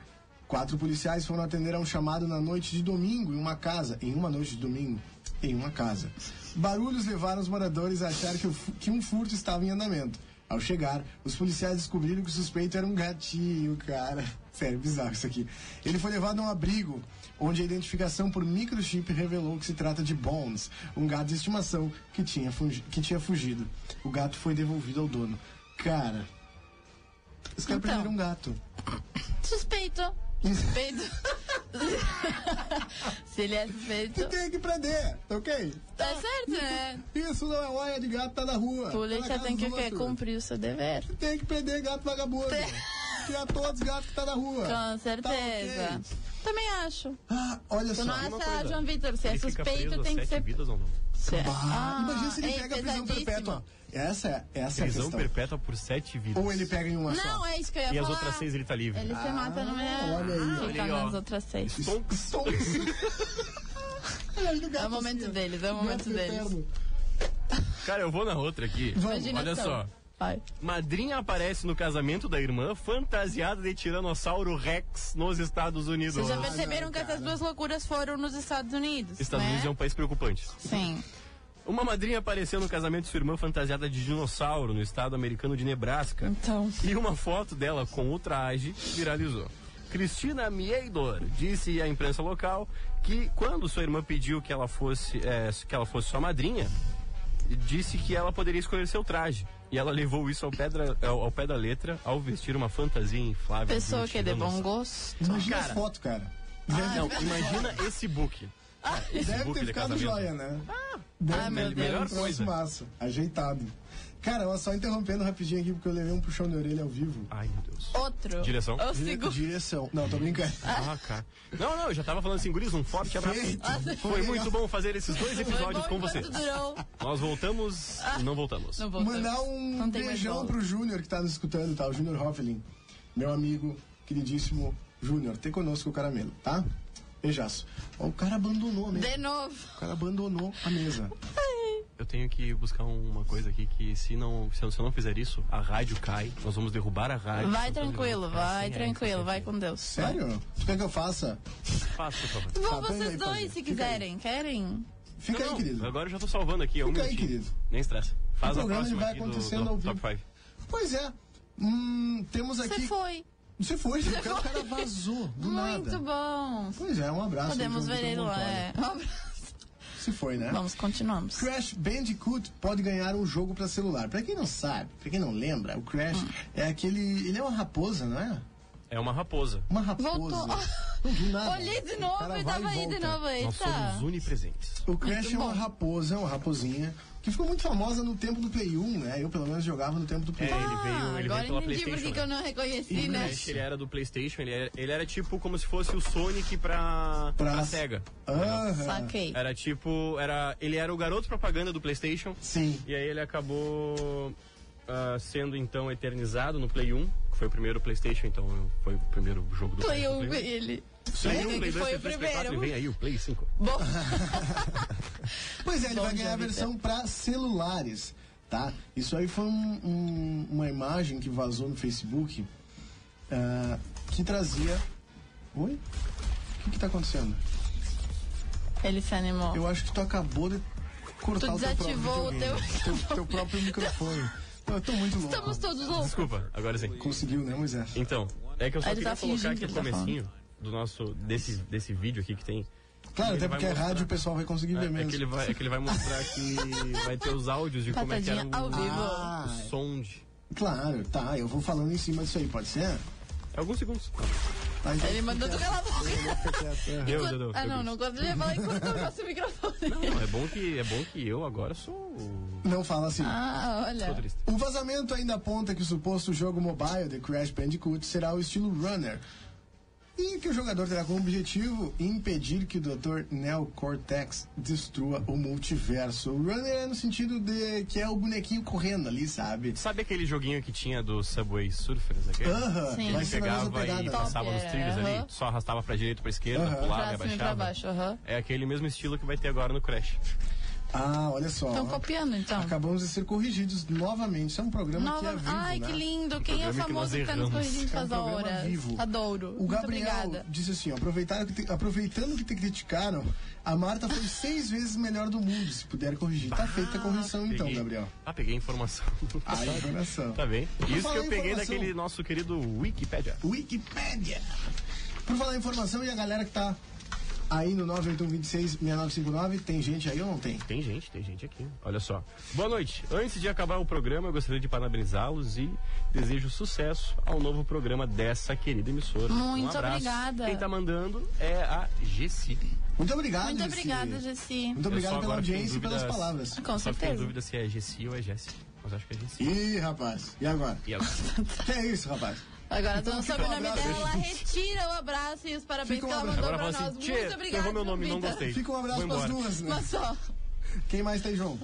Speaker 1: Quatro policiais foram atender a um chamado na noite de domingo em uma casa, em uma noite de domingo em uma casa. Barulhos levaram os moradores a achar que, o fu- que um furto estava em andamento. Ao chegar, os policiais descobriram que o suspeito era um gatinho, cara. Sério, bizarro isso aqui. Ele foi levado a um abrigo, onde a identificação por microchip revelou que se trata de Bones, um gato de estimação que tinha, fugi- que tinha fugido. O gato foi devolvido ao dono. Cara, os caras
Speaker 3: Então.
Speaker 1: prenderam um gato.
Speaker 2: é
Speaker 3: Suspeito. Suspeito. Se ele é suspeito.
Speaker 1: Tem que prender, tá ok?
Speaker 3: Tá certo, né?
Speaker 1: Isso não é hora de gato, tá na rua. tá
Speaker 3: Polícia
Speaker 1: na
Speaker 3: tem que
Speaker 1: casa
Speaker 3: o
Speaker 1: do
Speaker 3: quê?
Speaker 1: outro.
Speaker 3: Cumprir o seu dever.
Speaker 1: Tem que prender gato vagabundo.
Speaker 3: Tem.
Speaker 1: Que é todos os gatos que tá na rua.
Speaker 3: Com
Speaker 1: Tá
Speaker 3: certeza.
Speaker 1: ok.
Speaker 3: Também acho.
Speaker 1: Ah, olha
Speaker 3: Tu
Speaker 1: só.
Speaker 3: não acha, João Vitor, se é
Speaker 2: Ele fica preso
Speaker 3: suspeito,
Speaker 2: a
Speaker 3: tem que
Speaker 2: sete
Speaker 3: ser.
Speaker 2: vidas ou não?
Speaker 3: se é-
Speaker 1: Ah,
Speaker 3: Ah,
Speaker 1: imagina se ele
Speaker 3: é
Speaker 1: pega a prisão
Speaker 3: pesadíssimo.
Speaker 1: perpétua. Essa é, essa é a
Speaker 2: Prisão
Speaker 1: questão.
Speaker 2: perpétua por sete vidas.
Speaker 1: Ou ele pega em uma
Speaker 3: Não,
Speaker 1: só.
Speaker 3: é isso que eu ia
Speaker 2: E
Speaker 3: falar.
Speaker 2: as outras seis ele tá livre.
Speaker 3: Ele se mata no
Speaker 1: Ah, olha aí,
Speaker 3: meio.
Speaker 2: olha
Speaker 3: Fica
Speaker 2: aí, ó.
Speaker 3: nas outras seis.
Speaker 2: Stonks.
Speaker 1: Olha aí no gato
Speaker 3: É o momento
Speaker 1: assim,
Speaker 3: deles, é o
Speaker 1: ó.
Speaker 3: momento
Speaker 1: Gato
Speaker 3: deles.
Speaker 1: eterno.
Speaker 2: Cara, eu vou na outra aqui. Olha
Speaker 3: Imaginação.
Speaker 2: só.
Speaker 3: Vai.
Speaker 2: Madrinha aparece no casamento da irmã fantasiada de Tiranossauro Rex nos Estados Unidos.
Speaker 3: Vocês já
Speaker 2: Os
Speaker 3: perceberam que essas duas loucuras foram nos Estados Unidos?
Speaker 2: Estados
Speaker 3: né?
Speaker 2: Unidos é um país preocupante.
Speaker 3: Sim.
Speaker 2: Uma madrinha apareceu no casamento de sua irmã fantasiada de dinossauro no estado americano de Nebraska.
Speaker 3: Então.
Speaker 2: E uma foto dela com o traje viralizou. Cristina Mieidor disse à imprensa local que quando sua irmã pediu que ela fosse, eh, que ela fosse sua madrinha, disse que ela poderia escolher seu traje. E ela levou isso ao, pedra- ao- ao pé da letra ao vestir uma fantasia inflável. de um
Speaker 3: Pessoa que é de bom
Speaker 2: tiranossauro.
Speaker 3: gosto.
Speaker 1: Imagina
Speaker 2: Cara.
Speaker 1: a foto, cara.
Speaker 2: Ah, não, imagina esse book. Esse
Speaker 1: Deve
Speaker 2: book
Speaker 1: ter
Speaker 2: de
Speaker 1: ficado
Speaker 2: casamento.
Speaker 1: joia, né? Deve
Speaker 3: Ah,
Speaker 1: ter
Speaker 3: meu
Speaker 1: ficado
Speaker 3: Deus.
Speaker 2: Melhor
Speaker 1: um troço
Speaker 2: coisa.
Speaker 1: Massa, ajeitado. Cara, olha só interrompendo rapidinho aqui, porque eu levei um puxão de orelha ao vivo.
Speaker 2: Ai, meu Deus.
Speaker 3: Outro. É
Speaker 2: Direção.
Speaker 3: O segundo.
Speaker 1: Direção. Não, tô brincando.
Speaker 2: Ah, cara. Não, não, eu já tava falando assim, guris, um forte abraço.
Speaker 1: Feito.
Speaker 2: Foi muito bom fazer esses dois episódios com
Speaker 3: enquanto
Speaker 2: vocês.
Speaker 3: durou.
Speaker 2: Nós voltamos,
Speaker 3: Ah.
Speaker 2: não voltamos.
Speaker 3: Não voltamos.
Speaker 1: Mandar um
Speaker 3: Não tem mais
Speaker 1: beijão
Speaker 3: bola.
Speaker 1: pro Júnior que tá nos escutando, tá? O Júnior Hoffelin, meu amigo, queridíssimo Júnior. Tem conosco o caramelo, tá? Beijaço. Ó, o cara abandonou a mesa.
Speaker 3: De novo.
Speaker 1: O cara abandonou a mesa.
Speaker 2: Eu tenho que buscar uma coisa aqui que se não, se eu, se eu não fizer isso, a rádio cai. Nós vamos derrubar a rádio. É assim,
Speaker 3: Vai tranquilo, vai tranquilo, vai com Deus.
Speaker 1: Sério? Tu quer que eu faça?
Speaker 2: Faça, assim. por favor.
Speaker 3: Vão
Speaker 1: Tá, põe
Speaker 3: vocês
Speaker 1: aí, põe aí.
Speaker 3: dois, se
Speaker 1: Fica aí.
Speaker 3: quiserem. Querem?
Speaker 1: Fica
Speaker 2: Não,
Speaker 1: aí,
Speaker 2: não,
Speaker 1: querido.
Speaker 2: Agora eu já tô salvando aqui, é um
Speaker 1: Fica aí,
Speaker 2: minutinho.
Speaker 1: querido.
Speaker 2: Nem estressa. Faz
Speaker 1: O
Speaker 2: a
Speaker 1: programa
Speaker 2: próxima
Speaker 1: vai
Speaker 2: aqui do-
Speaker 1: acontecendo
Speaker 2: do,
Speaker 1: ao vivo.
Speaker 2: Top 5.
Speaker 1: Pois é. Hum, temos
Speaker 3: Você
Speaker 1: aqui.
Speaker 3: foi.
Speaker 1: Você foi, o cara, o cara vazou do nada.
Speaker 3: Muito bom.
Speaker 1: Pois é, um abraço.
Speaker 3: Podemos
Speaker 1: João
Speaker 3: ver ele
Speaker 1: Vitor
Speaker 3: lá.
Speaker 1: Montoya.
Speaker 3: É. Um abraço.
Speaker 1: Se foi, né?
Speaker 3: Vamos, continuamos.
Speaker 1: Crash Bandicoot pode ganhar um jogo pra celular. Pra quem não sabe, pra quem não lembra, o Crash
Speaker 3: Hum.
Speaker 1: é aquele. Ele é uma raposa, não é?
Speaker 2: É uma raposa.
Speaker 1: Uma raposa.
Speaker 3: Voltou.
Speaker 1: Não vi nada.
Speaker 3: Olhei de
Speaker 1: O
Speaker 3: novo
Speaker 1: cara
Speaker 3: e
Speaker 1: vai
Speaker 3: tava aí
Speaker 1: volta.
Speaker 3: de novo.
Speaker 2: Nós somos um.
Speaker 3: Eita.
Speaker 2: unipresentes.
Speaker 1: O Crash
Speaker 3: Muito
Speaker 1: é uma
Speaker 3: bom.
Speaker 1: raposa, é uma raposinha, que ficou muito famosa no tempo do Play 1, né? Eu, pelo menos, jogava no tempo do Play
Speaker 2: É,
Speaker 1: 1.
Speaker 2: ele veio,
Speaker 3: Ah,
Speaker 2: ele
Speaker 3: agora
Speaker 2: veio pela
Speaker 3: entendi por
Speaker 2: Playstation.
Speaker 3: que que eu não reconheci,
Speaker 2: O
Speaker 3: né?
Speaker 2: Crash, ele era do Playstation, ele era, ele era tipo como se fosse o Sonic pra, pra... SEGA.
Speaker 1: Aham.
Speaker 3: Saquei.
Speaker 2: Era tipo. Era, ele era o garoto propaganda do Playstation.
Speaker 1: Sim.
Speaker 2: E aí ele acabou ah, sendo então eternizado no Play 1, que foi o primeiro Playstation, então foi o primeiro jogo do
Speaker 3: Play
Speaker 2: Playstation.
Speaker 3: 1 ele.
Speaker 2: um. Play 1,
Speaker 3: Ele
Speaker 2: Play 2,
Speaker 3: que foi
Speaker 2: Play 3,
Speaker 3: o
Speaker 2: Play 4 e
Speaker 3: primeiro.
Speaker 2: vem aí o Play 5.
Speaker 3: Bom,
Speaker 1: Pois é, ele vai ganhar a
Speaker 3: Longevity.
Speaker 1: versão para celulares, tá? Isso aí foi um- um- uma imagem que vazou no Facebook ah, que trazia. Oi? O que, que tá acontecendo?
Speaker 3: ele se animou.
Speaker 1: Eu acho que tu acabou de cortar
Speaker 3: Tu
Speaker 1: o teu próprio
Speaker 3: desativou o
Speaker 1: videogame,
Speaker 3: teu-
Speaker 1: teu, teu próprio microfone. Eu tô muito louco.
Speaker 3: Estamos todos loucos.
Speaker 2: Desculpa, agora sim.
Speaker 1: Conseguiu, né, Moisés?
Speaker 2: Então, é que eu só
Speaker 3: Ele
Speaker 2: queria
Speaker 3: tá
Speaker 2: colocar
Speaker 3: fingindo
Speaker 2: aqui
Speaker 3: que
Speaker 2: o
Speaker 3: ele tá
Speaker 2: comecinho do nosso, desse, desse vídeo aqui que tem.
Speaker 1: Claro,
Speaker 2: Ele
Speaker 1: até
Speaker 2: vai
Speaker 1: porque é
Speaker 2: mostrar.
Speaker 1: rádio o pessoal vai conseguir ver
Speaker 2: É, é
Speaker 1: mesmo.
Speaker 2: que ele vai, é que ele vai mostrar que vai ter os áudios de como é que era
Speaker 3: Patadinha ao
Speaker 2: o,
Speaker 3: vivo.
Speaker 1: Ah,
Speaker 2: o som de...
Speaker 1: claro, tá. Eu vou falando em cima disso aí, pode ser?
Speaker 2: Alguns segundos.
Speaker 1: Tá, então
Speaker 3: Ele mandou tu calar a boca.
Speaker 1: fica quieto, é.
Speaker 2: Deu, deu, deu.
Speaker 3: Ah, não,
Speaker 2: deu.
Speaker 3: não quando ele falar enquanto eu faço o microfone.
Speaker 2: Não, é bom que é bom que eu agora sou o-
Speaker 1: Não fala assim.
Speaker 3: Ah, olha.
Speaker 2: sou triste.
Speaker 1: O vazamento ainda aponta que o suposto jogo mobile de Crash Bandicoot será o estilo Runner. E que o jogador terá como objetivo impedir que o Dr. Neo Cortex destrua o multiverso. O Runner é no sentido de que é o bonequinho correndo ali, sabe?
Speaker 2: Sabe aquele joguinho que tinha do Subway Surfers aquele?
Speaker 1: Aham,
Speaker 3: Sim.
Speaker 1: vai
Speaker 2: Ele
Speaker 1: ser na mesma
Speaker 2: pegava e
Speaker 1: é pegada. né?
Speaker 2: passava
Speaker 3: Top,
Speaker 2: nos trilhos
Speaker 3: é,
Speaker 2: ali,
Speaker 3: aham.
Speaker 2: só arrastava pra direita, pra esquerda,
Speaker 1: Aham.
Speaker 2: pulava
Speaker 3: Pra
Speaker 2: e
Speaker 3: cima e pra
Speaker 2: abaixava.
Speaker 3: baixo, aham.
Speaker 2: É aquele mesmo estilo que vai ter agora no Crash.
Speaker 1: Ah, olha só.
Speaker 3: Estão copiando, então.
Speaker 1: Acabamos de ser corrigidos novamente. Isso é um programa que é
Speaker 3: Nova...
Speaker 1: vivo,
Speaker 3: Ai,
Speaker 1: né?
Speaker 3: que lindo. Quem é o
Speaker 2: programa que nós
Speaker 3: famoso que tá nos
Speaker 2: erramos.
Speaker 3: corrigindo
Speaker 1: É um
Speaker 3: faz a
Speaker 1: programa
Speaker 3: hora?
Speaker 1: vivo.
Speaker 3: Adoro.
Speaker 1: O
Speaker 3: Muito
Speaker 1: Gabriel
Speaker 3: obrigada.
Speaker 1: disse assim: ó, aproveitaram que te- aproveitando que te criticaram, a Marta foi seis vezes melhor do mundo. Se puder corrigir, tá feita a correção então,
Speaker 2: Peguei-
Speaker 1: Gabriel.
Speaker 2: Ah, peguei a informação.
Speaker 1: A informação.
Speaker 2: tá bem. Isso que
Speaker 1: falar em
Speaker 2: eu peguei
Speaker 1: informação.
Speaker 2: daquele nosso querido Wikipedia.
Speaker 1: Wikipédia. Por falar em informação e a galera que tá aí no 981266959, tem gente aí ou não tem?
Speaker 2: Tem gente, tem gente aqui. Olha só. Boa noite. Antes de acabar o programa, eu gostaria de parabenizá-los e desejo sucesso ao novo programa dessa querida emissora.
Speaker 3: Muito
Speaker 2: um abraço.
Speaker 3: obrigada.
Speaker 2: Quem tá mandando é a Gessi.
Speaker 1: Muito obrigado,
Speaker 3: Muito
Speaker 1: Gessi.
Speaker 3: obrigada, Jessi.
Speaker 1: Muito obrigado
Speaker 2: Eu só
Speaker 1: pela
Speaker 2: agora fiquei em
Speaker 1: audiência e pelas
Speaker 2: dúvida-
Speaker 1: palavras.
Speaker 3: Com
Speaker 2: Só fiquei em
Speaker 3: certeza.
Speaker 2: dúvida se é Gessi ou é Jessi. Mas acho que é Gessi.
Speaker 1: Ih, rapaz, e agora?
Speaker 2: E agora?
Speaker 1: Que é isso, rapaz?
Speaker 3: Agora tu não
Speaker 1: fica
Speaker 3: sabe o
Speaker 1: um
Speaker 3: nome
Speaker 1: abraço.
Speaker 3: dela, ela retira o abraço e os parabéns
Speaker 1: Fica um
Speaker 3: que ela
Speaker 1: abraço.
Speaker 3: mandou
Speaker 2: Agora
Speaker 3: pra
Speaker 2: fala
Speaker 3: nós.
Speaker 2: assim, tchê,
Speaker 3: Muito obrigada.
Speaker 2: ferrou meu nome, não
Speaker 3: Pita."
Speaker 2: gostei.
Speaker 1: Fica um abraço
Speaker 2: Vou
Speaker 1: pras
Speaker 2: embora.
Speaker 1: duas, né?
Speaker 3: Mas só.
Speaker 1: Quem mais tem, João?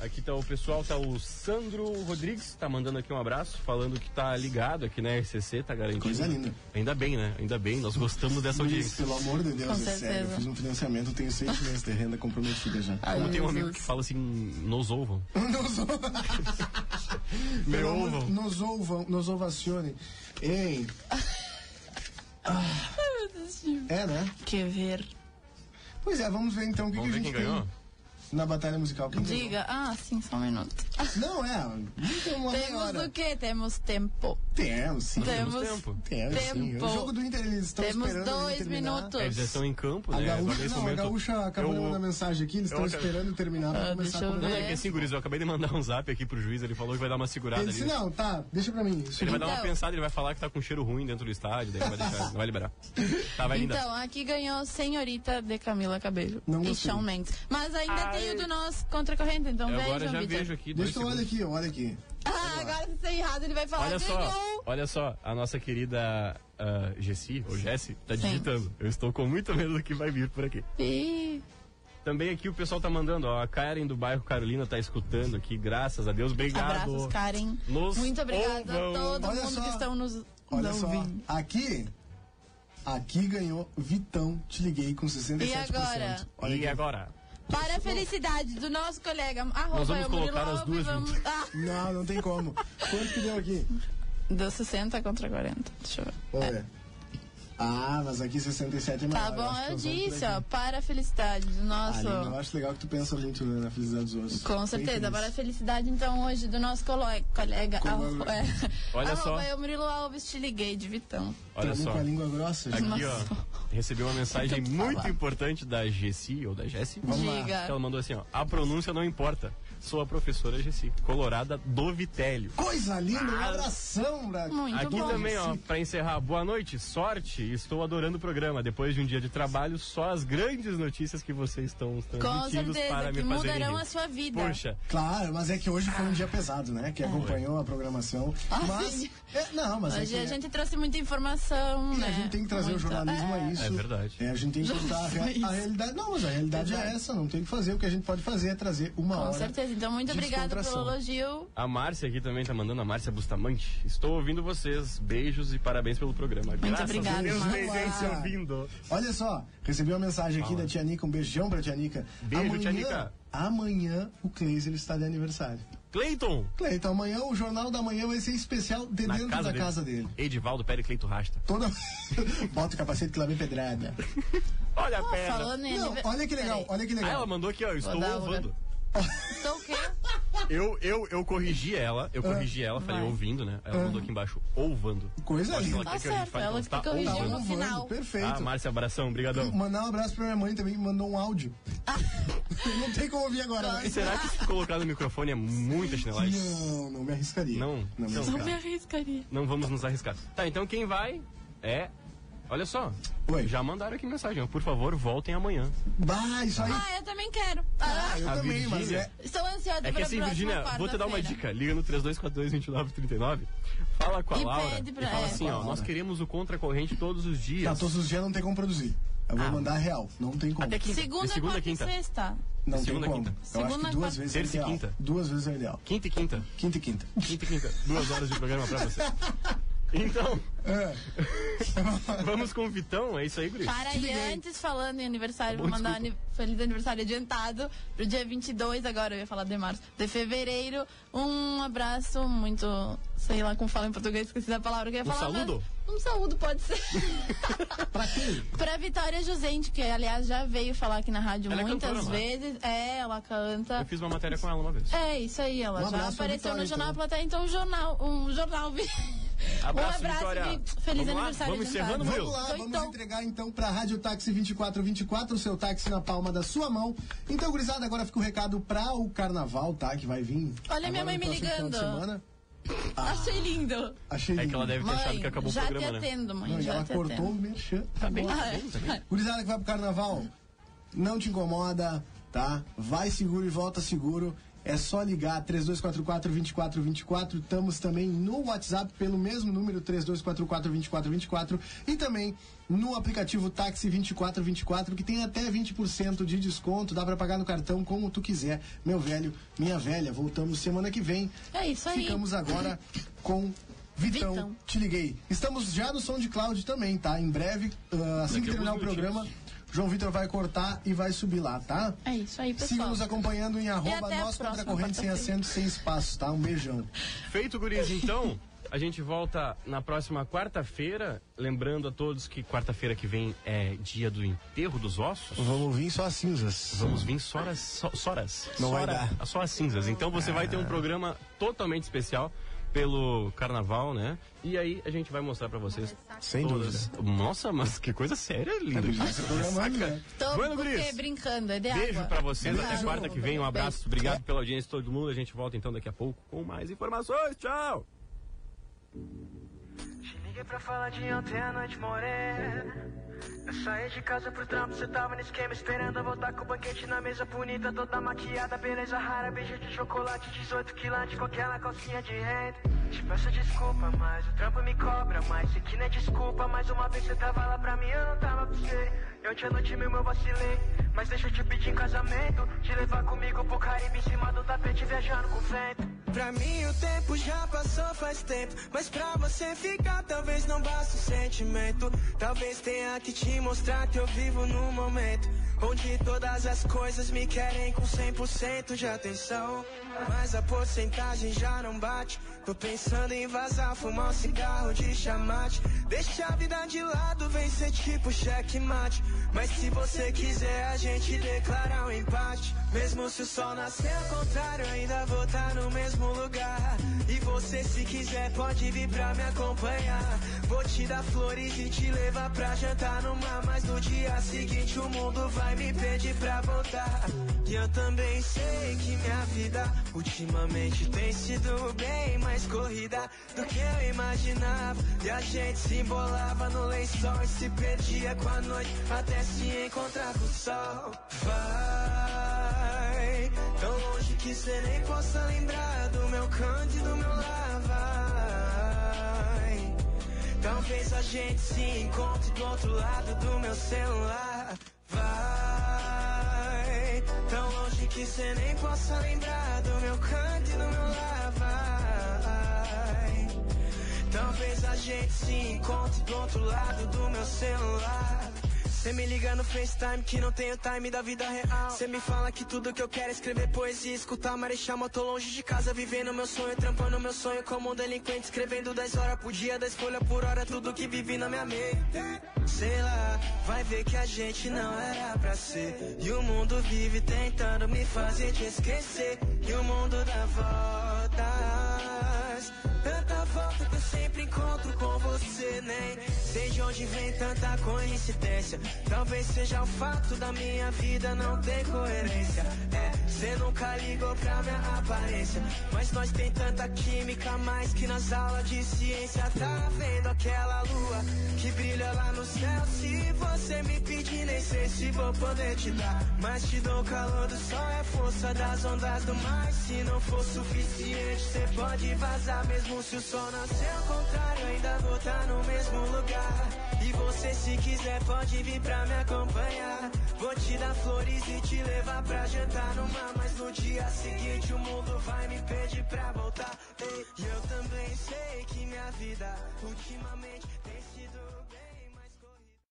Speaker 2: Aqui tá o pessoal, tá o Sandro Rodrigues, tá mandando aqui um abraço, falando que tá ligado aqui na RCC, tá garantido.
Speaker 1: Coisa linda.
Speaker 2: Ainda bem, né? Ainda bem, nós gostamos dessa
Speaker 1: Luiz,
Speaker 2: audiência.
Speaker 1: pelo amor de Deus,
Speaker 3: Com
Speaker 1: é
Speaker 3: certeza.
Speaker 1: sério. Eu fiz um financiamento, eu tenho seis meses de renda comprometida já.
Speaker 3: Ai,
Speaker 2: Como tem um
Speaker 3: Jesus.
Speaker 2: amigo que fala assim, nos ouvam.
Speaker 1: Nos,
Speaker 2: Me
Speaker 1: pelo amor-
Speaker 2: ouvam.
Speaker 1: nos ouvam, nos ovacione. Ei, é, né?
Speaker 3: Quer ver?
Speaker 1: Pois é, vamos ver então o que, que
Speaker 2: Vamos
Speaker 1: a
Speaker 2: ver
Speaker 1: gente
Speaker 2: quem
Speaker 1: tem
Speaker 2: ganhou?
Speaker 1: na batalha musical. Quem ganhou?
Speaker 3: Diga. Ah, sim, só um minuto.
Speaker 1: Não, é. não Tem uma meia
Speaker 3: Temos
Speaker 1: hora.
Speaker 3: o quê? Temos tempo.
Speaker 1: Temos, sim.
Speaker 3: Temos-
Speaker 2: Temos tempo.
Speaker 1: Temos, sim.
Speaker 3: Tempo.
Speaker 1: O jogo do Inter, eles estão
Speaker 3: Temos
Speaker 1: esperando ele
Speaker 3: dois
Speaker 1: terminar.
Speaker 3: minutos.
Speaker 2: É, Eles já estão em campo,
Speaker 1: A
Speaker 2: né? Agora
Speaker 1: Gaúcha,
Speaker 2: nesse
Speaker 1: não, a
Speaker 2: momento,
Speaker 1: Gaúcha acabou de
Speaker 2: eu-
Speaker 1: mandar mensagem aqui, eles
Speaker 2: eu
Speaker 1: estão
Speaker 2: acabei-
Speaker 1: esperando terminar pra
Speaker 3: Ah,
Speaker 1: começar
Speaker 3: deixa
Speaker 1: a
Speaker 3: eu
Speaker 2: Não,
Speaker 1: conversar.
Speaker 2: é que assim, guris, eu acabei de mandar um zap aqui pro juiz, ele falou que vai dar uma segurada
Speaker 1: Ele
Speaker 2: ali.
Speaker 1: disse, não, tá, deixa pra mim.
Speaker 2: Ele vai dar uma
Speaker 3: Então.
Speaker 2: pensada, ele vai falar que tá com cheiro ruim dentro do estádio, daí ele vai deixar, não vai liberar. Tá, vai linda.
Speaker 3: Então, aqui ganhou Senhorita de Camila Cabello
Speaker 1: Não
Speaker 3: e
Speaker 1: gostei.
Speaker 3: Shawn Mendes. Mas ainda tem o do nosso contra a corrente, então
Speaker 2: Eu
Speaker 3: vejam,
Speaker 2: agora já
Speaker 3: Vitor.
Speaker 2: vejo aqui. dois
Speaker 1: Deixa eu olhar
Speaker 2: segundos.
Speaker 1: aqui, olha aqui.
Speaker 3: Ah, agora se você errado, ele vai falar
Speaker 2: Olha
Speaker 3: ganhou.
Speaker 2: só, olha só, a nossa querida ah, Gessi, ou Jessi, tá
Speaker 3: Sim.
Speaker 2: digitando. Eu estou com muito medo do que vai vir por aqui.
Speaker 3: Ih,
Speaker 2: Também aqui o pessoal tá mandando, ó, a Karen do bairro Carolina tá escutando aqui, graças a Deus, obrigado.
Speaker 3: abraços, Karen.
Speaker 2: Nos
Speaker 3: Muito obrigada
Speaker 2: ouvam.
Speaker 3: a todo
Speaker 1: Olha
Speaker 3: mundo
Speaker 1: só.
Speaker 3: que estão nos
Speaker 1: Olha
Speaker 3: nos
Speaker 1: só,
Speaker 3: ouvindo.
Speaker 1: aqui. Aqui ganhou Vitão, te liguei com 67%.
Speaker 3: E agora?
Speaker 1: Olha
Speaker 2: e
Speaker 1: aqui.
Speaker 2: agora?
Speaker 3: Para a felicidade do nosso colega, arroba
Speaker 2: vamos
Speaker 3: eu, Murilo
Speaker 2: colocar as
Speaker 3: Alves,
Speaker 2: duas
Speaker 3: vamos...
Speaker 2: juntas.
Speaker 3: Ah,
Speaker 1: Não, não tem como. Quanto que deu aqui?
Speaker 3: deu 60 contra 40, deixa eu ver.
Speaker 1: Olha. Ah, mas aqui 67 é
Speaker 3: Tá
Speaker 1: maior.
Speaker 3: bom,
Speaker 1: acho
Speaker 3: eu
Speaker 1: que vou por
Speaker 3: disse,
Speaker 1: aqui.
Speaker 3: ó, para a felicidade do nosso.
Speaker 1: Aline, eu acho legal que tu pensa muito né, na felicidade dos outros.
Speaker 3: Com
Speaker 1: Bem
Speaker 3: certeza.
Speaker 1: feliz.
Speaker 3: Para a felicidade, então, hoje do nosso colo- colega.
Speaker 1: Como
Speaker 3: arroba- é,
Speaker 2: Olha só.
Speaker 3: arroba eu, Murilo Alves, te liguei de Vitão.
Speaker 2: Olha
Speaker 1: Tamo
Speaker 2: só.
Speaker 1: Tá com a língua grossa. gente.
Speaker 2: Aqui, ó. Recebi uma mensagem
Speaker 3: Vamos
Speaker 2: muito
Speaker 3: falar.
Speaker 2: importante da Gessi, ou da Jessi.
Speaker 1: lá.
Speaker 3: Diga.
Speaker 2: Ela mandou assim, ó. A pronúncia não importa. Sou a professora Gessi, colorada do Vitélio.
Speaker 1: Coisa linda, um abração, Braga.
Speaker 3: Ah. Muito
Speaker 2: Aqui
Speaker 3: bom.
Speaker 2: também, ó, pra encerrar, boa noite, sorte, estou adorando o programa. Depois de um dia de trabalho, só as grandes notícias que vocês estão
Speaker 3: Com
Speaker 2: transmitindo para
Speaker 3: certeza,
Speaker 2: me
Speaker 3: que
Speaker 2: fazer
Speaker 3: mudarão
Speaker 2: rir.
Speaker 3: a sua vida.
Speaker 2: Poxa,
Speaker 1: Claro, mas é que hoje foi um dia pesado, né? Que acompanhou a programação.
Speaker 3: Ah,
Speaker 1: Mas.
Speaker 3: sim.
Speaker 1: É, não, mas é
Speaker 3: Hoje
Speaker 1: que
Speaker 3: a gente trouxe muita informação,
Speaker 1: A
Speaker 3: né?
Speaker 1: gente tem que trazer o
Speaker 3: Muita-
Speaker 1: jornalismo
Speaker 3: é.
Speaker 1: a isso.
Speaker 2: É verdade.
Speaker 1: É, a gente tem que contar a, rea- a realidade. Não, mas a realidade é
Speaker 3: Verdade.
Speaker 1: essa, não tem o que fazer. O que a gente pode fazer é trazer uma hora.
Speaker 3: Com certeza. Então, muito
Speaker 1: de
Speaker 3: obrigada
Speaker 1: descontração.
Speaker 3: pelo elogio.
Speaker 2: a Márcia aqui também tá mandando, a Márcia Bustamante. Estou ouvindo vocês, beijos e parabéns pelo programa. Muito
Speaker 3: obrigada,
Speaker 2: Deus,
Speaker 3: Márcia.
Speaker 2: tem gente ouvindo.
Speaker 1: Olha só, recebi uma mensagem aqui da Tia Nica, um beijão pra Tia Nica.
Speaker 2: Beijo,
Speaker 1: amanhã,
Speaker 2: Tia Nica.
Speaker 1: Amanhã o Cleis ele está de aniversário.
Speaker 2: Cleiton,
Speaker 1: Cleiton, amanhã o Jornal da Manhã vai ser especial de
Speaker 2: na
Speaker 1: dentro
Speaker 2: casa
Speaker 1: da
Speaker 2: dele.
Speaker 1: casa dele.
Speaker 2: Edivaldo Pericleito Rasta.
Speaker 1: Toda... Bota o capacete que lá vem pedrada.
Speaker 2: Olha a
Speaker 3: Pô,
Speaker 2: pedra.
Speaker 3: falando em
Speaker 1: Não,
Speaker 3: aniver-
Speaker 1: olha que legal,
Speaker 3: É Peraí.
Speaker 1: olha que
Speaker 2: Ah, ela
Speaker 1: legal.
Speaker 2: mandou aqui, ó, eu estou
Speaker 3: dar o
Speaker 2: louvando.
Speaker 3: Então, o quê?
Speaker 2: Eu, eu, eu corrigi ela, eu corrigi
Speaker 1: Ah,
Speaker 2: ela, falei
Speaker 3: Vai.
Speaker 2: ouvindo, né? Ela mandou aqui embaixo, ouvando.
Speaker 1: Coisa
Speaker 2: Eu acho que
Speaker 1: linda. Tá um
Speaker 2: ela quer
Speaker 3: Tá
Speaker 2: que a gente
Speaker 3: certo,
Speaker 2: fale,
Speaker 3: ela
Speaker 2: então,
Speaker 3: que corrigiu
Speaker 2: ouvando.
Speaker 3: no final.
Speaker 1: Perfeito.
Speaker 2: Ah, Márcia, abração,
Speaker 3: Então.
Speaker 2: brigadão.
Speaker 1: Mandar um abraço pra minha mãe também, que mandou um áudio. não tem como ouvir agora, né?
Speaker 2: E será que se colocar no microfone é muita chinelagem?
Speaker 1: Não, não me arriscaria.
Speaker 2: Não?
Speaker 1: não me
Speaker 2: Não.
Speaker 3: Não
Speaker 1: arriscaria.
Speaker 3: me arriscaria.
Speaker 2: Não vamos nos arriscar. Tá, então quem vai é... Olha só,
Speaker 1: Oi.
Speaker 2: já mandaram aqui mensagem, ó, por favor, voltem amanhã.
Speaker 1: Bah, isso aí.
Speaker 3: Ah, eu também quero. Ah,
Speaker 1: eu
Speaker 2: a
Speaker 1: também, mas
Speaker 2: Virgínia-
Speaker 1: é.
Speaker 3: estou ansiosa
Speaker 2: É que
Speaker 3: para
Speaker 2: assim,
Speaker 3: a próxima
Speaker 2: Virginia, vou te dar uma
Speaker 3: quarta-feira.
Speaker 2: dica. Liga no 32422939, fala com a
Speaker 3: E
Speaker 2: Laura
Speaker 3: pede pra
Speaker 2: e fala
Speaker 3: ela.
Speaker 2: assim, ó, nós queremos o contra-corrente todos os
Speaker 1: Tá,
Speaker 2: dias.
Speaker 1: todos os dias não tem como produzir. Eu vou
Speaker 2: Ah.
Speaker 1: mandar real, não tem como.
Speaker 2: Até É quinta.
Speaker 3: Segunda,
Speaker 2: De segunda a
Speaker 3: quarta
Speaker 2: quinta.
Speaker 3: e sexta.
Speaker 1: Não
Speaker 2: segunda,
Speaker 1: tem como.
Speaker 2: quinta.
Speaker 1: Eu acho
Speaker 3: Segunda,
Speaker 1: que duas
Speaker 3: quarta-
Speaker 1: vezes
Speaker 2: Terça e
Speaker 1: é ideal.
Speaker 2: quinta.
Speaker 1: Duas vezes é ideal.
Speaker 2: Quinta e quinta.
Speaker 1: Quinta e quinta.
Speaker 2: Quinta e quinta. Duas horas de programa pra você. Então, vamos com o Vitão, é isso aí, Guri?
Speaker 3: Para e antes, falando em
Speaker 2: Tá
Speaker 3: aniversário, vou mandar um ani- feliz aniversário adiantado pro dia 22, agora eu ia falar de março, de fevereiro. Um abraço muito, sei lá como fala em português, esqueci da palavra que eu ia
Speaker 2: Um
Speaker 3: falar. mas-
Speaker 2: saúdo?
Speaker 3: Um saúdo, pode ser. pra Vitória Jusente, que aliás já veio falar aqui na rádio
Speaker 2: Ela é
Speaker 3: muitas
Speaker 2: cantora, não é?
Speaker 3: vezes. É, ela canta.
Speaker 2: Eu fiz uma matéria com ela uma vez.
Speaker 3: É, isso aí, ela
Speaker 1: Um
Speaker 3: já
Speaker 1: abraço pra
Speaker 3: apareceu
Speaker 1: Vitória,
Speaker 3: no Jornal
Speaker 1: então.
Speaker 3: Plateia, então um jornal, um jornal. vi-
Speaker 2: Abraço,
Speaker 3: um abraço
Speaker 2: Vitória.
Speaker 3: e
Speaker 2: Vamos
Speaker 3: feliz
Speaker 2: lá?
Speaker 3: aniversário.
Speaker 2: Vamos
Speaker 3: adiantado.
Speaker 2: encerrando, Murilo?
Speaker 1: Vamos lá, vamos
Speaker 3: Então,
Speaker 1: entregar então pra Rádio Táxi 2424, o seu táxi na palma da sua mão. Então, gurizada, agora fica o recado pra o carnaval, tá? Que vai vir.
Speaker 3: Olha minha
Speaker 1: agora no
Speaker 3: mãe me
Speaker 1: próximo final de
Speaker 3: ligando.
Speaker 1: semana.
Speaker 3: achei lindo.
Speaker 1: Achei
Speaker 2: É que
Speaker 1: lindo.
Speaker 2: ela deve ter achado
Speaker 3: Mãe,
Speaker 2: que acabou o
Speaker 3: já é te
Speaker 2: programa, né?
Speaker 3: atendo, mãe.
Speaker 1: Não, e
Speaker 3: já
Speaker 1: ela
Speaker 3: te
Speaker 1: cortou o
Speaker 3: atendo.
Speaker 1: merchan.
Speaker 2: Tá bem, tá
Speaker 3: Ah,
Speaker 2: bem, tá bem.
Speaker 1: Gurizada que vai pro carnaval, não te incomoda, tá? Vai seguro e volta seguro. É só ligar 3244-2424. Estamos também no WhatsApp pelo mesmo número 3244-2424 e também no aplicativo Táxi 2424 que tem até 20% de desconto. Dá pra pagar no cartão como tu quiser. Meu velho, minha velha, voltamos semana que vem.
Speaker 3: É isso aí.
Speaker 1: Ficamos agora com Vitão,
Speaker 3: Vitão.
Speaker 1: Te Liguei. Estamos já no som de Cloud também, tá? Em breve, ah, assim que
Speaker 2: Daqui a
Speaker 1: terminar o
Speaker 2: alguns
Speaker 1: programa, João Vitor vai cortar e vai subir lá, tá?
Speaker 3: É isso aí, pessoal.
Speaker 1: Siga nos acompanhando em arroba
Speaker 3: até a
Speaker 1: nós contra
Speaker 3: próxima
Speaker 1: a corrente sem
Speaker 3: quarta-feira.
Speaker 1: acento, sem espaço, tá? Um beijão.
Speaker 2: Feito, guris, então, a gente volta na próxima quarta-feira. Lembrando a todos que quarta-feira que vem é dia do enterro dos ossos.
Speaker 1: Vamos ouvir só assim, as cinzas.
Speaker 2: Vamos vir soras, so- soras,
Speaker 1: Não vai
Speaker 2: Sora-
Speaker 1: dar. Ah.
Speaker 2: só as cinzas. Então você vai ter um programa totalmente especial pelo carnaval, né? E aí a gente vai mostrar pra vocês
Speaker 1: Sem
Speaker 2: todas. Nossa, mas que coisa séria, lindo.
Speaker 1: Esse programa é né?
Speaker 3: Tô
Speaker 2: Bueno,
Speaker 3: o quê?
Speaker 2: guris.
Speaker 3: brincando, é de
Speaker 2: Beijo
Speaker 3: água.
Speaker 2: pra vocês, até
Speaker 1: Beijo.
Speaker 2: quarta que vem. Um abraço,
Speaker 1: É.
Speaker 2: obrigado pela audiência de todo mundo. A gente volta então daqui a pouco com mais informações. Tchau!
Speaker 10: Te liguei pra falar de ontem à noite, morena. Eu saí de casa pro trampo, cê tava no esquema esperando eu voltar com o banquete na mesa bonita, toda maquiada, beleza rara, beijo de chocolate, 18 quilates com aquela calcinha de renda. Te peço desculpa, mas o trampo me cobra, mas isso aqui não é desculpa, mais uma vez cê tava lá pra mim, eu não tava pra você. Eu te no time, meu vacilei, mas deixa eu te pedir em casamento, te levar comigo pro Caribe em cima do tapete viajando com o vento.
Speaker 11: Pra mim o tempo já passou faz tempo, mas pra você ficar talvez não basta o sentimento. Talvez tenha que te mostrar que eu vivo no momento onde todas as coisas me querem com 100% de atenção. Mas a porcentagem já não bate. Tô pensando em vazar, fumar um cigarro de chamate. Deixa a vida de lado, vem ser tipo checkmate. Mas se você quiser, a gente declara um empate. Mesmo se o sol nascer ao contrário, ainda vou estar no mesmo lugar. E você, se quiser, pode vir pra me acompanhar. Vou te dar flores e te levar pra jantar no mar. Mas no dia seguinte, o mundo vai me pedir pra voltar. E eu também sei que minha vida ultimamente tem sido bem mais corrida do que eu imaginava. E a gente se embolava no lençol e se perdia com a noite até se encontrar com o sol. Vai tão longe que cê nem possa lembrar do meu canto e do meu lar. Vai. Talvez a gente se encontre do outro lado do meu celular. Vai tão longe que cê nem possa lembrar do meu canto e do meu lar. Vai. Talvez a gente se encontre do outro lado do meu celular. Cê me liga no FaceTime que não tenho time da vida real. Cê me fala que tudo que eu quero é escrever poesia, escutar marechal, mas tô longe de casa, vivendo meu sonho, trampando meu sonho como um delinquente, escrevendo 10 horas por dia, 10 folhas por hora, tudo que vivi na minha mente. Sei lá, vai ver que a gente não era pra ser. E o mundo vive tentando me fazer te esquecer. E o mundo dá voltas. Tanta volta que eu sempre encontro com você, nem sei de onde vem tanta coincidência. Talvez seja o fato da minha vida não ter coerência. É, cê nunca ligou pra minha aparência. Mas nós tem tanta química, mais que nas aulas de ciência. Tá vendo aquela lua que brilha lá no céu? Se você me pedir, nem sei se vou poder te dar. Mas te dou o calor do sol, é a força das ondas do mar. Se não for suficiente, cê pode vazar mesmo se o sol nascer ao contrário, ainda vou tá no mesmo lugar. E você, se quiser, pode vir pra me acompanhar. Vou te dar flores e te levar pra jantar no mar. Mas no dia seguinte, o mundo vai me pedir pra voltar. Ei, E eu também sei que minha vida ultimamente tem.